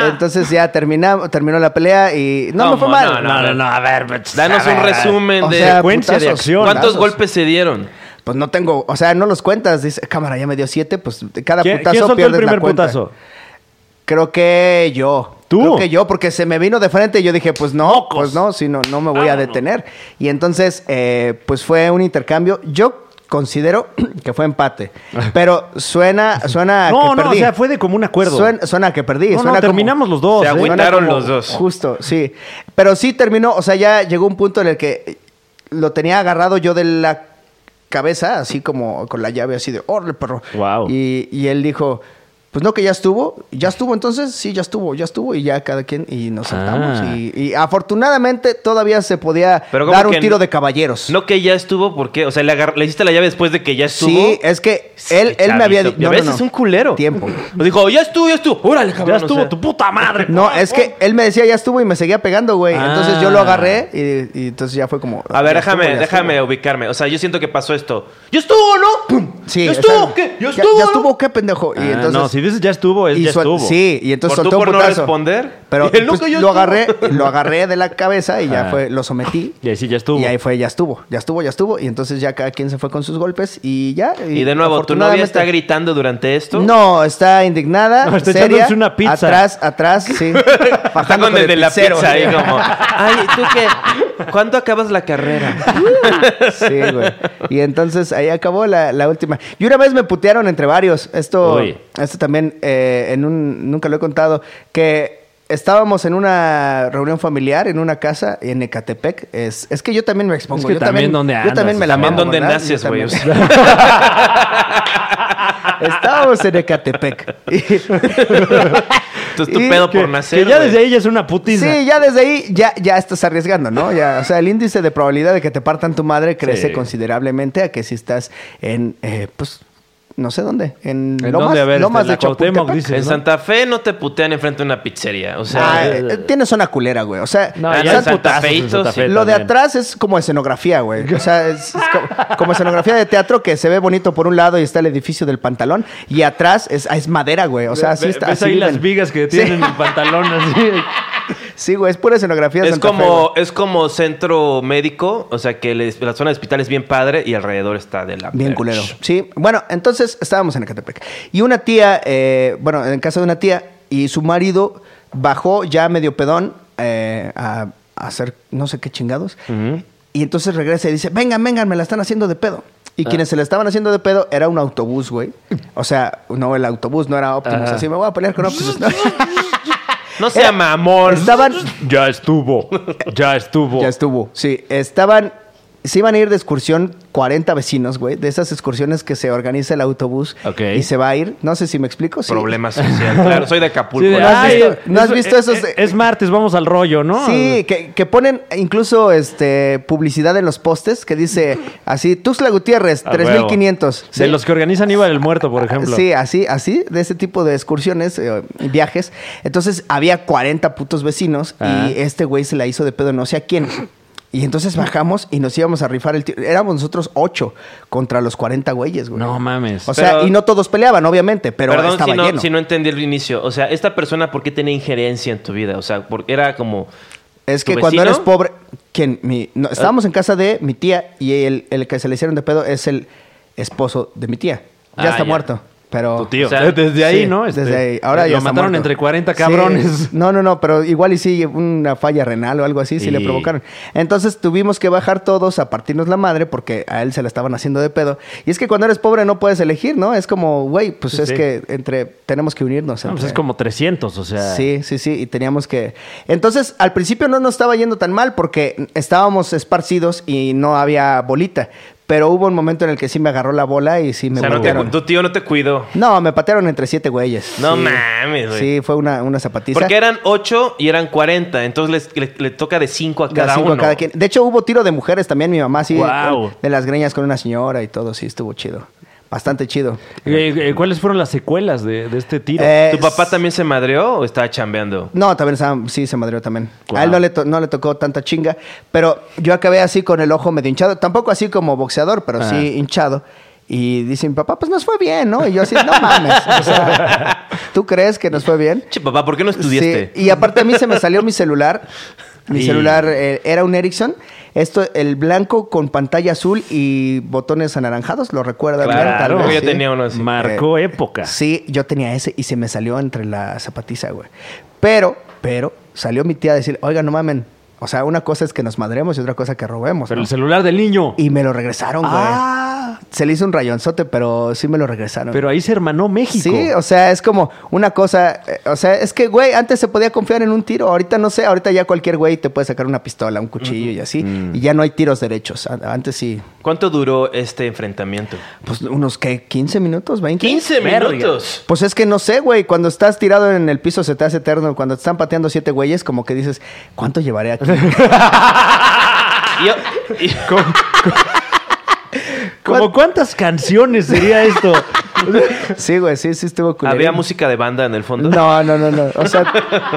[SPEAKER 1] así. Entonces ya terminamos, terminó la pelea y no me
[SPEAKER 2] ¿Cómo?
[SPEAKER 1] fue mal.
[SPEAKER 2] No, no, no,
[SPEAKER 3] a ver. pues,
[SPEAKER 2] Danos
[SPEAKER 3] a ver,
[SPEAKER 2] un
[SPEAKER 3] a ver.
[SPEAKER 2] resumen
[SPEAKER 1] O
[SPEAKER 2] de
[SPEAKER 1] sea,
[SPEAKER 3] secuencia de
[SPEAKER 1] putazos,
[SPEAKER 3] acción.
[SPEAKER 2] cuántos
[SPEAKER 1] putazos.
[SPEAKER 2] golpes se dieron.
[SPEAKER 1] Pues no tengo, o sea, no los cuentas. Dice, cámara, ya me dio siete, pues de cada
[SPEAKER 3] ¿Quién,
[SPEAKER 1] putazo
[SPEAKER 3] quién soltó el
[SPEAKER 1] pierdes
[SPEAKER 3] primer
[SPEAKER 1] la cuenta.
[SPEAKER 3] putazo?
[SPEAKER 1] Creo que yo.
[SPEAKER 3] ¿Tú?
[SPEAKER 1] Creo que yo, porque se me vino de frente y yo dije, pues no, pues no, si no, no me voy a detener. Y entonces, eh, pues fue un intercambio. Yo considero que fue empate, pero suena, suena a
[SPEAKER 3] No,
[SPEAKER 1] Ah, que
[SPEAKER 3] no,
[SPEAKER 1] perdí.
[SPEAKER 3] o sea, fue de común acuerdo.
[SPEAKER 1] Suena, suena a que perdí.
[SPEAKER 3] No, no,
[SPEAKER 1] suena como-
[SPEAKER 3] terminamos los dos.
[SPEAKER 2] Se
[SPEAKER 3] ¿eh?
[SPEAKER 2] agüita.
[SPEAKER 1] Suena
[SPEAKER 2] Agüitaron
[SPEAKER 1] como
[SPEAKER 2] los dos.
[SPEAKER 1] Justo, sí. Pero sí terminó, o sea, ya llegó un punto en el que lo tenía agarrado yo de la cabeza, así como con la llave así de, ¡orle, perro!
[SPEAKER 3] Guau.
[SPEAKER 1] Y, y él dijo, pues no, que ya estuvo. ¿Ya estuvo entonces? Sí, ya estuvo, ya estuvo. Y ya cada quien, y nos saltamos.
[SPEAKER 3] Ah.
[SPEAKER 1] Y, y afortunadamente todavía se podía
[SPEAKER 2] Pero ¿cómo
[SPEAKER 1] dar un
[SPEAKER 2] que
[SPEAKER 1] tiro
[SPEAKER 2] no?
[SPEAKER 1] de caballeros.
[SPEAKER 2] No que ya estuvo, ¿por qué? O sea, le, agar- le hiciste la llave después de que ya estuvo.
[SPEAKER 1] Sí, es que él, él me había
[SPEAKER 2] dicho.
[SPEAKER 1] dicho...
[SPEAKER 2] A veces es un culero.
[SPEAKER 1] Tiempo.
[SPEAKER 2] Nos dijo, ya estuvo, ya estuvo. Órale,
[SPEAKER 3] Ya
[SPEAKER 2] cabrón.
[SPEAKER 3] estuvo
[SPEAKER 2] o sea.
[SPEAKER 3] tu puta madre.
[SPEAKER 1] No,
[SPEAKER 2] Ah,
[SPEAKER 1] es que él me decía ya estuvo y me seguía pegando, güey. Entonces yo lo
[SPEAKER 3] Ah.
[SPEAKER 1] agarré y, y entonces ya fue como.
[SPEAKER 2] A ver,
[SPEAKER 1] ya estuvo,
[SPEAKER 2] déjame,
[SPEAKER 1] ya
[SPEAKER 2] déjame
[SPEAKER 1] estuvo.
[SPEAKER 2] ubicarme. O sea, yo siento que pasó esto. ¡Ya estuvo, no! ¡Pum!
[SPEAKER 1] Sí,
[SPEAKER 2] ¡Ya estuvo!
[SPEAKER 1] exacto.
[SPEAKER 2] ¿Qué?
[SPEAKER 1] Ya-
[SPEAKER 2] ¡Ya estuvo!
[SPEAKER 1] ¿Ya
[SPEAKER 2] no? pues,
[SPEAKER 1] estuvo qué, pendejo?
[SPEAKER 3] Ah, no, si dices ya estuvo, es
[SPEAKER 1] y
[SPEAKER 3] ya
[SPEAKER 1] suel-
[SPEAKER 3] estuvo.
[SPEAKER 1] Sí, y entonces
[SPEAKER 2] Por tú
[SPEAKER 1] soltó un
[SPEAKER 2] por no
[SPEAKER 1] putazo.
[SPEAKER 2] responder.
[SPEAKER 1] Pero
[SPEAKER 2] Y él nunca
[SPEAKER 1] pues,
[SPEAKER 2] ya
[SPEAKER 1] lo
[SPEAKER 2] estuvo.
[SPEAKER 1] agarré, lo agarré de la cabeza y ya
[SPEAKER 3] Ah.
[SPEAKER 1] fue, lo sometí.
[SPEAKER 3] Y ahí sí ya estuvo.
[SPEAKER 1] Y ahí fue, ya estuvo, ya estuvo, ya estuvo. Y entonces ya cada quien se fue con sus golpes y ya.
[SPEAKER 2] Y de nuevo, ¿tu novia
[SPEAKER 1] afortunadamente-
[SPEAKER 2] está gritando durante esto?
[SPEAKER 1] No, está indignada.
[SPEAKER 3] No, está
[SPEAKER 1] seria,
[SPEAKER 3] echándose una pizza.
[SPEAKER 1] Atrás, atrás, sí.
[SPEAKER 2] Está
[SPEAKER 1] Bajando
[SPEAKER 2] con el de la pizza ahí como... Ay, ¿tú qué? ¿Cuándo acabas la carrera?
[SPEAKER 1] Sí, güey. Y entonces ahí acabó la, la última. Y una vez me putearon entre varios. Esto,
[SPEAKER 3] Uy.
[SPEAKER 1] esto también eh, en un, nunca lo he contado. Que estábamos en una reunión familiar en una casa en Ecatepec. Es, es que yo también me expongo.
[SPEAKER 3] Es que
[SPEAKER 1] yo
[SPEAKER 3] también donde
[SPEAKER 1] yo
[SPEAKER 3] andas,
[SPEAKER 1] también me la
[SPEAKER 2] también
[SPEAKER 1] mamo,
[SPEAKER 2] donde
[SPEAKER 1] ¿verdad?
[SPEAKER 2] naces,
[SPEAKER 1] Yo
[SPEAKER 2] güey.
[SPEAKER 1] también. Estábamos en Ecatepec. Y-
[SPEAKER 2] Esto es tu pedo por nacer.
[SPEAKER 3] Que ya
[SPEAKER 2] güey.
[SPEAKER 3] desde ahí ya es una putiza.
[SPEAKER 1] Sí, ya desde ahí ya, ya estás arriesgando, ¿no? Ya, o sea, el índice de probabilidad de que te partan tu madre crece
[SPEAKER 3] Sí.
[SPEAKER 1] considerablemente a que si estás en, eh, pues, no sé dónde, en,
[SPEAKER 3] ¿En
[SPEAKER 1] Lomas,
[SPEAKER 3] dónde? A ver,
[SPEAKER 1] Lomas
[SPEAKER 3] este,
[SPEAKER 1] de
[SPEAKER 3] la Cuauhtémoc,
[SPEAKER 1] Chapultepec.
[SPEAKER 3] dice.
[SPEAKER 2] En
[SPEAKER 3] ¿no?
[SPEAKER 2] Santa Fe no te putean enfrente de una pizzería. O sea,
[SPEAKER 1] Ah, eh, eh, tiene zona culera, güey. O sea,
[SPEAKER 3] No,
[SPEAKER 2] Ah,
[SPEAKER 1] Santa-
[SPEAKER 3] ya
[SPEAKER 2] en Santa
[SPEAKER 3] putazos en
[SPEAKER 2] Feito,
[SPEAKER 3] Santa
[SPEAKER 2] sí.
[SPEAKER 3] Fe
[SPEAKER 1] lo de
[SPEAKER 3] también.
[SPEAKER 1] atrás es como escenografía, güey. O sea, es, es como, como escenografía de teatro que se ve bonito por un lado y está el edificio del pantalón. Y atrás es, es madera, güey. O sea, así
[SPEAKER 3] Ve-
[SPEAKER 1] está.
[SPEAKER 3] ves
[SPEAKER 1] así
[SPEAKER 3] ahí las
[SPEAKER 1] viven.
[SPEAKER 3] vigas que
[SPEAKER 1] Sí.
[SPEAKER 3] tienen el pantalón así.
[SPEAKER 1] Sí, güey, es pura escenografía. de
[SPEAKER 2] es
[SPEAKER 1] Santa Fe,
[SPEAKER 2] como, es como centro médico, o sea que les- la zona de hospital es bien padre y alrededor está de la...
[SPEAKER 1] Bien culero. Sí. Bueno, entonces estábamos en Ecatepec. Y una tía, eh, bueno, en casa de una tía, y su marido bajó ya medio pedón eh, a, a hacer no sé qué chingados. Y entonces regresa y dice: Vengan, vengan, me la están haciendo de pedo. Y quienes se la estaban haciendo de pedo era un autobús, güey. O sea, no el autobús, no era Optimus.
[SPEAKER 3] Ajá.
[SPEAKER 1] Así me voy a pelear con Optimus. ¿no?
[SPEAKER 2] No sea
[SPEAKER 1] Era-
[SPEAKER 2] mamón.
[SPEAKER 1] Eh, Estaban,
[SPEAKER 3] Ya estuvo. Ya estuvo.
[SPEAKER 1] ya estuvo. Sí, estaban. Se iban a ir de excursión 40 vecinos, güey. De esas excursiones que se organiza el autobús
[SPEAKER 3] Ok.
[SPEAKER 1] y se va a ir. No sé si me explico. Sí.
[SPEAKER 2] Problema social. Claro, soy de Acapulco.
[SPEAKER 3] Sí, de,
[SPEAKER 1] ¿No has
[SPEAKER 3] "Ay,
[SPEAKER 1] visto- no has
[SPEAKER 3] es-
[SPEAKER 1] visto
[SPEAKER 3] es-
[SPEAKER 1] esos de-
[SPEAKER 3] Es martes, vamos al rollo, ¿no?
[SPEAKER 1] Sí, que, que ponen incluso este publicidad en los postes que dice así, Tuxla Gutiérrez,
[SPEAKER 3] A
[SPEAKER 1] 3500.
[SPEAKER 3] huevo.
[SPEAKER 1] Sí.
[SPEAKER 3] De los que organizan Iba del Muerto, por ejemplo.
[SPEAKER 1] Sí, así, así, de ese tipo de excursiones, eh, viajes. Entonces había 40 putos vecinos
[SPEAKER 3] Ah.
[SPEAKER 1] y este güey se la hizo de pedo no sé a quién. Y entonces bajamos y nos íbamos a rifar el tiro. Éramos nosotros 8 contra los 40 güeyes, güey.
[SPEAKER 3] No mames.
[SPEAKER 1] O sea,
[SPEAKER 2] Pero-
[SPEAKER 1] y no todos peleaban, obviamente, pero
[SPEAKER 2] Perdón
[SPEAKER 1] estaba
[SPEAKER 2] si no,
[SPEAKER 1] lleno.
[SPEAKER 2] si no entendí el inicio. O sea, ¿esta persona por qué tenía injerencia en tu vida? O sea, porque era como...
[SPEAKER 1] Es
[SPEAKER 2] ¿Tu
[SPEAKER 1] que cuando
[SPEAKER 2] vecino? ¿Eh?
[SPEAKER 1] eres pobre, quien mi, no, estábamos en casa de mi tía y el, el que se le hicieron de pedo es el esposo de mi tía. Ya
[SPEAKER 2] Ah,
[SPEAKER 1] está
[SPEAKER 2] ya.
[SPEAKER 1] muerto. Pero
[SPEAKER 3] Tu tío.
[SPEAKER 2] o sea,
[SPEAKER 3] desde ahí,
[SPEAKER 1] Sí,
[SPEAKER 3] ¿no? Este,
[SPEAKER 1] desde ahí. Ahora
[SPEAKER 3] lo
[SPEAKER 1] ya está
[SPEAKER 3] mataron
[SPEAKER 1] muerto.
[SPEAKER 3] entre 40
[SPEAKER 1] Sí.
[SPEAKER 3] cabrones.
[SPEAKER 1] No, no, no, pero igual y sí, una falla renal o algo así, sí le
[SPEAKER 3] Y-
[SPEAKER 1] provocaron. Entonces tuvimos que bajar todos a partirnos la madre porque a él se la estaban haciendo de pedo. Y es que cuando eres pobre no puedes elegir, ¿no? Es como, güey, pues
[SPEAKER 3] Sí,
[SPEAKER 1] es
[SPEAKER 3] sí.
[SPEAKER 1] que entre tenemos que unirnos.
[SPEAKER 3] No, pues es
[SPEAKER 1] entre-
[SPEAKER 3] como 300, o sea.
[SPEAKER 1] Sí, sí, sí, y teníamos que... Entonces, al principio no nos estaba yendo tan mal porque estábamos esparcidos y no había bolita, pero hubo un momento en el que sí me agarró la bola y sí me
[SPEAKER 2] o sea, no te,
[SPEAKER 1] patearon.
[SPEAKER 2] tu tío no te cuidó.
[SPEAKER 1] No, me patearon entre siete güeyes.
[SPEAKER 2] No
[SPEAKER 1] Sí.
[SPEAKER 2] mames, güey.
[SPEAKER 1] Sí, fue una, una zapatiza.
[SPEAKER 2] Porque eran 8 y eran 40. Entonces les- le, le toca de 5 a
[SPEAKER 1] De
[SPEAKER 2] cada
[SPEAKER 1] cinco a
[SPEAKER 2] uno.
[SPEAKER 1] cada quien. De hecho, hubo tiro de mujeres también, mi mamá, sí.
[SPEAKER 3] Guau.
[SPEAKER 1] De las greñas con una señora y todo, sí, estuvo chido. Bastante chido.
[SPEAKER 3] Eh, eh, ¿Cuáles fueron las secuelas de, de este tiro?
[SPEAKER 1] Eh,
[SPEAKER 2] ¿Tu papá también se madreó o estaba chambeando?
[SPEAKER 1] No, también estaba- sí se madrió también.
[SPEAKER 3] Guau.
[SPEAKER 1] A él no le, to- no le tocó tanta chinga, pero yo acabé así con el ojo medio hinchado, tampoco así como boxeador, pero
[SPEAKER 3] Ah.
[SPEAKER 1] sí hinchado. Y dice mi papá, pues nos fue bien, ¿no? Y yo así, no mames. O sea, ¿tú crees que nos fue bien?
[SPEAKER 2] Che, papá, ¿por qué no estudiaste?
[SPEAKER 1] Sí, Y aparte a mí se me salió mi celular. Mi
[SPEAKER 3] Y-
[SPEAKER 1] celular eh, era un Ericsson. Esto, el blanco con pantalla azul y botones anaranjados, lo recuerda. bien,
[SPEAKER 2] Claro,
[SPEAKER 1] tal vez,
[SPEAKER 2] yo
[SPEAKER 1] sí.
[SPEAKER 2] tenía uno así.
[SPEAKER 3] Marcó época.
[SPEAKER 1] Eh, Sí, yo tenía ese y se me salió entre la zapatiza, güey. Pero, pero, salió mi tía a decir, oiga, no mamen. O sea, una cosa es que nos madremos y otra cosa que robemos.
[SPEAKER 3] Pero
[SPEAKER 1] ¿no?
[SPEAKER 3] el celular del niño.
[SPEAKER 1] Y eh. me lo regresaron, güey.
[SPEAKER 3] Ah.
[SPEAKER 1] Se le hizo un rayonzote, pero sí me lo regresaron.
[SPEAKER 3] Pero ahí se hermanó México.
[SPEAKER 1] Sí, o sea, es como una cosa. eh, o sea, es que, güey, antes se podía confiar en un tiro. Ahorita no sé, ahorita ya cualquier güey te puede sacar una pistola, un cuchillo y así.
[SPEAKER 3] Mm.
[SPEAKER 1] Y ya no hay tiros derechos. A- Antes sí.
[SPEAKER 2] ¿Cuánto duró este enfrentamiento?
[SPEAKER 1] Pues unos, ¿qué? ¿15 minutos? ¿20?
[SPEAKER 2] 15
[SPEAKER 3] Verga.
[SPEAKER 2] minutos.
[SPEAKER 1] Pues es que no sé, güey. Cuando estás tirado en el piso se te hace eterno. Cuando te están pateando siete güeyes, como que dices, ¿cuánto llevaré aquí?
[SPEAKER 3] Ah.
[SPEAKER 2] Y- y-
[SPEAKER 3] ¿Como cuántas canciones sería esto?
[SPEAKER 1] sí, güey, sí, sí estuvo culero.
[SPEAKER 2] ¿Había música de banda en el fondo?
[SPEAKER 1] No, no, no, no. O sea,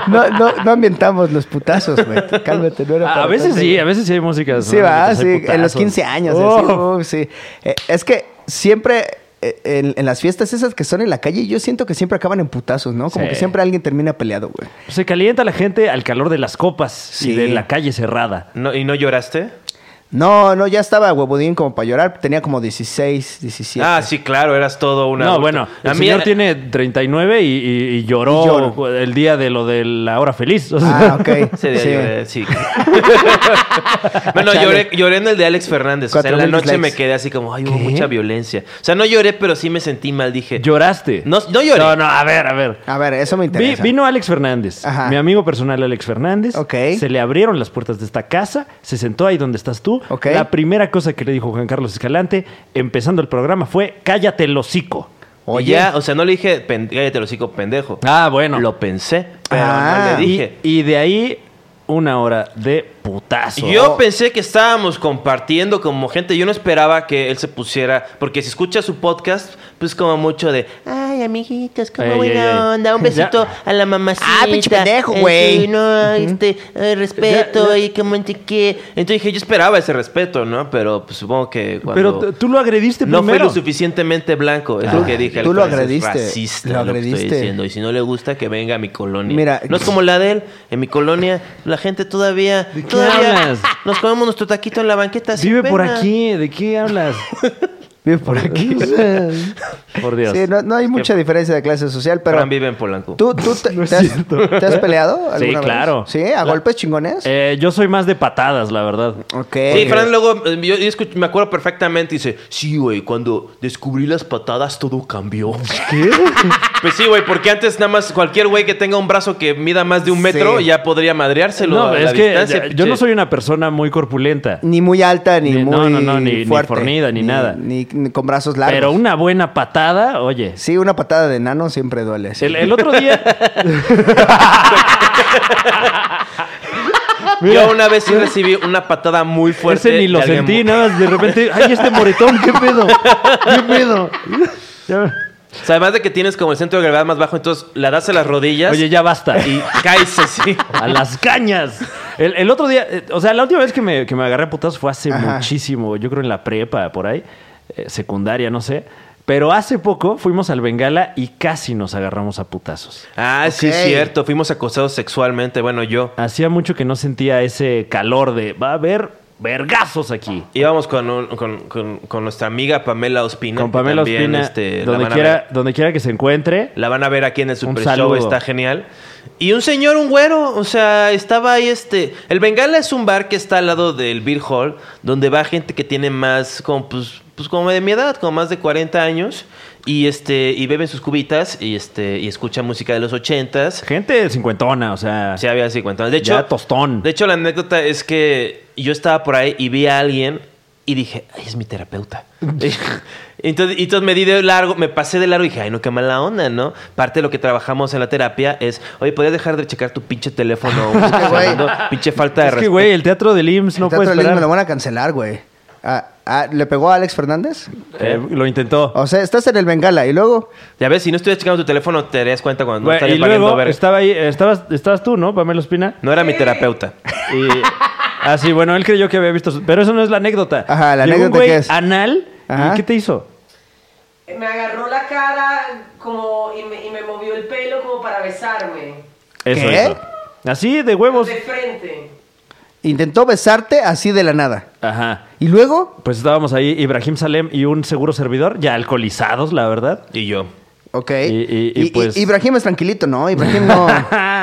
[SPEAKER 1] no, no, no ambientamos los putazos, güey. Cálmate, no era
[SPEAKER 3] A
[SPEAKER 1] para
[SPEAKER 3] veces
[SPEAKER 1] tanto.
[SPEAKER 3] sí, a veces sí hay música.
[SPEAKER 1] Sí,
[SPEAKER 3] ¿no?
[SPEAKER 1] va,
[SPEAKER 3] Hay
[SPEAKER 1] sí, en los
[SPEAKER 3] putazos.
[SPEAKER 1] 15 años.
[SPEAKER 3] Oh.
[SPEAKER 1] así, uh, sí. Eh, es que siempre eh, en, en las fiestas esas que son en la calle, yo siento que siempre acaban en putazos, ¿no? Como
[SPEAKER 3] Sí.
[SPEAKER 1] que siempre alguien termina peleado, güey.
[SPEAKER 3] Se calienta la gente al calor de las copas y
[SPEAKER 1] Sí.
[SPEAKER 3] de la calle cerrada.
[SPEAKER 2] No, ¿Y no lloraste?
[SPEAKER 1] No, no, ya estaba huevudín como para llorar. Tenía como 16, 17.
[SPEAKER 2] Ah, sí, claro, eras todo una.
[SPEAKER 3] No, bueno, el señor tiene 39 y, y- y
[SPEAKER 1] Y
[SPEAKER 3] lloró
[SPEAKER 1] lloro.
[SPEAKER 3] el día de lo de la hora feliz. o
[SPEAKER 1] Ah,
[SPEAKER 3] sea.
[SPEAKER 1] ok.
[SPEAKER 2] Sí,
[SPEAKER 1] sí.
[SPEAKER 2] lloré, sí. bueno,
[SPEAKER 1] Chale.
[SPEAKER 2] lloré, lloré en el de Alex Fernández. O sea, en la
[SPEAKER 1] 4000
[SPEAKER 2] noche me
[SPEAKER 1] dislikes.
[SPEAKER 2] quedé así como, ay, hubo
[SPEAKER 1] ¿Qué?
[SPEAKER 2] mucha violencia. O sea, no lloré, pero sí me sentí mal. Dije,
[SPEAKER 3] ¿Lloraste?
[SPEAKER 2] No, no lloré.
[SPEAKER 3] No, no, a ver, a ver.
[SPEAKER 1] A ver, eso me
[SPEAKER 3] Vi-
[SPEAKER 1] interesa.
[SPEAKER 3] vino Alex Fernández,
[SPEAKER 1] Ajá.
[SPEAKER 3] mi amigo personal Alex Fernández.
[SPEAKER 1] Ok.
[SPEAKER 3] Se le abrieron las puertas de esta casa, se sentó ahí donde estás tú.
[SPEAKER 1] Ok.
[SPEAKER 3] La primera cosa que le dijo Juan Carlos Escalante, empezando el programa, fue cállate el hocico.
[SPEAKER 2] Oye. ya, o sea, no le dije, "Pen- cállate el hocico, pendejo.
[SPEAKER 3] Ah, bueno.
[SPEAKER 2] Lo pensé, pero
[SPEAKER 1] Ah.
[SPEAKER 2] no le dije.
[SPEAKER 3] Y, y de ahí, una hora de putazo. Oh,
[SPEAKER 2] Yo pensé que estábamos compartiendo como gente. Yo no esperaba que él se pusiera. Porque si escucha su podcast, pues como mucho de. Ay, amiguitos, como
[SPEAKER 3] Ey,
[SPEAKER 2] buena
[SPEAKER 3] ey, ey.
[SPEAKER 2] onda. Un besito
[SPEAKER 3] Ya.
[SPEAKER 2] a la mamacita.
[SPEAKER 1] Ah, pinche pendejo,
[SPEAKER 2] este,
[SPEAKER 1] güey.
[SPEAKER 2] No, este, eh, respeto
[SPEAKER 3] Ya, ya.
[SPEAKER 2] y como entre qué. Entonces dije, yo esperaba ese respeto, ¿no? Pero pues, supongo que cuando.
[SPEAKER 3] Pero t- tú lo agrediste
[SPEAKER 2] no fue
[SPEAKER 3] primero.
[SPEAKER 2] lo suficientemente blanco, es lo que dije. al
[SPEAKER 1] este tú lo
[SPEAKER 2] parecer es
[SPEAKER 1] agrediste,
[SPEAKER 2] Racista,
[SPEAKER 1] lo
[SPEAKER 2] lo agrediste.
[SPEAKER 1] agrediste.
[SPEAKER 2] diciendo. Y si no le gusta, que venga a mi colonia.
[SPEAKER 1] Mira,
[SPEAKER 2] no es como la de él. En mi colonia, la gente todavía.
[SPEAKER 3] ¿De qué
[SPEAKER 2] todavía
[SPEAKER 3] hablas?
[SPEAKER 2] nos comemos nuestro taquito en la banqueta. sin
[SPEAKER 3] Vive por
[SPEAKER 2] pena.
[SPEAKER 3] aquí, ¿de qué hablas?
[SPEAKER 1] Vive por aquí.
[SPEAKER 3] por Dios.
[SPEAKER 1] Sí, no, no hay mucha diferencia de clase social, pero...
[SPEAKER 2] Fran vive en Polanco.
[SPEAKER 1] ¿Tú, tú te, te has, te has peleado alguna
[SPEAKER 3] Sí,
[SPEAKER 1] vez?
[SPEAKER 3] claro.
[SPEAKER 1] ¿Sí? ¿A
[SPEAKER 3] La-
[SPEAKER 1] golpes chingones?
[SPEAKER 3] Eh, yo soy más de patadas, la verdad.
[SPEAKER 1] ok.
[SPEAKER 2] Sí, Fran luego, eh, yo, yo escuch- me acuerdo perfectamente, dice, sí, güey, cuando descubrí las patadas todo cambió. ¿Qué? Pues sí, güey, porque antes nada más cualquier güey que tenga un brazo que mida más de un metro
[SPEAKER 1] Sí.
[SPEAKER 2] ya podría madreárselo
[SPEAKER 3] No,
[SPEAKER 2] a
[SPEAKER 3] es
[SPEAKER 2] la
[SPEAKER 3] que
[SPEAKER 2] distancia,
[SPEAKER 3] ya- yo
[SPEAKER 2] pinche.
[SPEAKER 3] no soy una persona muy corpulenta.
[SPEAKER 1] Ni muy alta, ni,
[SPEAKER 3] Ni-
[SPEAKER 1] muy
[SPEAKER 3] no, no, no, ni- ni
[SPEAKER 1] fuerte,
[SPEAKER 3] fornida, ni nada.
[SPEAKER 1] Ni, ni con brazos largos.
[SPEAKER 3] Pero una buena patada, oye.
[SPEAKER 1] Sí, una patada de nano siempre duele. sí.
[SPEAKER 3] El, el otro día.
[SPEAKER 2] Yo una vez sí recibí una patada muy fuerte.
[SPEAKER 3] Ese ni lo
[SPEAKER 2] de alguien
[SPEAKER 3] sentí,
[SPEAKER 2] mu-
[SPEAKER 3] nada más de repente, ay, este moretón, qué pedo, qué pedo. Ya-
[SPEAKER 2] O sea, además de que tienes como el centro de gravedad más bajo, entonces la das a las rodillas
[SPEAKER 3] Oye, ya basta.
[SPEAKER 2] y caes así.
[SPEAKER 3] A las cañas. El, el otro día, eh, o sea, la última vez que me, que me agarré a putazos fue hace
[SPEAKER 1] Ajá.
[SPEAKER 3] muchísimo, yo creo en la prepa, por ahí, eh, secundaria, no sé. Pero hace poco fuimos al Bengala y casi nos agarramos a putazos.
[SPEAKER 2] Ah, sí,
[SPEAKER 1] Ok.
[SPEAKER 2] es cierto. Fuimos acosados sexualmente. Bueno, yo.
[SPEAKER 3] Hacía mucho que no sentía ese calor de, va a haber vergazos aquí.
[SPEAKER 2] Íbamos con, un- con, con- con nuestra amiga Pamela Ospina.
[SPEAKER 3] Con
[SPEAKER 2] que
[SPEAKER 3] Pamela
[SPEAKER 2] también,
[SPEAKER 3] Ospina,
[SPEAKER 2] este, la
[SPEAKER 3] donde,
[SPEAKER 2] van a
[SPEAKER 3] quiera,
[SPEAKER 2] ver-
[SPEAKER 3] donde quiera que se encuentre,
[SPEAKER 2] La van a ver aquí en el
[SPEAKER 3] Un
[SPEAKER 2] Super
[SPEAKER 3] saludo.
[SPEAKER 2] Show, está genial. Y un señor, un güero, o sea, estaba ahí este... El Bengala es un bar que está al lado del Beer Hall, donde va gente que tiene más, como, pues, pues como de mi edad, como más de 40 años, y este y beben sus cubitas y este y escuchan música de los 80s.
[SPEAKER 3] gente cincuentona, o sea,
[SPEAKER 2] Sí, había 50. De hecho,
[SPEAKER 3] Ya tostón.
[SPEAKER 2] De hecho, la anécdota es que yo estaba por ahí y vi a alguien y dije, ay, es mi terapeuta. entonces, y entonces me di de largo, me pasé de largo y dije, ay, no, qué mala onda, ¿no? Parte de lo que trabajamos en la terapia es, oye, ¿podrías dejar de checar tu pinche teléfono?
[SPEAKER 1] que, güey,
[SPEAKER 2] Sonando, pinche falta de
[SPEAKER 3] es que,
[SPEAKER 2] respeto.
[SPEAKER 3] güey, el teatro del IMSS no
[SPEAKER 1] El Teatro
[SPEAKER 3] puede
[SPEAKER 1] del Limbo
[SPEAKER 3] esperar.
[SPEAKER 1] me lo van a cancelar, güey. Ah, ah, ¿Le pegó a Alex Fernández?
[SPEAKER 3] Eh, lo intentó.
[SPEAKER 1] O sea, estás en el Bengala y luego...
[SPEAKER 2] Ya ves, si no estuvieras checando tu teléfono, te darías cuenta cuando
[SPEAKER 3] Güey,
[SPEAKER 2] no estarías
[SPEAKER 3] y luego
[SPEAKER 2] valiendo verga.
[SPEAKER 3] estaba ahí, estabas, estabas tú, ¿no? Pamela Espina.
[SPEAKER 2] No era mi terapeuta.
[SPEAKER 3] Y, ah, sí, bueno, él creyó que había visto. su- Pero eso no es la anécdota.
[SPEAKER 1] Ajá, la
[SPEAKER 3] Llegó un
[SPEAKER 1] anécdota,
[SPEAKER 3] güey
[SPEAKER 1] ¿qué es?
[SPEAKER 3] anal.
[SPEAKER 1] Ajá.
[SPEAKER 3] ¿Y qué te hizo?
[SPEAKER 6] Me agarró la cara como y me, y me movió el pelo como para besarme.
[SPEAKER 3] Eso,
[SPEAKER 1] ¿Qué?
[SPEAKER 3] eso. Así, de huevos.
[SPEAKER 6] De frente.
[SPEAKER 1] Intentó besarte así de la nada.
[SPEAKER 3] Ajá.
[SPEAKER 1] Y luego...
[SPEAKER 3] Pues estábamos ahí, Ibrahim Salem y un seguro servidor, ya alcoholizados, la verdad.
[SPEAKER 2] Y yo.
[SPEAKER 1] Ok.
[SPEAKER 3] Y- y- y, pues-
[SPEAKER 1] Ibrahim es tranquilito, ¿no? Ibrahim no...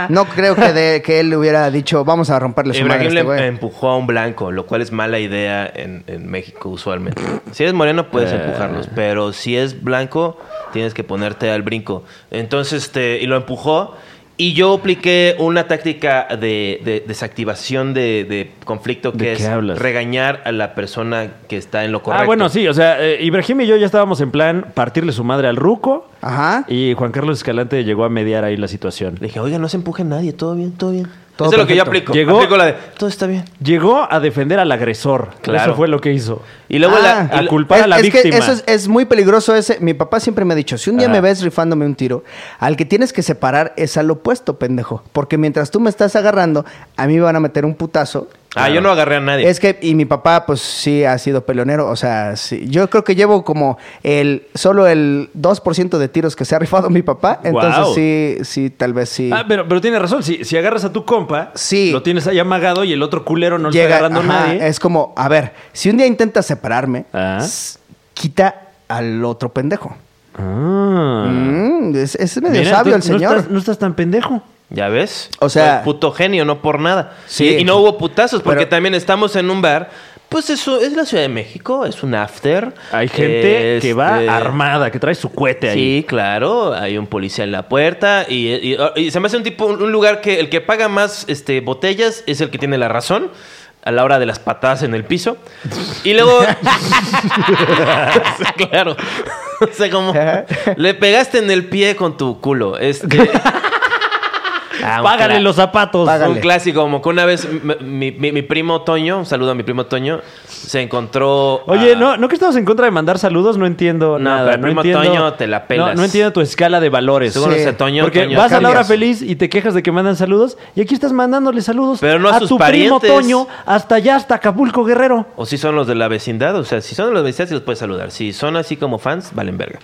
[SPEAKER 1] no creo que, de- que él hubiera dicho, vamos a romperle su madre a
[SPEAKER 2] Ibrahim
[SPEAKER 1] este
[SPEAKER 2] le
[SPEAKER 3] em-
[SPEAKER 1] güey.
[SPEAKER 2] empujó a un blanco, lo cual es mala idea en, en México usualmente. Si eres moreno puedes
[SPEAKER 3] Eh.
[SPEAKER 2] empujarlos, pero si es blanco tienes que ponerte al brinco. Entonces, este, y lo empujó y yo apliqué una táctica de, de desactivación de, de conflicto
[SPEAKER 3] ¿De
[SPEAKER 2] que
[SPEAKER 3] qué
[SPEAKER 2] es
[SPEAKER 3] hablas?
[SPEAKER 2] regañar a la persona que está en lo correcto.
[SPEAKER 3] Ah, bueno, sí, o sea, eh, Ibrahim y yo ya estábamos en plan partirle su madre al ruco.
[SPEAKER 1] Ajá.
[SPEAKER 3] Y Juan Carlos Escalante llegó a mediar ahí la situación.
[SPEAKER 2] Le dije, oiga, no se empuje nadie, todo bien, todo bien.
[SPEAKER 1] Todo
[SPEAKER 2] Eso es lo que yo
[SPEAKER 1] perfecto.
[SPEAKER 2] aplico.
[SPEAKER 3] Llegó-
[SPEAKER 2] Aplico la de, todo está bien.
[SPEAKER 3] Llegó a defender al agresor.
[SPEAKER 2] Claro.
[SPEAKER 3] Eso fue lo que hizo.
[SPEAKER 2] Y luego
[SPEAKER 1] Ah.
[SPEAKER 2] la, y
[SPEAKER 3] A
[SPEAKER 2] lo-
[SPEAKER 3] culpar a la víctima.
[SPEAKER 1] que eso es, es muy peligroso ese. Mi papá siempre me ha dicho, si un día
[SPEAKER 3] Ajá.
[SPEAKER 1] me ves rifándome un tiro, al que tienes que separar es al opuesto, pendejo. Porque mientras tú me estás agarrando, a mí me van a meter un putazo.
[SPEAKER 2] Ah, yo no agarré a nadie.
[SPEAKER 1] Es que, y mi papá, pues sí ha sido peleonero. O sea, sí. yo creo que llevo como el solo el 2% de tiros que se ha rifado mi papá. Entonces
[SPEAKER 3] Guau.
[SPEAKER 1] sí, sí, tal vez sí.
[SPEAKER 3] Ah, pero, pero tiene razón. Si, si agarras a tu compa,
[SPEAKER 1] Sí.
[SPEAKER 3] lo tienes ahí amagado y el otro culero no lo
[SPEAKER 1] Llega-
[SPEAKER 3] está agarrando
[SPEAKER 1] ajá,
[SPEAKER 3] nadie.
[SPEAKER 1] Es como, a ver, si un día intentas separarme,
[SPEAKER 3] Ah.
[SPEAKER 1] s- quita al otro pendejo.
[SPEAKER 3] Ah.
[SPEAKER 1] Mm, es, es medio
[SPEAKER 3] Mira,
[SPEAKER 1] sabio el
[SPEAKER 3] entonces,
[SPEAKER 1] señor.
[SPEAKER 3] No estás, no estás tan pendejo.
[SPEAKER 2] ¿Ya ves?
[SPEAKER 1] O sea-
[SPEAKER 2] Fue puto genio, no por nada.
[SPEAKER 1] Sí.
[SPEAKER 2] Y, y no hubo putazos, porque
[SPEAKER 1] Pero-
[SPEAKER 2] también estamos en un bar. Pues eso es la Ciudad de México, es un after.
[SPEAKER 3] Hay gente
[SPEAKER 2] Este-
[SPEAKER 3] que va armada, que trae su cohete ahí.
[SPEAKER 2] Sí, claro, hay un policía en la puerta y, y- y se me hace un tipo un lugar que el que paga más este botellas es el que tiene la razón a la hora de las patadas en el piso. Y luego claro. o sea, como
[SPEAKER 1] Ajá.
[SPEAKER 2] le pegaste en el pie con tu culo. Este, Ah, un
[SPEAKER 3] Págale
[SPEAKER 2] cla-
[SPEAKER 3] los zapatos.
[SPEAKER 1] Págale.
[SPEAKER 2] Un clásico, como que una vez m- mi, mi- mi primo Toño, un saludo a mi primo Toño, se encontró.
[SPEAKER 3] Oye,
[SPEAKER 2] a-
[SPEAKER 3] no, no que estamos en contra de mandar saludos, no entiendo
[SPEAKER 2] Nada,
[SPEAKER 3] nada.
[SPEAKER 2] Ah. primo
[SPEAKER 3] no entiendo,
[SPEAKER 2] Toño, te la pelas.
[SPEAKER 3] No, no entiendo tu escala de valores.
[SPEAKER 2] Según
[SPEAKER 1] Sí.
[SPEAKER 2] ese Toño,
[SPEAKER 3] Porque
[SPEAKER 2] Toño-
[SPEAKER 3] vas a la hora
[SPEAKER 1] cambias.
[SPEAKER 3] feliz y te quejas de que mandan saludos y aquí estás mandándole saludos
[SPEAKER 2] Pero no a sus
[SPEAKER 3] tu primo
[SPEAKER 2] parientes.
[SPEAKER 3] Toño hasta allá, hasta Acapulco Guerrero.
[SPEAKER 2] O si son los de la vecindad, o sea, si son de la vecindad, sí los puedes saludar. Si son así como fans, valen verga.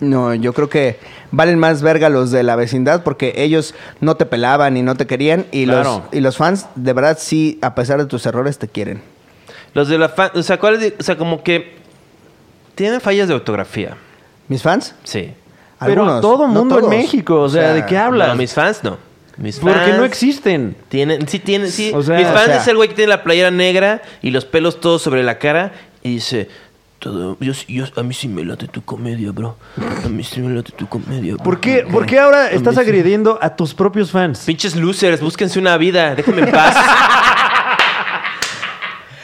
[SPEAKER 1] No, yo creo que valen más verga los de la vecindad porque ellos no te pelaban y no te querían y,
[SPEAKER 3] Claro.
[SPEAKER 1] los, y los fans de verdad sí, a pesar de tus errores, te quieren.
[SPEAKER 2] Los de la fan, o sea, ¿cuál es de- o sea, como que tienen fallas de ortografía.
[SPEAKER 1] ¿Mis fans?
[SPEAKER 2] Sí.
[SPEAKER 1] Algunos,
[SPEAKER 3] Pero todo
[SPEAKER 1] no
[SPEAKER 3] mundo en
[SPEAKER 1] todos.
[SPEAKER 3] México, o sea, ¿de qué hablas?
[SPEAKER 2] No, mis fans no. Mis
[SPEAKER 3] Porque
[SPEAKER 2] fans
[SPEAKER 3] no existen.
[SPEAKER 2] Tienen, sí tienen, sí.
[SPEAKER 3] O sea,
[SPEAKER 2] mis fans
[SPEAKER 1] o sea-
[SPEAKER 2] es el güey que tiene la playera negra y los pelos todos sobre la cara y dice, todo, yo, sí- yo- a mí sí me late tu comedia, bro. A mí sí me late tu comedia, bro.
[SPEAKER 3] ¿Por qué,
[SPEAKER 2] Ok.
[SPEAKER 3] por qué ahora
[SPEAKER 2] A mí
[SPEAKER 3] estás
[SPEAKER 2] sí-
[SPEAKER 3] agrediendo a tus propios fans?
[SPEAKER 2] Pinches losers, búsquense una vida, déjenme en paz.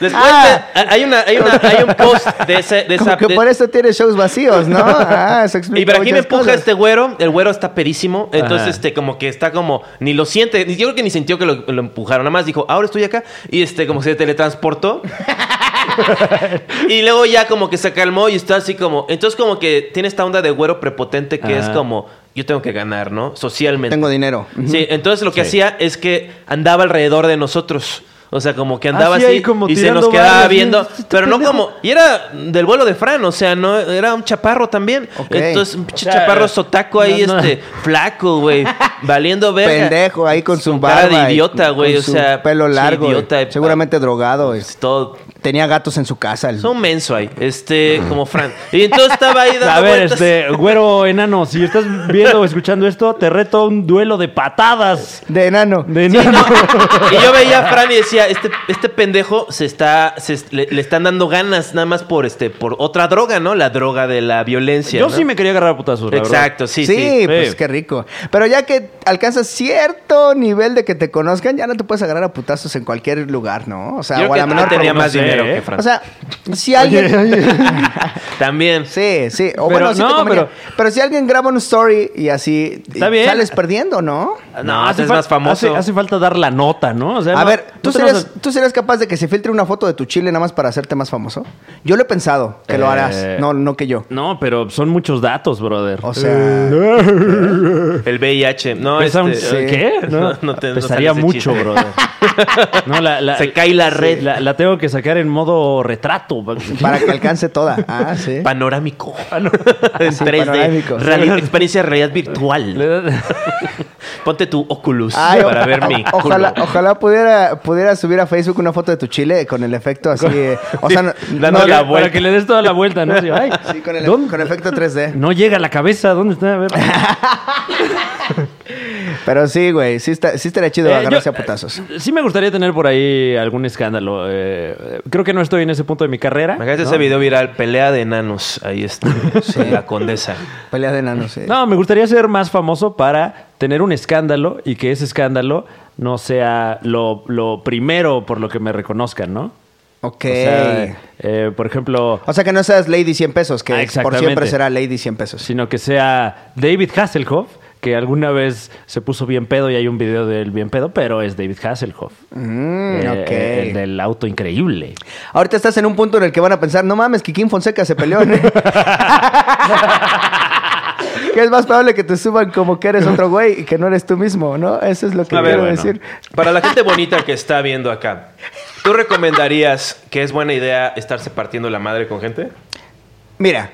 [SPEAKER 2] Después
[SPEAKER 1] Ah.
[SPEAKER 2] te- hay, una, hay, una, hay un post de, ese, de esa...
[SPEAKER 1] Como que
[SPEAKER 2] de-
[SPEAKER 1] por eso tiene shows vacíos, ¿no? Ah, se explica
[SPEAKER 2] Y para quién
[SPEAKER 1] muchas
[SPEAKER 2] empuja
[SPEAKER 1] cosas.
[SPEAKER 2] este güero, el güero está pedísimo, entonces
[SPEAKER 3] Ajá.
[SPEAKER 2] este como que está como ni lo siente, ni- yo creo que ni sintió que lo, lo empujaron, nada más dijo, "Ahora estoy acá" y este como se teletransportó. y luego ya como que se calmó y está así como, entonces como que tiene esta onda de güero prepotente que es
[SPEAKER 3] Ajá.
[SPEAKER 2] como yo tengo que ganar, ¿no? Socialmente.
[SPEAKER 1] Tengo dinero.
[SPEAKER 2] Sí, entonces lo que hacía es que andaba alrededor de nosotros. O sea, como que andaba
[SPEAKER 3] Ah, sí,
[SPEAKER 2] así
[SPEAKER 3] ahí como
[SPEAKER 2] y se
[SPEAKER 3] tirando
[SPEAKER 2] nos quedaba
[SPEAKER 3] varias,
[SPEAKER 2] viendo.
[SPEAKER 3] ¿no? Este
[SPEAKER 2] Pero no
[SPEAKER 3] pendejo.
[SPEAKER 2] como. Y era del vuelo de Fran, o sea, no era un chaparro también.
[SPEAKER 1] Ok.
[SPEAKER 2] Entonces, un pinche
[SPEAKER 3] O sea,
[SPEAKER 2] chaparro sotaco ahí,
[SPEAKER 3] no, no.
[SPEAKER 2] este, flaco, güey. Valiendo verga.
[SPEAKER 1] Pendejo ahí con su,
[SPEAKER 2] cara
[SPEAKER 1] barba.
[SPEAKER 2] de
[SPEAKER 1] y
[SPEAKER 2] idiota,
[SPEAKER 1] con
[SPEAKER 2] güey, o
[SPEAKER 1] su
[SPEAKER 2] sea,
[SPEAKER 1] pelo
[SPEAKER 2] sí,
[SPEAKER 1] largo.
[SPEAKER 2] idiota, eh,
[SPEAKER 1] y
[SPEAKER 2] y-
[SPEAKER 1] seguramente drogado. y
[SPEAKER 2] Todo.
[SPEAKER 1] Tenía gatos en su casa. el-
[SPEAKER 2] Son menso ahí, este, como Fran. Y entonces estaba ahí dando
[SPEAKER 3] A ver,
[SPEAKER 2] vueltas.
[SPEAKER 3] este, güero enano, si estás viendo o escuchando esto, te reto a un duelo de patadas.
[SPEAKER 1] De enano.
[SPEAKER 3] De
[SPEAKER 2] Sí,
[SPEAKER 3] enano.
[SPEAKER 2] no. Y yo veía a Fran y decía, este, este pendejo se está, se est- le, le están dando ganas nada más por este, por otra droga, ¿no? La droga de la violencia.
[SPEAKER 3] Yo
[SPEAKER 2] ¿no?
[SPEAKER 3] sí me quería agarrar a putazos, la verdad.
[SPEAKER 2] Exacto, sí,
[SPEAKER 1] Sí,
[SPEAKER 2] sí.
[SPEAKER 1] pues
[SPEAKER 3] Sí.
[SPEAKER 1] qué rico. Pero ya que alcanzas cierto nivel de que te conozcan, ya no te puedes agarrar a putazos en cualquier lugar, ¿no? O sea,
[SPEAKER 2] Yo
[SPEAKER 1] o a
[SPEAKER 2] creo
[SPEAKER 1] la
[SPEAKER 2] que
[SPEAKER 1] menor
[SPEAKER 2] tenía
[SPEAKER 1] provocación.
[SPEAKER 2] más
[SPEAKER 3] no sé,
[SPEAKER 2] dinero
[SPEAKER 3] ¿eh?
[SPEAKER 2] que Fran.
[SPEAKER 1] O sea, si alguien.
[SPEAKER 2] También.
[SPEAKER 1] Sí, sí. O
[SPEAKER 3] Pero
[SPEAKER 1] bueno, sí te
[SPEAKER 3] no,
[SPEAKER 1] convenía.
[SPEAKER 3] pero-
[SPEAKER 1] pero... si alguien graba un story y así
[SPEAKER 3] Está
[SPEAKER 1] y
[SPEAKER 3] bien.
[SPEAKER 1] sales perdiendo, ¿no?
[SPEAKER 2] No,
[SPEAKER 3] Ah, hace
[SPEAKER 2] es
[SPEAKER 3] fal-
[SPEAKER 2] más famoso.
[SPEAKER 3] Hace, hace falta dar la nota, ¿no? O sea,
[SPEAKER 1] A
[SPEAKER 3] no-
[SPEAKER 1] ver,
[SPEAKER 3] no
[SPEAKER 1] ¿tú,
[SPEAKER 3] te
[SPEAKER 1] serías,
[SPEAKER 3] vas a-
[SPEAKER 1] ¿tú serías capaz de que se filtre una foto de tu chile nada más para hacerte más famoso? Yo lo he pensado que lo
[SPEAKER 3] Eh,
[SPEAKER 1] harás. No, no que yo.
[SPEAKER 3] No, pero son muchos datos, brother.
[SPEAKER 1] O sea,
[SPEAKER 2] El VIH. No,
[SPEAKER 3] Pesa un-
[SPEAKER 2] este,
[SPEAKER 1] sí.
[SPEAKER 3] ¿Qué?
[SPEAKER 2] No, no te- no
[SPEAKER 3] Pesaría
[SPEAKER 2] sale ese
[SPEAKER 3] mucho,
[SPEAKER 2] chiste.
[SPEAKER 3] brother. No, la, la-
[SPEAKER 2] Se cae la red.
[SPEAKER 3] La, la tengo que sacar en modo retrato.
[SPEAKER 1] para que alcance toda. Ah, sí.
[SPEAKER 2] Panorámico. en
[SPEAKER 1] Ah, Sí,
[SPEAKER 2] 3D.
[SPEAKER 1] panorámico.
[SPEAKER 2] Reali- experiencia de realidad virtual.
[SPEAKER 3] Le-
[SPEAKER 2] Ponte tu Oculus
[SPEAKER 1] Ay, o-
[SPEAKER 2] para ver
[SPEAKER 1] o-
[SPEAKER 2] mi
[SPEAKER 1] Ojalá,
[SPEAKER 2] culo.
[SPEAKER 1] ojalá pudiera, pudiera subir a Facebook una foto de tu chile con el efecto así. eh, o sea, no,
[SPEAKER 2] dando
[SPEAKER 1] no-
[SPEAKER 2] la
[SPEAKER 3] para
[SPEAKER 2] vuelta.
[SPEAKER 3] que le des toda la vuelta, ¿no? Así, ay,
[SPEAKER 1] sí, con, el,
[SPEAKER 3] ¿dónde-
[SPEAKER 1] con efecto 3D.
[SPEAKER 3] No llega a la cabeza, ¿dónde está? A ver.
[SPEAKER 1] Pero sí, güey, sí, está, sí estaría chido
[SPEAKER 3] Eh,
[SPEAKER 1] agarrarse
[SPEAKER 3] yo-
[SPEAKER 1] a putazos.
[SPEAKER 3] Sí me gustaría tener por ahí algún escándalo. eh, eh, creo que no estoy en ese punto de mi carrera.
[SPEAKER 2] Me encanta
[SPEAKER 3] ¿no?
[SPEAKER 2] ese video viral, pelea de enanos. Ahí está. en la condesa.
[SPEAKER 1] Pelea de enanos, eh.
[SPEAKER 3] No, me gustaría ser más famoso para tener un escándalo y que ese escándalo no sea lo, lo primero por lo que me reconozcan, ¿no?
[SPEAKER 1] Ok.
[SPEAKER 3] O sea, eh, por ejemplo,
[SPEAKER 1] que no seas Lady 100 pesos, que
[SPEAKER 3] Ah,
[SPEAKER 1] por
[SPEAKER 3] exactamente.
[SPEAKER 1] siempre será Lady 100 pesos.
[SPEAKER 3] sino que sea David Hasselhoff, que alguna vez se puso bien pedo y hay un video del bien pedo, pero es David Hasselhoff.
[SPEAKER 1] Mm,
[SPEAKER 3] Eh,
[SPEAKER 1] ok.
[SPEAKER 3] El del auto increíble.
[SPEAKER 1] Ahorita estás en un punto en el que van a pensar, no mames, que Kim Fonseca se peleó. ¿no?" que es más probable que te suban como que eres otro güey y que no eres tú mismo, ¿no? Eso es lo que
[SPEAKER 2] A ver,
[SPEAKER 1] quiero
[SPEAKER 2] bueno.
[SPEAKER 1] decir.
[SPEAKER 2] Para la gente bonita que está viendo acá, ¿tú recomendarías que es buena idea estarse partiendo la madre con gente?
[SPEAKER 1] Mira,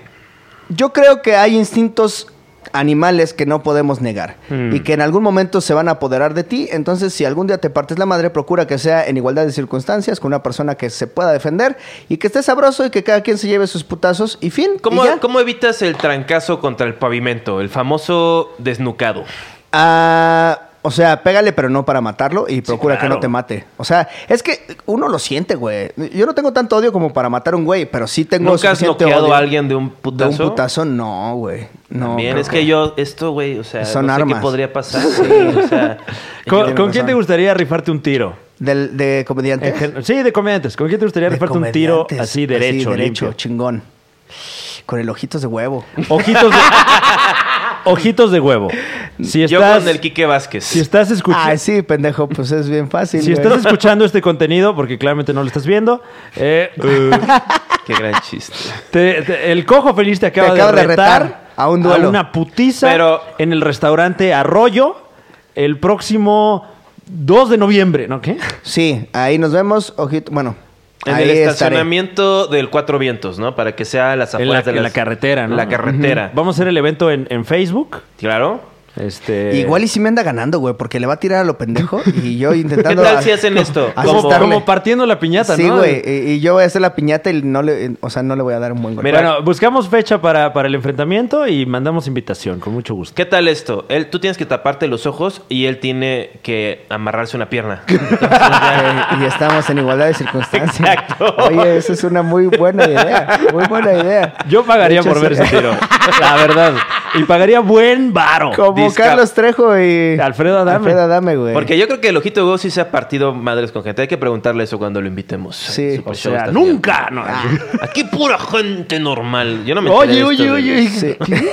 [SPEAKER 1] yo creo que hay instintos animales que no podemos negar
[SPEAKER 2] Mm.
[SPEAKER 1] y que en algún momento se van a apoderar de ti. Entonces, si algún día te partes la madre, procura que sea en igualdad de circunstancias, con una persona que se pueda defender y que esté sabroso y que cada quien se lleve sus putazos y fin. y
[SPEAKER 2] ¿Cómo,
[SPEAKER 1] ya.
[SPEAKER 2] cómo evitas el trancazo contra el pavimento? El famoso desnucado.
[SPEAKER 1] Ah, o sea, pégale, pero no para matarlo y procura que
[SPEAKER 3] claro.
[SPEAKER 1] no te mate. O sea, es que uno lo siente, güey. Yo no tengo tanto odio como para matar a un güey, pero sí tengo
[SPEAKER 2] ¿Nunca has
[SPEAKER 1] suficiente
[SPEAKER 2] noqueado
[SPEAKER 1] odio
[SPEAKER 2] a alguien de un
[SPEAKER 1] de
[SPEAKER 2] putazo?
[SPEAKER 1] un putazo, no, güey. No,
[SPEAKER 2] También
[SPEAKER 1] creo
[SPEAKER 2] es que, yo, esto, güey, o sea,
[SPEAKER 1] Son
[SPEAKER 2] no sé qué
[SPEAKER 1] armas.
[SPEAKER 2] podría pasar. güey, o sea,
[SPEAKER 3] ¿Con,
[SPEAKER 1] tienes
[SPEAKER 3] con
[SPEAKER 1] razón.
[SPEAKER 3] quién te gustaría rifarte un tiro?
[SPEAKER 1] Del-
[SPEAKER 3] Eh,
[SPEAKER 1] de comediante.
[SPEAKER 3] En gen- Sí, de comediantes. ¿Con quién te gustaría rifarte un tiro así derecho, limpio?
[SPEAKER 1] chingón. Con el ojitos de huevo.
[SPEAKER 3] Ojitos de, ojitos de huevo. Si
[SPEAKER 2] Yo
[SPEAKER 3] estás,
[SPEAKER 2] con el Quique Vázquez.
[SPEAKER 3] si estás escuchando...
[SPEAKER 1] Ay, sí, pendejo, pues es bien fácil.
[SPEAKER 3] Si
[SPEAKER 1] güey.
[SPEAKER 3] estás escuchando este contenido, porque claramente no lo estás viendo, eh,
[SPEAKER 2] Qué gran chiste.
[SPEAKER 3] te- te- el cojo feliz te acaba,
[SPEAKER 1] acaba
[SPEAKER 3] de,
[SPEAKER 1] de
[SPEAKER 3] retar
[SPEAKER 1] retar a un duelo.
[SPEAKER 3] una putiza
[SPEAKER 2] Pero-
[SPEAKER 3] en el restaurante Arroyo el próximo 2 de noviembre, ¿no? ¿Qué?
[SPEAKER 1] Sí, ahí nos vemos. Ojito, bueno.
[SPEAKER 2] En
[SPEAKER 1] ahí
[SPEAKER 2] el
[SPEAKER 1] estaré.
[SPEAKER 2] estacionamiento del Cuatro Vientos, ¿no? Para que sea las
[SPEAKER 3] En la,
[SPEAKER 2] afueras de
[SPEAKER 3] en
[SPEAKER 2] las-
[SPEAKER 3] la carretera, ¿no?
[SPEAKER 2] La carretera.
[SPEAKER 3] Ujú. Vamos a hacer el evento en, en Facebook.
[SPEAKER 2] Claro.
[SPEAKER 3] Este,
[SPEAKER 1] Eh. Igual y si me anda ganando, güey, porque le va a tirar a lo pendejo y yo
[SPEAKER 2] ¿Qué
[SPEAKER 1] intentando.
[SPEAKER 2] tal si hacen esto?
[SPEAKER 1] a-
[SPEAKER 3] como,
[SPEAKER 1] asustarle.
[SPEAKER 3] como partiendo la piñata,
[SPEAKER 1] Sí,
[SPEAKER 3] ¿no?
[SPEAKER 1] güey. Y, y yo voy a hacer la piñata y no le, o sea, no le voy a dar un buen golpe.
[SPEAKER 2] Mira.
[SPEAKER 3] Bueno, buscamos fecha para, para el enfrentamiento y mandamos invitación, con mucho gusto.
[SPEAKER 2] ¿Qué tal esto? Él, tú tienes que taparte los ojos y él tiene que amarrarse una pierna. Entonces,
[SPEAKER 1] Eh, y estamos en igualdad de circunstancias.
[SPEAKER 2] Exacto.
[SPEAKER 1] Oye, esa es una muy buena idea. Muy buena idea.
[SPEAKER 3] Yo pagaría
[SPEAKER 1] De hecho,
[SPEAKER 3] por ver
[SPEAKER 1] sí.
[SPEAKER 3] ese tiro, la verdad. Y pagaría buen varo.
[SPEAKER 1] Como
[SPEAKER 2] Discap-
[SPEAKER 1] Carlos Trejo y.
[SPEAKER 3] Alfredo Adame.
[SPEAKER 1] Alfredo Adame, güey.
[SPEAKER 2] Porque yo creo que el ojito de Go sí se ha partido madres con gente. Hay que preguntarle eso cuando lo invitemos.
[SPEAKER 1] Sí.
[SPEAKER 2] Super
[SPEAKER 3] O
[SPEAKER 2] Show
[SPEAKER 3] sea,
[SPEAKER 2] está
[SPEAKER 3] nunca. No.
[SPEAKER 2] genial. Aquí pura gente normal. Yo no me enteré
[SPEAKER 3] Oye,
[SPEAKER 2] de
[SPEAKER 3] oye,
[SPEAKER 2] esto,
[SPEAKER 3] oye.
[SPEAKER 2] güey.
[SPEAKER 1] Sí.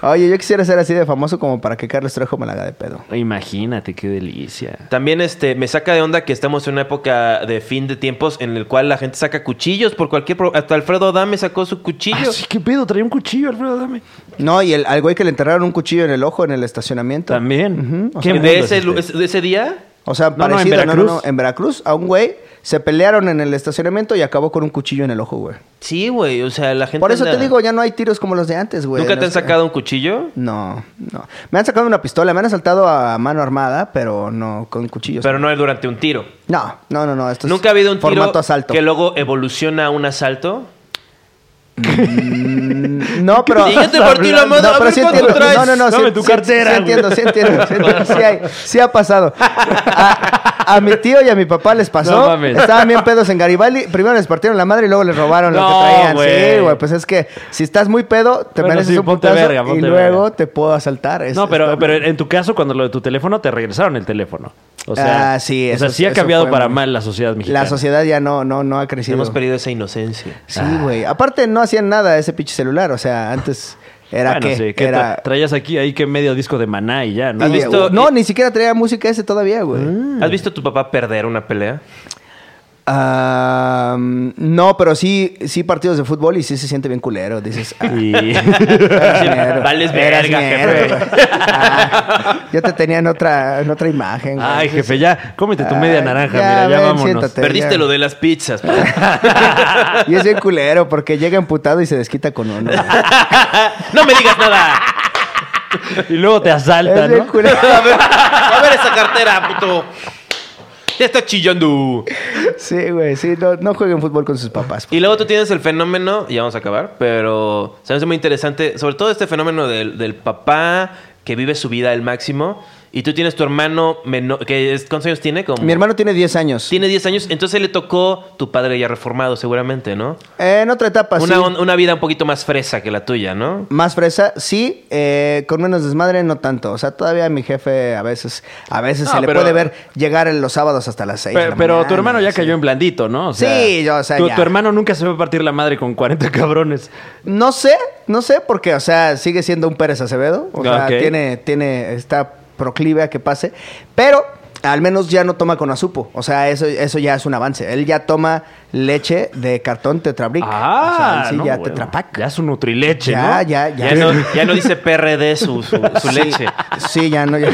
[SPEAKER 1] Oye, yo quisiera ser así de famoso como para que Carlos Trejo me la haga de pedo.
[SPEAKER 3] Imagínate qué delicia.
[SPEAKER 2] También este, me saca de onda que estamos en una época de fin de tiempos en el cual la gente saca cuchillos por cualquier... pro- Hasta Alfredo Adame sacó su
[SPEAKER 1] Ah,
[SPEAKER 2] cuchillo.
[SPEAKER 3] Así que Ah, pedo, traía un cuchillo, Alfredo, dame.
[SPEAKER 1] No, y el, al güey que le enterraron un cuchillo en el ojo en el estacionamiento.
[SPEAKER 3] También.
[SPEAKER 1] Ujú, o
[SPEAKER 3] ¿Qué
[SPEAKER 1] sea,
[SPEAKER 3] mundo
[SPEAKER 2] de,
[SPEAKER 3] es
[SPEAKER 2] ese,
[SPEAKER 3] este?
[SPEAKER 2] lu- es- de ese día...
[SPEAKER 1] O sea,
[SPEAKER 3] No, no, en
[SPEAKER 1] parecido. No, no, no, en Veracruz.
[SPEAKER 3] Veracruz.
[SPEAKER 1] a un güey se pelearon en el estacionamiento y acabó con un cuchillo en el ojo, güey.
[SPEAKER 2] Sí, güey. O sea, la gente...
[SPEAKER 1] Por eso
[SPEAKER 2] anda-
[SPEAKER 1] te digo, ya no hay tiros como los de antes, güey.
[SPEAKER 2] ¿Nunca
[SPEAKER 1] No
[SPEAKER 2] te han
[SPEAKER 1] sé.
[SPEAKER 2] sacado un cuchillo?
[SPEAKER 1] No, no. Me han sacado una pistola, me han asaltado a mano armada, pero no con cuchillos.
[SPEAKER 2] Pero no es durante un tiro.
[SPEAKER 1] No, no, no, no. Esto es
[SPEAKER 2] ¿Nunca ha habido un tiro
[SPEAKER 1] formato asalto.
[SPEAKER 2] que luego evoluciona a un asalto?
[SPEAKER 1] Mm, No, pero.
[SPEAKER 2] Y yo te partí la madre,
[SPEAKER 1] No,
[SPEAKER 2] a
[SPEAKER 1] pero
[SPEAKER 2] ver
[SPEAKER 1] sí
[SPEAKER 2] cuánto
[SPEAKER 1] entiendo.
[SPEAKER 2] traes.
[SPEAKER 1] No, no, no.
[SPEAKER 3] Dame
[SPEAKER 1] sí-
[SPEAKER 3] tu
[SPEAKER 1] sí-
[SPEAKER 3] cartera,
[SPEAKER 1] Sí,
[SPEAKER 3] güey.
[SPEAKER 1] entiendo, sí entiendo. sí entiendo. Sí, hay- sí ha pasado. A, a mi tío y a mi papá les pasó.
[SPEAKER 3] No mames.
[SPEAKER 1] Estaban bien pedos en Garibaldi. Primero les partieron la madre y luego les robaron lo
[SPEAKER 3] No,
[SPEAKER 1] que traían.
[SPEAKER 3] güey.
[SPEAKER 1] Sí, güey. Pues es que si estás muy pedo, te
[SPEAKER 3] Bueno,
[SPEAKER 1] mereces
[SPEAKER 3] sí,
[SPEAKER 1] un
[SPEAKER 3] ponte
[SPEAKER 1] putazo
[SPEAKER 3] verga,
[SPEAKER 1] y
[SPEAKER 3] ponte
[SPEAKER 1] luego
[SPEAKER 3] verga.
[SPEAKER 1] te puedo asaltar. Es-
[SPEAKER 3] No, pero,
[SPEAKER 1] está-
[SPEAKER 3] pero en tu caso, cuando lo de tu teléfono, te regresaron el teléfono. O sea,
[SPEAKER 1] Ah, sí,
[SPEAKER 3] o sea,
[SPEAKER 1] eso-
[SPEAKER 3] sí ha
[SPEAKER 1] eso
[SPEAKER 3] cambiado
[SPEAKER 1] fue
[SPEAKER 3] para
[SPEAKER 1] muy-
[SPEAKER 3] mal la sociedad mexicana.
[SPEAKER 1] La sociedad ya no, no, no ha crecido.
[SPEAKER 2] Hemos perdido esa inocencia.
[SPEAKER 1] Sí, güey. Aparte, no hacían nada de ese pinche celular. O sea, antes era
[SPEAKER 3] Bueno,
[SPEAKER 1] que.
[SPEAKER 3] sí, que
[SPEAKER 1] era...
[SPEAKER 3] tra- traías aquí ahí que medio disco de maná y ya, ¿no?
[SPEAKER 2] ¿Has
[SPEAKER 1] Y-
[SPEAKER 2] visto-
[SPEAKER 1] No, ni siquiera traía música ese todavía, güey.
[SPEAKER 2] ¿Has visto a tu papá perder una pelea?
[SPEAKER 1] Ah, no, pero sí, sí partidos de fútbol y sí se siente bien culero. Dices, ah,
[SPEAKER 3] Y-
[SPEAKER 1] eras
[SPEAKER 2] Sí,
[SPEAKER 1] ñero, eras
[SPEAKER 2] vales verga,
[SPEAKER 1] ñero,
[SPEAKER 2] jefe.
[SPEAKER 1] güey. Ah, yo te tenía en otra, en otra imagen. güey.
[SPEAKER 3] Ay, jefe, ya, cómete tu
[SPEAKER 1] Ay,
[SPEAKER 3] media naranja,
[SPEAKER 1] Ah, ya,
[SPEAKER 3] mira, ya
[SPEAKER 1] ven,
[SPEAKER 3] vámonos.
[SPEAKER 1] siéntate. Te-
[SPEAKER 2] Perdiste
[SPEAKER 1] ya.
[SPEAKER 2] lo de las pizzas.
[SPEAKER 1] Y es bien culero porque llega emputado y se desquita con uno. güey.
[SPEAKER 2] ¡No me digas nada!
[SPEAKER 3] Y luego te asalta,
[SPEAKER 1] Eh, Es bien
[SPEAKER 3] ¿no?
[SPEAKER 1] culero.
[SPEAKER 2] A ver, a ver esa cartera, puto. Ya está chillando.
[SPEAKER 1] Sí, güey, sí, no, no jueguen fútbol con sus papás.
[SPEAKER 2] Y luego tú tienes el fenómeno, y ya vamos a acabar, pero se me hace muy interesante, sobre todo este fenómeno del, del papá que vive su vida al máximo, y tú tienes tu hermano menor, que es, ¿cuántos años tiene? Como-
[SPEAKER 1] Mi hermano tiene 10 años.
[SPEAKER 2] Tiene 10 años, entonces le tocó tu padre ya reformado seguramente, ¿no?
[SPEAKER 1] En otra etapa,
[SPEAKER 2] Una,
[SPEAKER 1] Ah, sí.
[SPEAKER 2] on- una vida un poquito más fresa que la tuya, ¿no?
[SPEAKER 1] Más fresa, sí, eh, con menos desmadre, no tanto. O sea, todavía mi jefe a veces, a veces
[SPEAKER 3] No,
[SPEAKER 1] se le
[SPEAKER 3] pero-
[SPEAKER 1] puede ver llegar en los sábados hasta las 6.
[SPEAKER 3] Pero, pero tu hermano ya cayó en blandito, ¿no? O
[SPEAKER 1] Sí, yo, o sea,
[SPEAKER 3] tu,
[SPEAKER 1] ya.
[SPEAKER 3] tu hermano nunca se va a partir la madre con 40 cabrones.
[SPEAKER 1] No sé, no sé, porque, o sea, sigue siendo un Pérez Acevedo. O sea,
[SPEAKER 3] Ok.
[SPEAKER 1] tiene, tiene, está proclive a que pase. Pero al menos ya no toma con azupo. O sea, eso, eso ya es un avance. Él ya toma leche de cartón tetrabric. o sea, él sí
[SPEAKER 3] Ah, no,
[SPEAKER 1] ya
[SPEAKER 3] bueno.
[SPEAKER 1] tetrapac.
[SPEAKER 3] Ya es un nutrileche,
[SPEAKER 1] Ya,
[SPEAKER 3] ¿no?
[SPEAKER 1] ya, ya.
[SPEAKER 2] Ya no, ya no dice PRD su, su, su leche.
[SPEAKER 1] Sí, ya no, ya.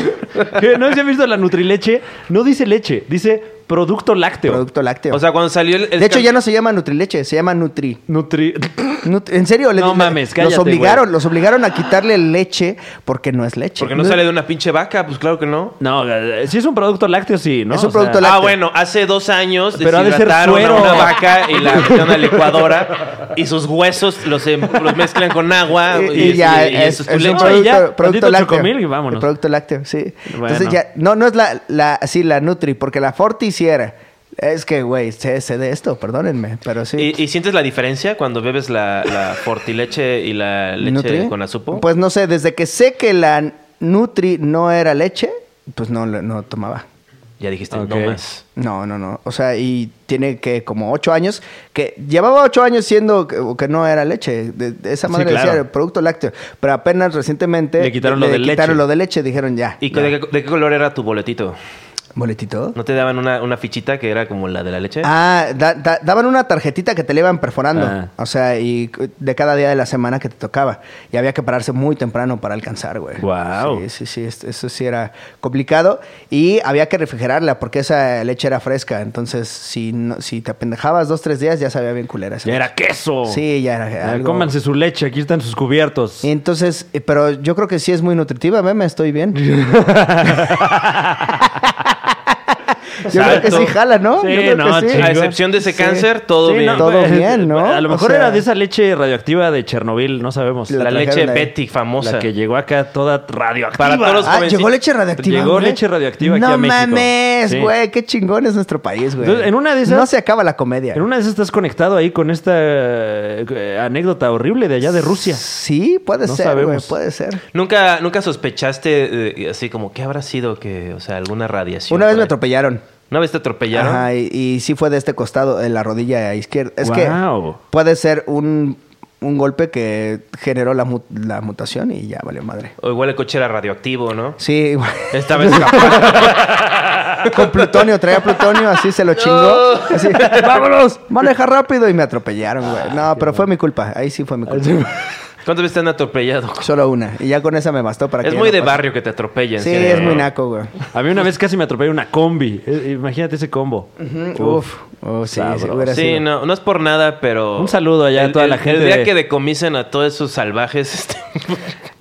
[SPEAKER 3] ¿Qué? ¿No se ha visto la nutrileche? No dice leche, dice producto lácteo.
[SPEAKER 1] Producto lácteo.
[SPEAKER 2] O sea, cuando salió el... el
[SPEAKER 1] de hecho,
[SPEAKER 2] can-
[SPEAKER 1] ya no se llama Nutrileche, se llama Nutri.
[SPEAKER 3] Nutri...
[SPEAKER 1] Nut- en serio, le-
[SPEAKER 3] No
[SPEAKER 1] le-
[SPEAKER 3] mames, cállate,
[SPEAKER 1] los obligaron,
[SPEAKER 3] güey.
[SPEAKER 1] los obligaron a quitarle leche porque no es leche.
[SPEAKER 2] Porque no sale de una pinche vaca, pues claro que no.
[SPEAKER 3] No, eh, si es un producto lácteo, sí, ¿no?
[SPEAKER 1] Es un
[SPEAKER 3] O sea,
[SPEAKER 1] producto lácteo.
[SPEAKER 2] Ah, bueno, hace dos años
[SPEAKER 3] Pero ha de ser
[SPEAKER 2] deshidrataron a
[SPEAKER 3] suero.
[SPEAKER 2] una vaca y la metieron a la licuadora y sus huesos los, em- los mezclan con agua
[SPEAKER 1] Y, y ya
[SPEAKER 2] y
[SPEAKER 1] es,
[SPEAKER 2] eso es
[SPEAKER 1] es
[SPEAKER 2] tu
[SPEAKER 1] un
[SPEAKER 2] leche.
[SPEAKER 1] producto,
[SPEAKER 3] Y ya,
[SPEAKER 1] producto
[SPEAKER 3] tantito
[SPEAKER 1] lácteo.
[SPEAKER 3] chocomil y vámonos.
[SPEAKER 1] El producto lácteo, sí.
[SPEAKER 3] Bueno.
[SPEAKER 1] Entonces ya, no, no es la, la, sí, la Nutri, porque la Forti sí era. Es que, güey, sé, sé de esto, perdónenme, pero sí.
[SPEAKER 2] ¿Y, y sientes la diferencia cuando bebes la, la fortileche y la leche
[SPEAKER 1] ¿Nutri?
[SPEAKER 2] con azupo?
[SPEAKER 1] Pues no sé, desde que sé que la Nutri no era leche, pues no, no tomaba.
[SPEAKER 2] Ya dijiste,
[SPEAKER 3] Ok.
[SPEAKER 2] no más.
[SPEAKER 1] No, no, no. O sea, y tiene que como ocho años, que llevaba ocho años siendo que, que no era leche. De, de esa
[SPEAKER 3] Sí,
[SPEAKER 1] madre
[SPEAKER 3] claro.
[SPEAKER 1] decía producto lácteo. Pero apenas recientemente
[SPEAKER 3] Le quitaron lo de leche.
[SPEAKER 1] quitaron lo de leche, dijeron ya.
[SPEAKER 2] ¿Y de, qué- de qué color era tu boletito?
[SPEAKER 1] ¿Boletito?
[SPEAKER 2] ¿No te daban una, una fichita que era como la de la leche?
[SPEAKER 1] Ah, da- da- daban una tarjetita que te le iban perforando.
[SPEAKER 3] Ah.
[SPEAKER 1] O sea, y cu- de cada día de la semana que te tocaba. Y había que pararse muy temprano para alcanzar, güey.
[SPEAKER 3] Guau.
[SPEAKER 1] Sí, sí, sí. es- Eso sí era complicado. Y había que refrigerarla porque esa leche era fresca. Entonces, si, no- si te apendejabas dos, tres días, ya sabía bien culera. esa
[SPEAKER 3] Ya
[SPEAKER 1] leche.
[SPEAKER 3] era queso.
[SPEAKER 1] Sí, ya era
[SPEAKER 3] Ya,
[SPEAKER 1] algo.
[SPEAKER 3] Cómanse su leche, aquí están sus cubiertos.
[SPEAKER 1] Y Entonces, eh, pero yo creo que sí es muy nutritiva, meme, estoy bien. yo creo que
[SPEAKER 2] Exacto.
[SPEAKER 1] sí jala, ¿no?
[SPEAKER 3] Sí,
[SPEAKER 1] yo creo
[SPEAKER 3] no,
[SPEAKER 1] que
[SPEAKER 2] A
[SPEAKER 3] chingón.
[SPEAKER 2] excepción de ese
[SPEAKER 1] Sí.
[SPEAKER 2] cáncer, todo
[SPEAKER 3] Sí,
[SPEAKER 2] bien.
[SPEAKER 3] no,
[SPEAKER 1] Todo
[SPEAKER 3] pues,
[SPEAKER 1] bien, ¿no?
[SPEAKER 3] A lo
[SPEAKER 1] O
[SPEAKER 3] mejor
[SPEAKER 1] sea-
[SPEAKER 3] era de esa leche radioactiva de Chernobyl, no sabemos.
[SPEAKER 2] la
[SPEAKER 1] la
[SPEAKER 2] leche
[SPEAKER 1] trajeron ahí.
[SPEAKER 2] Betty famosa.
[SPEAKER 3] La que llegó acá toda radioactiva.
[SPEAKER 2] Para todos los-
[SPEAKER 1] Ah,
[SPEAKER 2] jovencito.
[SPEAKER 1] llegó leche radioactiva.
[SPEAKER 3] Llegó
[SPEAKER 1] güey.
[SPEAKER 3] leche radioactiva aquí
[SPEAKER 1] no
[SPEAKER 3] a México.
[SPEAKER 1] mames,
[SPEAKER 3] Sí.
[SPEAKER 1] güey. Qué chingón es nuestro país, güey.
[SPEAKER 3] Entonces, en una de esas-
[SPEAKER 1] No se acaba la comedia.
[SPEAKER 3] En una de esas estás conectado ahí con esta eh, anécdota horrible de allá de Rusia.
[SPEAKER 1] Sí, puede
[SPEAKER 3] No
[SPEAKER 1] ser, güey.
[SPEAKER 3] sabemos.
[SPEAKER 1] Puede ser.
[SPEAKER 2] ¿Nunca, nunca sospechaste eh, así como qué habrá sido que, o sea, alguna radiación?
[SPEAKER 1] una vez
[SPEAKER 2] por
[SPEAKER 1] me
[SPEAKER 2] ahí?
[SPEAKER 1] atropellaron.
[SPEAKER 2] ¿Una vez te atropellaron?
[SPEAKER 1] Ajá, y, y sí fue de este costado, en la rodilla izquierda. Es
[SPEAKER 3] Guau.
[SPEAKER 1] que puede ser un, un golpe que generó la, mu- la mutación y ya valió madre.
[SPEAKER 2] O igual el coche era radioactivo, ¿no?
[SPEAKER 1] Sí, güey.
[SPEAKER 2] Esta vez capaz.
[SPEAKER 1] con plutonio, traía plutonio, así se lo chingó. Así, vámonos, maneja rápido y me atropellaron, güey.
[SPEAKER 2] Ah,
[SPEAKER 1] No, pero fue mi culpa. Ahí sí fue mi culpa.
[SPEAKER 2] ¿Cuántas veces te han atropellado?
[SPEAKER 1] Solo una. Y ya con esa me bastó para que.
[SPEAKER 2] Es
[SPEAKER 1] ya
[SPEAKER 2] muy
[SPEAKER 1] no
[SPEAKER 2] de
[SPEAKER 1] pase.
[SPEAKER 2] barrio que te atropellen.
[SPEAKER 1] Sí,
[SPEAKER 2] ¿no?
[SPEAKER 1] es muy naco, güey.
[SPEAKER 3] A mí una vez casi me atropelló una combi. Eh, Imagínate ese combo.
[SPEAKER 1] Uf, oh, sí, sí,
[SPEAKER 3] Sabroso.
[SPEAKER 1] hubiera
[SPEAKER 2] Sí,
[SPEAKER 1] sido.
[SPEAKER 2] no, no es por nada, pero...
[SPEAKER 3] Un saludo allá a
[SPEAKER 2] El-
[SPEAKER 3] toda la
[SPEAKER 2] el-
[SPEAKER 3] gente
[SPEAKER 2] El día
[SPEAKER 3] de-
[SPEAKER 2] que decomisen a todos esos salvajes, este,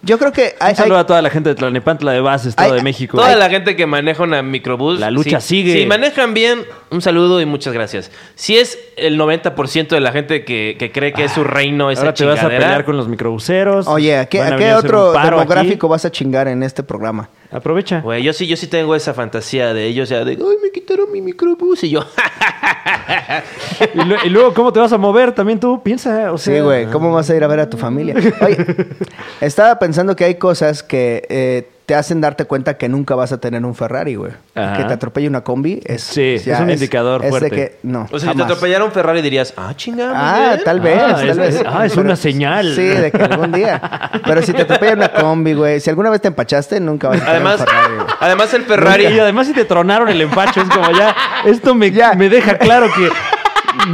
[SPEAKER 1] Yo creo que hay,
[SPEAKER 3] Un saludo
[SPEAKER 1] hay-
[SPEAKER 3] a toda la gente de Tlanepantla de Base, Estado
[SPEAKER 1] Ay,
[SPEAKER 3] de México.
[SPEAKER 2] toda la gente que maneja una microbús...
[SPEAKER 3] La lucha
[SPEAKER 2] si-
[SPEAKER 3] sigue.
[SPEAKER 2] Si manejan bien, un saludo y muchas gracias. Si es el 90% de la gente que, que cree que es su reino esa
[SPEAKER 3] Ah, Ahora te vas a
[SPEAKER 2] chingadera,
[SPEAKER 3] pelear con los microbuseros.
[SPEAKER 1] Oye, ¿a qué,
[SPEAKER 3] Pues, Van
[SPEAKER 1] a
[SPEAKER 3] venir
[SPEAKER 1] qué
[SPEAKER 3] hacer
[SPEAKER 1] otro
[SPEAKER 3] un paro aquí.
[SPEAKER 1] demográfico vas a chingar en este programa?
[SPEAKER 3] Aprovecha.
[SPEAKER 2] Güey, yo sí, yo sí tengo esa fantasía de ellos, ya de, ay, me quitaron mi microbús y yo,
[SPEAKER 3] Y, lu- y luego, ¿cómo te vas a mover? También tú piensa. O sea,
[SPEAKER 1] Sí, güey, ¿cómo vas a ir a ver a tu familia? Oye, estaba pensando que hay cosas que eh, te hacen darte cuenta que nunca vas a tener un Ferrari, güey.
[SPEAKER 3] Ajá.
[SPEAKER 1] Que te atropelle una combi es...
[SPEAKER 3] Sí, es un indicador
[SPEAKER 1] es de
[SPEAKER 3] fuerte.
[SPEAKER 1] que, no,
[SPEAKER 2] o sea, si te
[SPEAKER 1] jamás.
[SPEAKER 2] atropellara un Ferrari dirías, ah, chingada. muy
[SPEAKER 1] Ah,
[SPEAKER 2] bien".
[SPEAKER 1] tal vez,
[SPEAKER 3] Ah,
[SPEAKER 1] tal
[SPEAKER 3] es-
[SPEAKER 1] vez.
[SPEAKER 3] es- ah, es una señal.
[SPEAKER 1] Sí, de que algún día. Pero si te atropella una combi, güey, si alguna vez te empachaste, nunca vas a tener
[SPEAKER 2] Además,
[SPEAKER 1] un Ferrari, güey.
[SPEAKER 2] además el Ferrari,
[SPEAKER 3] Y además, si te tronaron el empacho, es como ya. Esto me,
[SPEAKER 1] Ya.
[SPEAKER 3] me deja claro que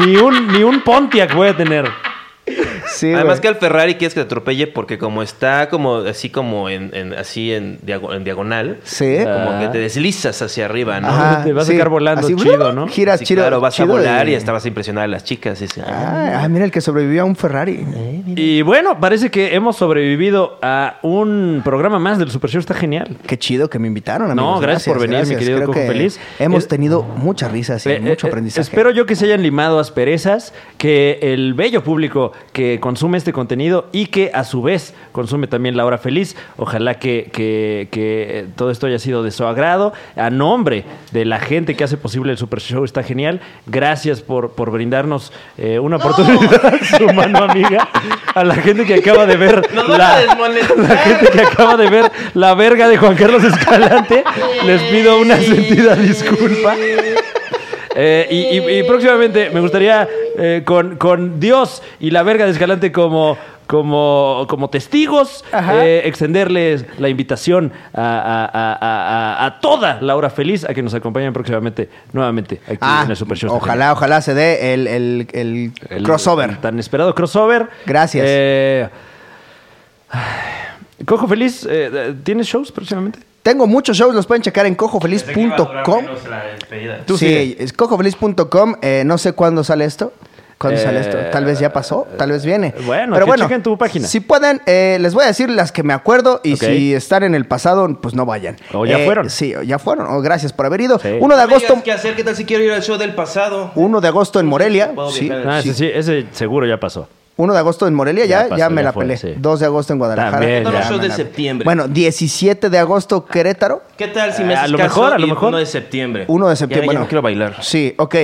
[SPEAKER 3] ni un, ni un Pontiac voy a tener.
[SPEAKER 1] Sí,
[SPEAKER 2] además
[SPEAKER 1] güey.
[SPEAKER 2] que al Ferrari quieres que te atropelle porque como está como así como en, en- así en, diago- en diagonal,
[SPEAKER 1] Sí.
[SPEAKER 2] como
[SPEAKER 3] Ah.
[SPEAKER 2] que te deslizas hacia arriba, ¿no?
[SPEAKER 1] Ajá,
[SPEAKER 3] Te vas a quedar volando, chido, ¿no?
[SPEAKER 1] Giras
[SPEAKER 2] Sí,
[SPEAKER 1] chido.
[SPEAKER 2] claro, vas
[SPEAKER 1] chido
[SPEAKER 2] a volar
[SPEAKER 1] de-
[SPEAKER 2] y estabas impresionada de las chicas. y dices, "Ah".
[SPEAKER 1] Ah, ah, mira el que sobrevivió a un Ferrari.
[SPEAKER 3] Y bueno, parece que hemos sobrevivido a un programa más del Super Show. Está genial.
[SPEAKER 1] Qué chido que me invitaron, amigos.
[SPEAKER 3] No, gracias por venir, mi querido
[SPEAKER 1] Creo
[SPEAKER 3] Coco
[SPEAKER 1] que
[SPEAKER 3] Feliz.
[SPEAKER 1] Hemos
[SPEAKER 3] Es-
[SPEAKER 1] tenido muchas risas y
[SPEAKER 3] Eh,
[SPEAKER 1] mucho
[SPEAKER 3] eh,
[SPEAKER 1] aprendizaje.
[SPEAKER 3] Espero yo que se hayan limado asperezas, que el bello público que consume este contenido y que a su vez consume también La Hora Feliz, ojalá que, que- que, eh, todo esto haya sido de su agrado. A nombre de la gente que hace posible el Super Show, está genial. Gracias por, por brindarnos eh, una oportunidad, su mano amiga, a la gente que acaba de ver
[SPEAKER 2] Nos van a
[SPEAKER 3] la,
[SPEAKER 2] desmonetizar.
[SPEAKER 3] la gente que acaba de ver la verga de Juan Carlos Escalante. Les pido una sentida disculpa. Eh, y, y- y próximamente me gustaría eh, con, con Dios y la verga de Escalante como, como, como testigos
[SPEAKER 1] Ajá.
[SPEAKER 3] eh, extenderles la invitación a, a- a- a- a- a toda la hora feliz a que nos acompañen próximamente nuevamente aquí
[SPEAKER 1] Ah,
[SPEAKER 3] en el Super Show.
[SPEAKER 1] ojalá, ojalá se dé el, el- el
[SPEAKER 3] El-
[SPEAKER 1] crossover.
[SPEAKER 3] el tan esperado crossover.
[SPEAKER 1] Gracias.
[SPEAKER 3] Eh, ay, Cojo Feliz, eh, ¿tienes shows próximamente?
[SPEAKER 1] Tengo muchos shows, los pueden checar en cojofeliz.com.
[SPEAKER 3] Tú
[SPEAKER 1] Sí,
[SPEAKER 3] sigue.
[SPEAKER 1] es cojofeliz.com. Eh, no sé cuándo sale esto. ¿Cuándo
[SPEAKER 3] Eh,
[SPEAKER 1] sale esto? Tal vez ya pasó, tal vez viene.
[SPEAKER 3] bueno,
[SPEAKER 1] pero
[SPEAKER 3] que
[SPEAKER 1] bueno,
[SPEAKER 3] chequen tu página.
[SPEAKER 1] Si pueden, eh, les voy a decir las que me acuerdo y
[SPEAKER 3] Ok.
[SPEAKER 1] si están en el pasado, pues no vayan.
[SPEAKER 3] O ya
[SPEAKER 1] Eh,
[SPEAKER 3] fueron.
[SPEAKER 1] Sí, o ya fueron. O gracias por haber ido.
[SPEAKER 3] Sí.
[SPEAKER 1] 1 de agosto,
[SPEAKER 2] ¿Qué hacer? ¿Qué tal si quiero ir al show del pasado?
[SPEAKER 1] 1 de agosto en Morelia.
[SPEAKER 2] puedo
[SPEAKER 1] Sí,
[SPEAKER 2] viajar.
[SPEAKER 3] Ah,
[SPEAKER 1] sí.
[SPEAKER 3] ese sí, ese seguro ya pasó.
[SPEAKER 1] 1 de agosto en Morelia,
[SPEAKER 3] Ya
[SPEAKER 1] ya, ya,
[SPEAKER 3] pasó,
[SPEAKER 1] me
[SPEAKER 3] ya
[SPEAKER 1] la
[SPEAKER 3] fue,
[SPEAKER 1] pelé.
[SPEAKER 3] sí.
[SPEAKER 1] 2 de agosto en Guadalajara.
[SPEAKER 3] También, Todos los
[SPEAKER 1] ya
[SPEAKER 2] shows
[SPEAKER 1] me
[SPEAKER 2] de
[SPEAKER 1] la-
[SPEAKER 2] septiembre.
[SPEAKER 1] Bueno, 17 de agosto Querétaro.
[SPEAKER 2] ¿Qué tal si me
[SPEAKER 3] A
[SPEAKER 2] haces
[SPEAKER 3] lo
[SPEAKER 2] caso
[SPEAKER 3] mejor, a lo
[SPEAKER 2] y
[SPEAKER 3] mejor.
[SPEAKER 2] uno de septiembre?
[SPEAKER 1] 1 de septiembre.
[SPEAKER 2] Ya, ya
[SPEAKER 1] bueno.
[SPEAKER 2] no quiero bailar.
[SPEAKER 1] Sí, ok.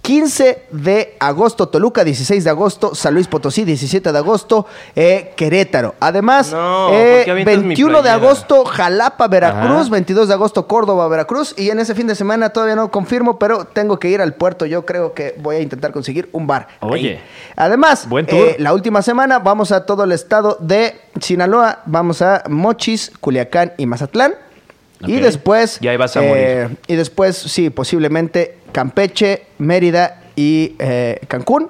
[SPEAKER 1] 15 de agosto Toluca, 16 de agosto San Luis Potosí, 17 de agosto eh, Querétaro. Además,
[SPEAKER 2] No,
[SPEAKER 1] eh,
[SPEAKER 2] ¿por qué avientas mi
[SPEAKER 1] 21 de
[SPEAKER 2] playera?
[SPEAKER 1] agosto Jalapa, Veracruz,
[SPEAKER 3] Ajá.
[SPEAKER 1] 22 de agosto Córdoba, Veracruz. Y en ese fin de semana todavía no confirmo, pero tengo que ir al puerto. Yo creo que voy a intentar conseguir un bar. ahí.
[SPEAKER 3] Oye.
[SPEAKER 1] Además,
[SPEAKER 3] Buen
[SPEAKER 1] eh,
[SPEAKER 3] tour.
[SPEAKER 1] la última semana vamos a todo el estado de Sinaloa, vamos a Mochis, Culiacán y Mazatlán. Y
[SPEAKER 3] Ok.
[SPEAKER 1] después... eh,
[SPEAKER 2] Y ahí vas a morir.
[SPEAKER 1] Y después, sí, posiblemente Campeche, Mérida y eh, Cancún.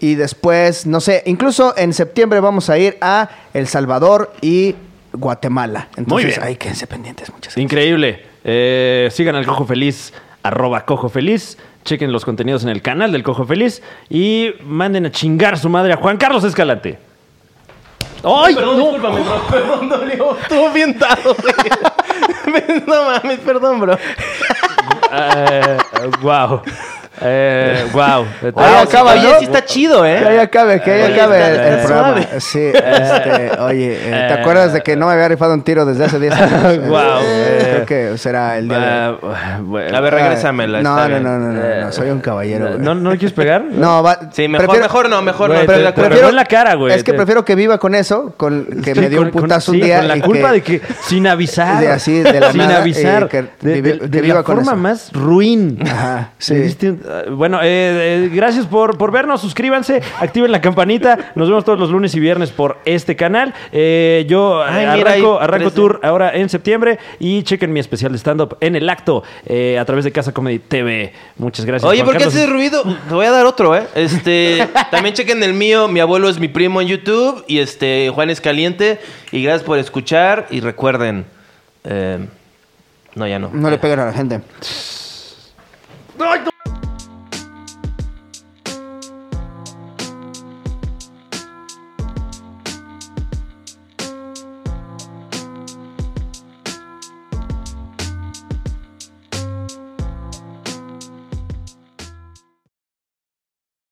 [SPEAKER 1] Y después, no sé, incluso en septiembre vamos a ir a El Salvador y Guatemala. Entonces,
[SPEAKER 3] Muy bien.
[SPEAKER 1] ahí quédense pendientes. Muchas gracias.
[SPEAKER 3] Increíble. Eh, sigan al Cojo Feliz, arroba Cojo Feliz. Chequen los contenidos en el canal del Cojo Feliz. Y manden a chingar a su madre a Juan Carlos Escalante. ¡Ay!
[SPEAKER 2] Perdón,
[SPEAKER 3] no!
[SPEAKER 2] discúlpame, bro. Perdón, dolió. Estuvo bien dado, güey. No mames, perdón, bro.
[SPEAKER 3] Eh, wow. Eh, wow.
[SPEAKER 1] Ahí acaba,
[SPEAKER 2] Oye,
[SPEAKER 1] ¿no?
[SPEAKER 2] sí está chido, ¿eh?
[SPEAKER 1] Que ahí acabe, que ahí
[SPEAKER 2] Oye,
[SPEAKER 1] acabe
[SPEAKER 2] está-
[SPEAKER 1] el, el
[SPEAKER 2] está
[SPEAKER 1] programa.
[SPEAKER 2] suave.
[SPEAKER 1] Sí, este, oye, eh, ¿te
[SPEAKER 3] Eh.
[SPEAKER 1] acuerdas de que no me había rifado un tiro desde hace 10 años?
[SPEAKER 3] Guau.
[SPEAKER 1] Eh, creo que será el día de hoy. Ah,
[SPEAKER 3] Ah, bueno.
[SPEAKER 2] A ver, regrésamela.
[SPEAKER 1] No,
[SPEAKER 2] está
[SPEAKER 1] no,
[SPEAKER 2] bien. Eh.
[SPEAKER 1] no, no, no, no, soy un caballero. güey.
[SPEAKER 3] ¿No, ¿No le quieres pegar?
[SPEAKER 1] No, va-
[SPEAKER 2] Sí, mejor, mejor no, mejor
[SPEAKER 3] Güey,
[SPEAKER 2] no. Estoy
[SPEAKER 3] te-
[SPEAKER 2] de
[SPEAKER 3] te
[SPEAKER 2] acuerdo.
[SPEAKER 3] pegó en la cara, güey.
[SPEAKER 1] Es que
[SPEAKER 3] Te-
[SPEAKER 1] prefiero que viva con eso, con que
[SPEAKER 3] Sí,
[SPEAKER 1] me dio
[SPEAKER 3] con-
[SPEAKER 1] un putazo
[SPEAKER 3] con-
[SPEAKER 1] un
[SPEAKER 3] sí,
[SPEAKER 1] día.
[SPEAKER 3] con la
[SPEAKER 1] y
[SPEAKER 3] culpa
[SPEAKER 1] que-
[SPEAKER 3] de que sin avisar.
[SPEAKER 1] De así, de la
[SPEAKER 3] sin
[SPEAKER 1] nada,
[SPEAKER 3] avisar.
[SPEAKER 1] y que
[SPEAKER 3] de,
[SPEAKER 1] vivi-
[SPEAKER 3] de-
[SPEAKER 1] que
[SPEAKER 3] de
[SPEAKER 1] viva
[SPEAKER 3] la
[SPEAKER 1] con
[SPEAKER 3] forma
[SPEAKER 1] eso.
[SPEAKER 3] más ruin.
[SPEAKER 1] Ajá, sí.
[SPEAKER 3] ¿Me diste un- ah, Bueno, eh, eh, gracias por, por vernos. Suscríbanse, activen la campanita. Nos vemos todos los lunes y viernes por este canal. Eh, yo
[SPEAKER 2] Ay,
[SPEAKER 3] eh,
[SPEAKER 2] mira,
[SPEAKER 3] arranco,
[SPEAKER 2] ahí,
[SPEAKER 3] arranco
[SPEAKER 2] tres de-
[SPEAKER 3] tour ahora en septiembre y chequen mi especial de stand-up en el acto eh, a través de Casa Comedy TV. Muchas gracias.
[SPEAKER 2] Oye,
[SPEAKER 3] Juan
[SPEAKER 2] ¿por qué
[SPEAKER 3] Carlos.
[SPEAKER 2] haces ruido? Te voy a dar otro, ¿eh? Este, también chequen el mío. Mi abuelo es mi primo en YouTube. Y este, Juan es caliente. Y gracias por escuchar. Y recuerden. eh, no, ya no.
[SPEAKER 1] No le peguen a la gente.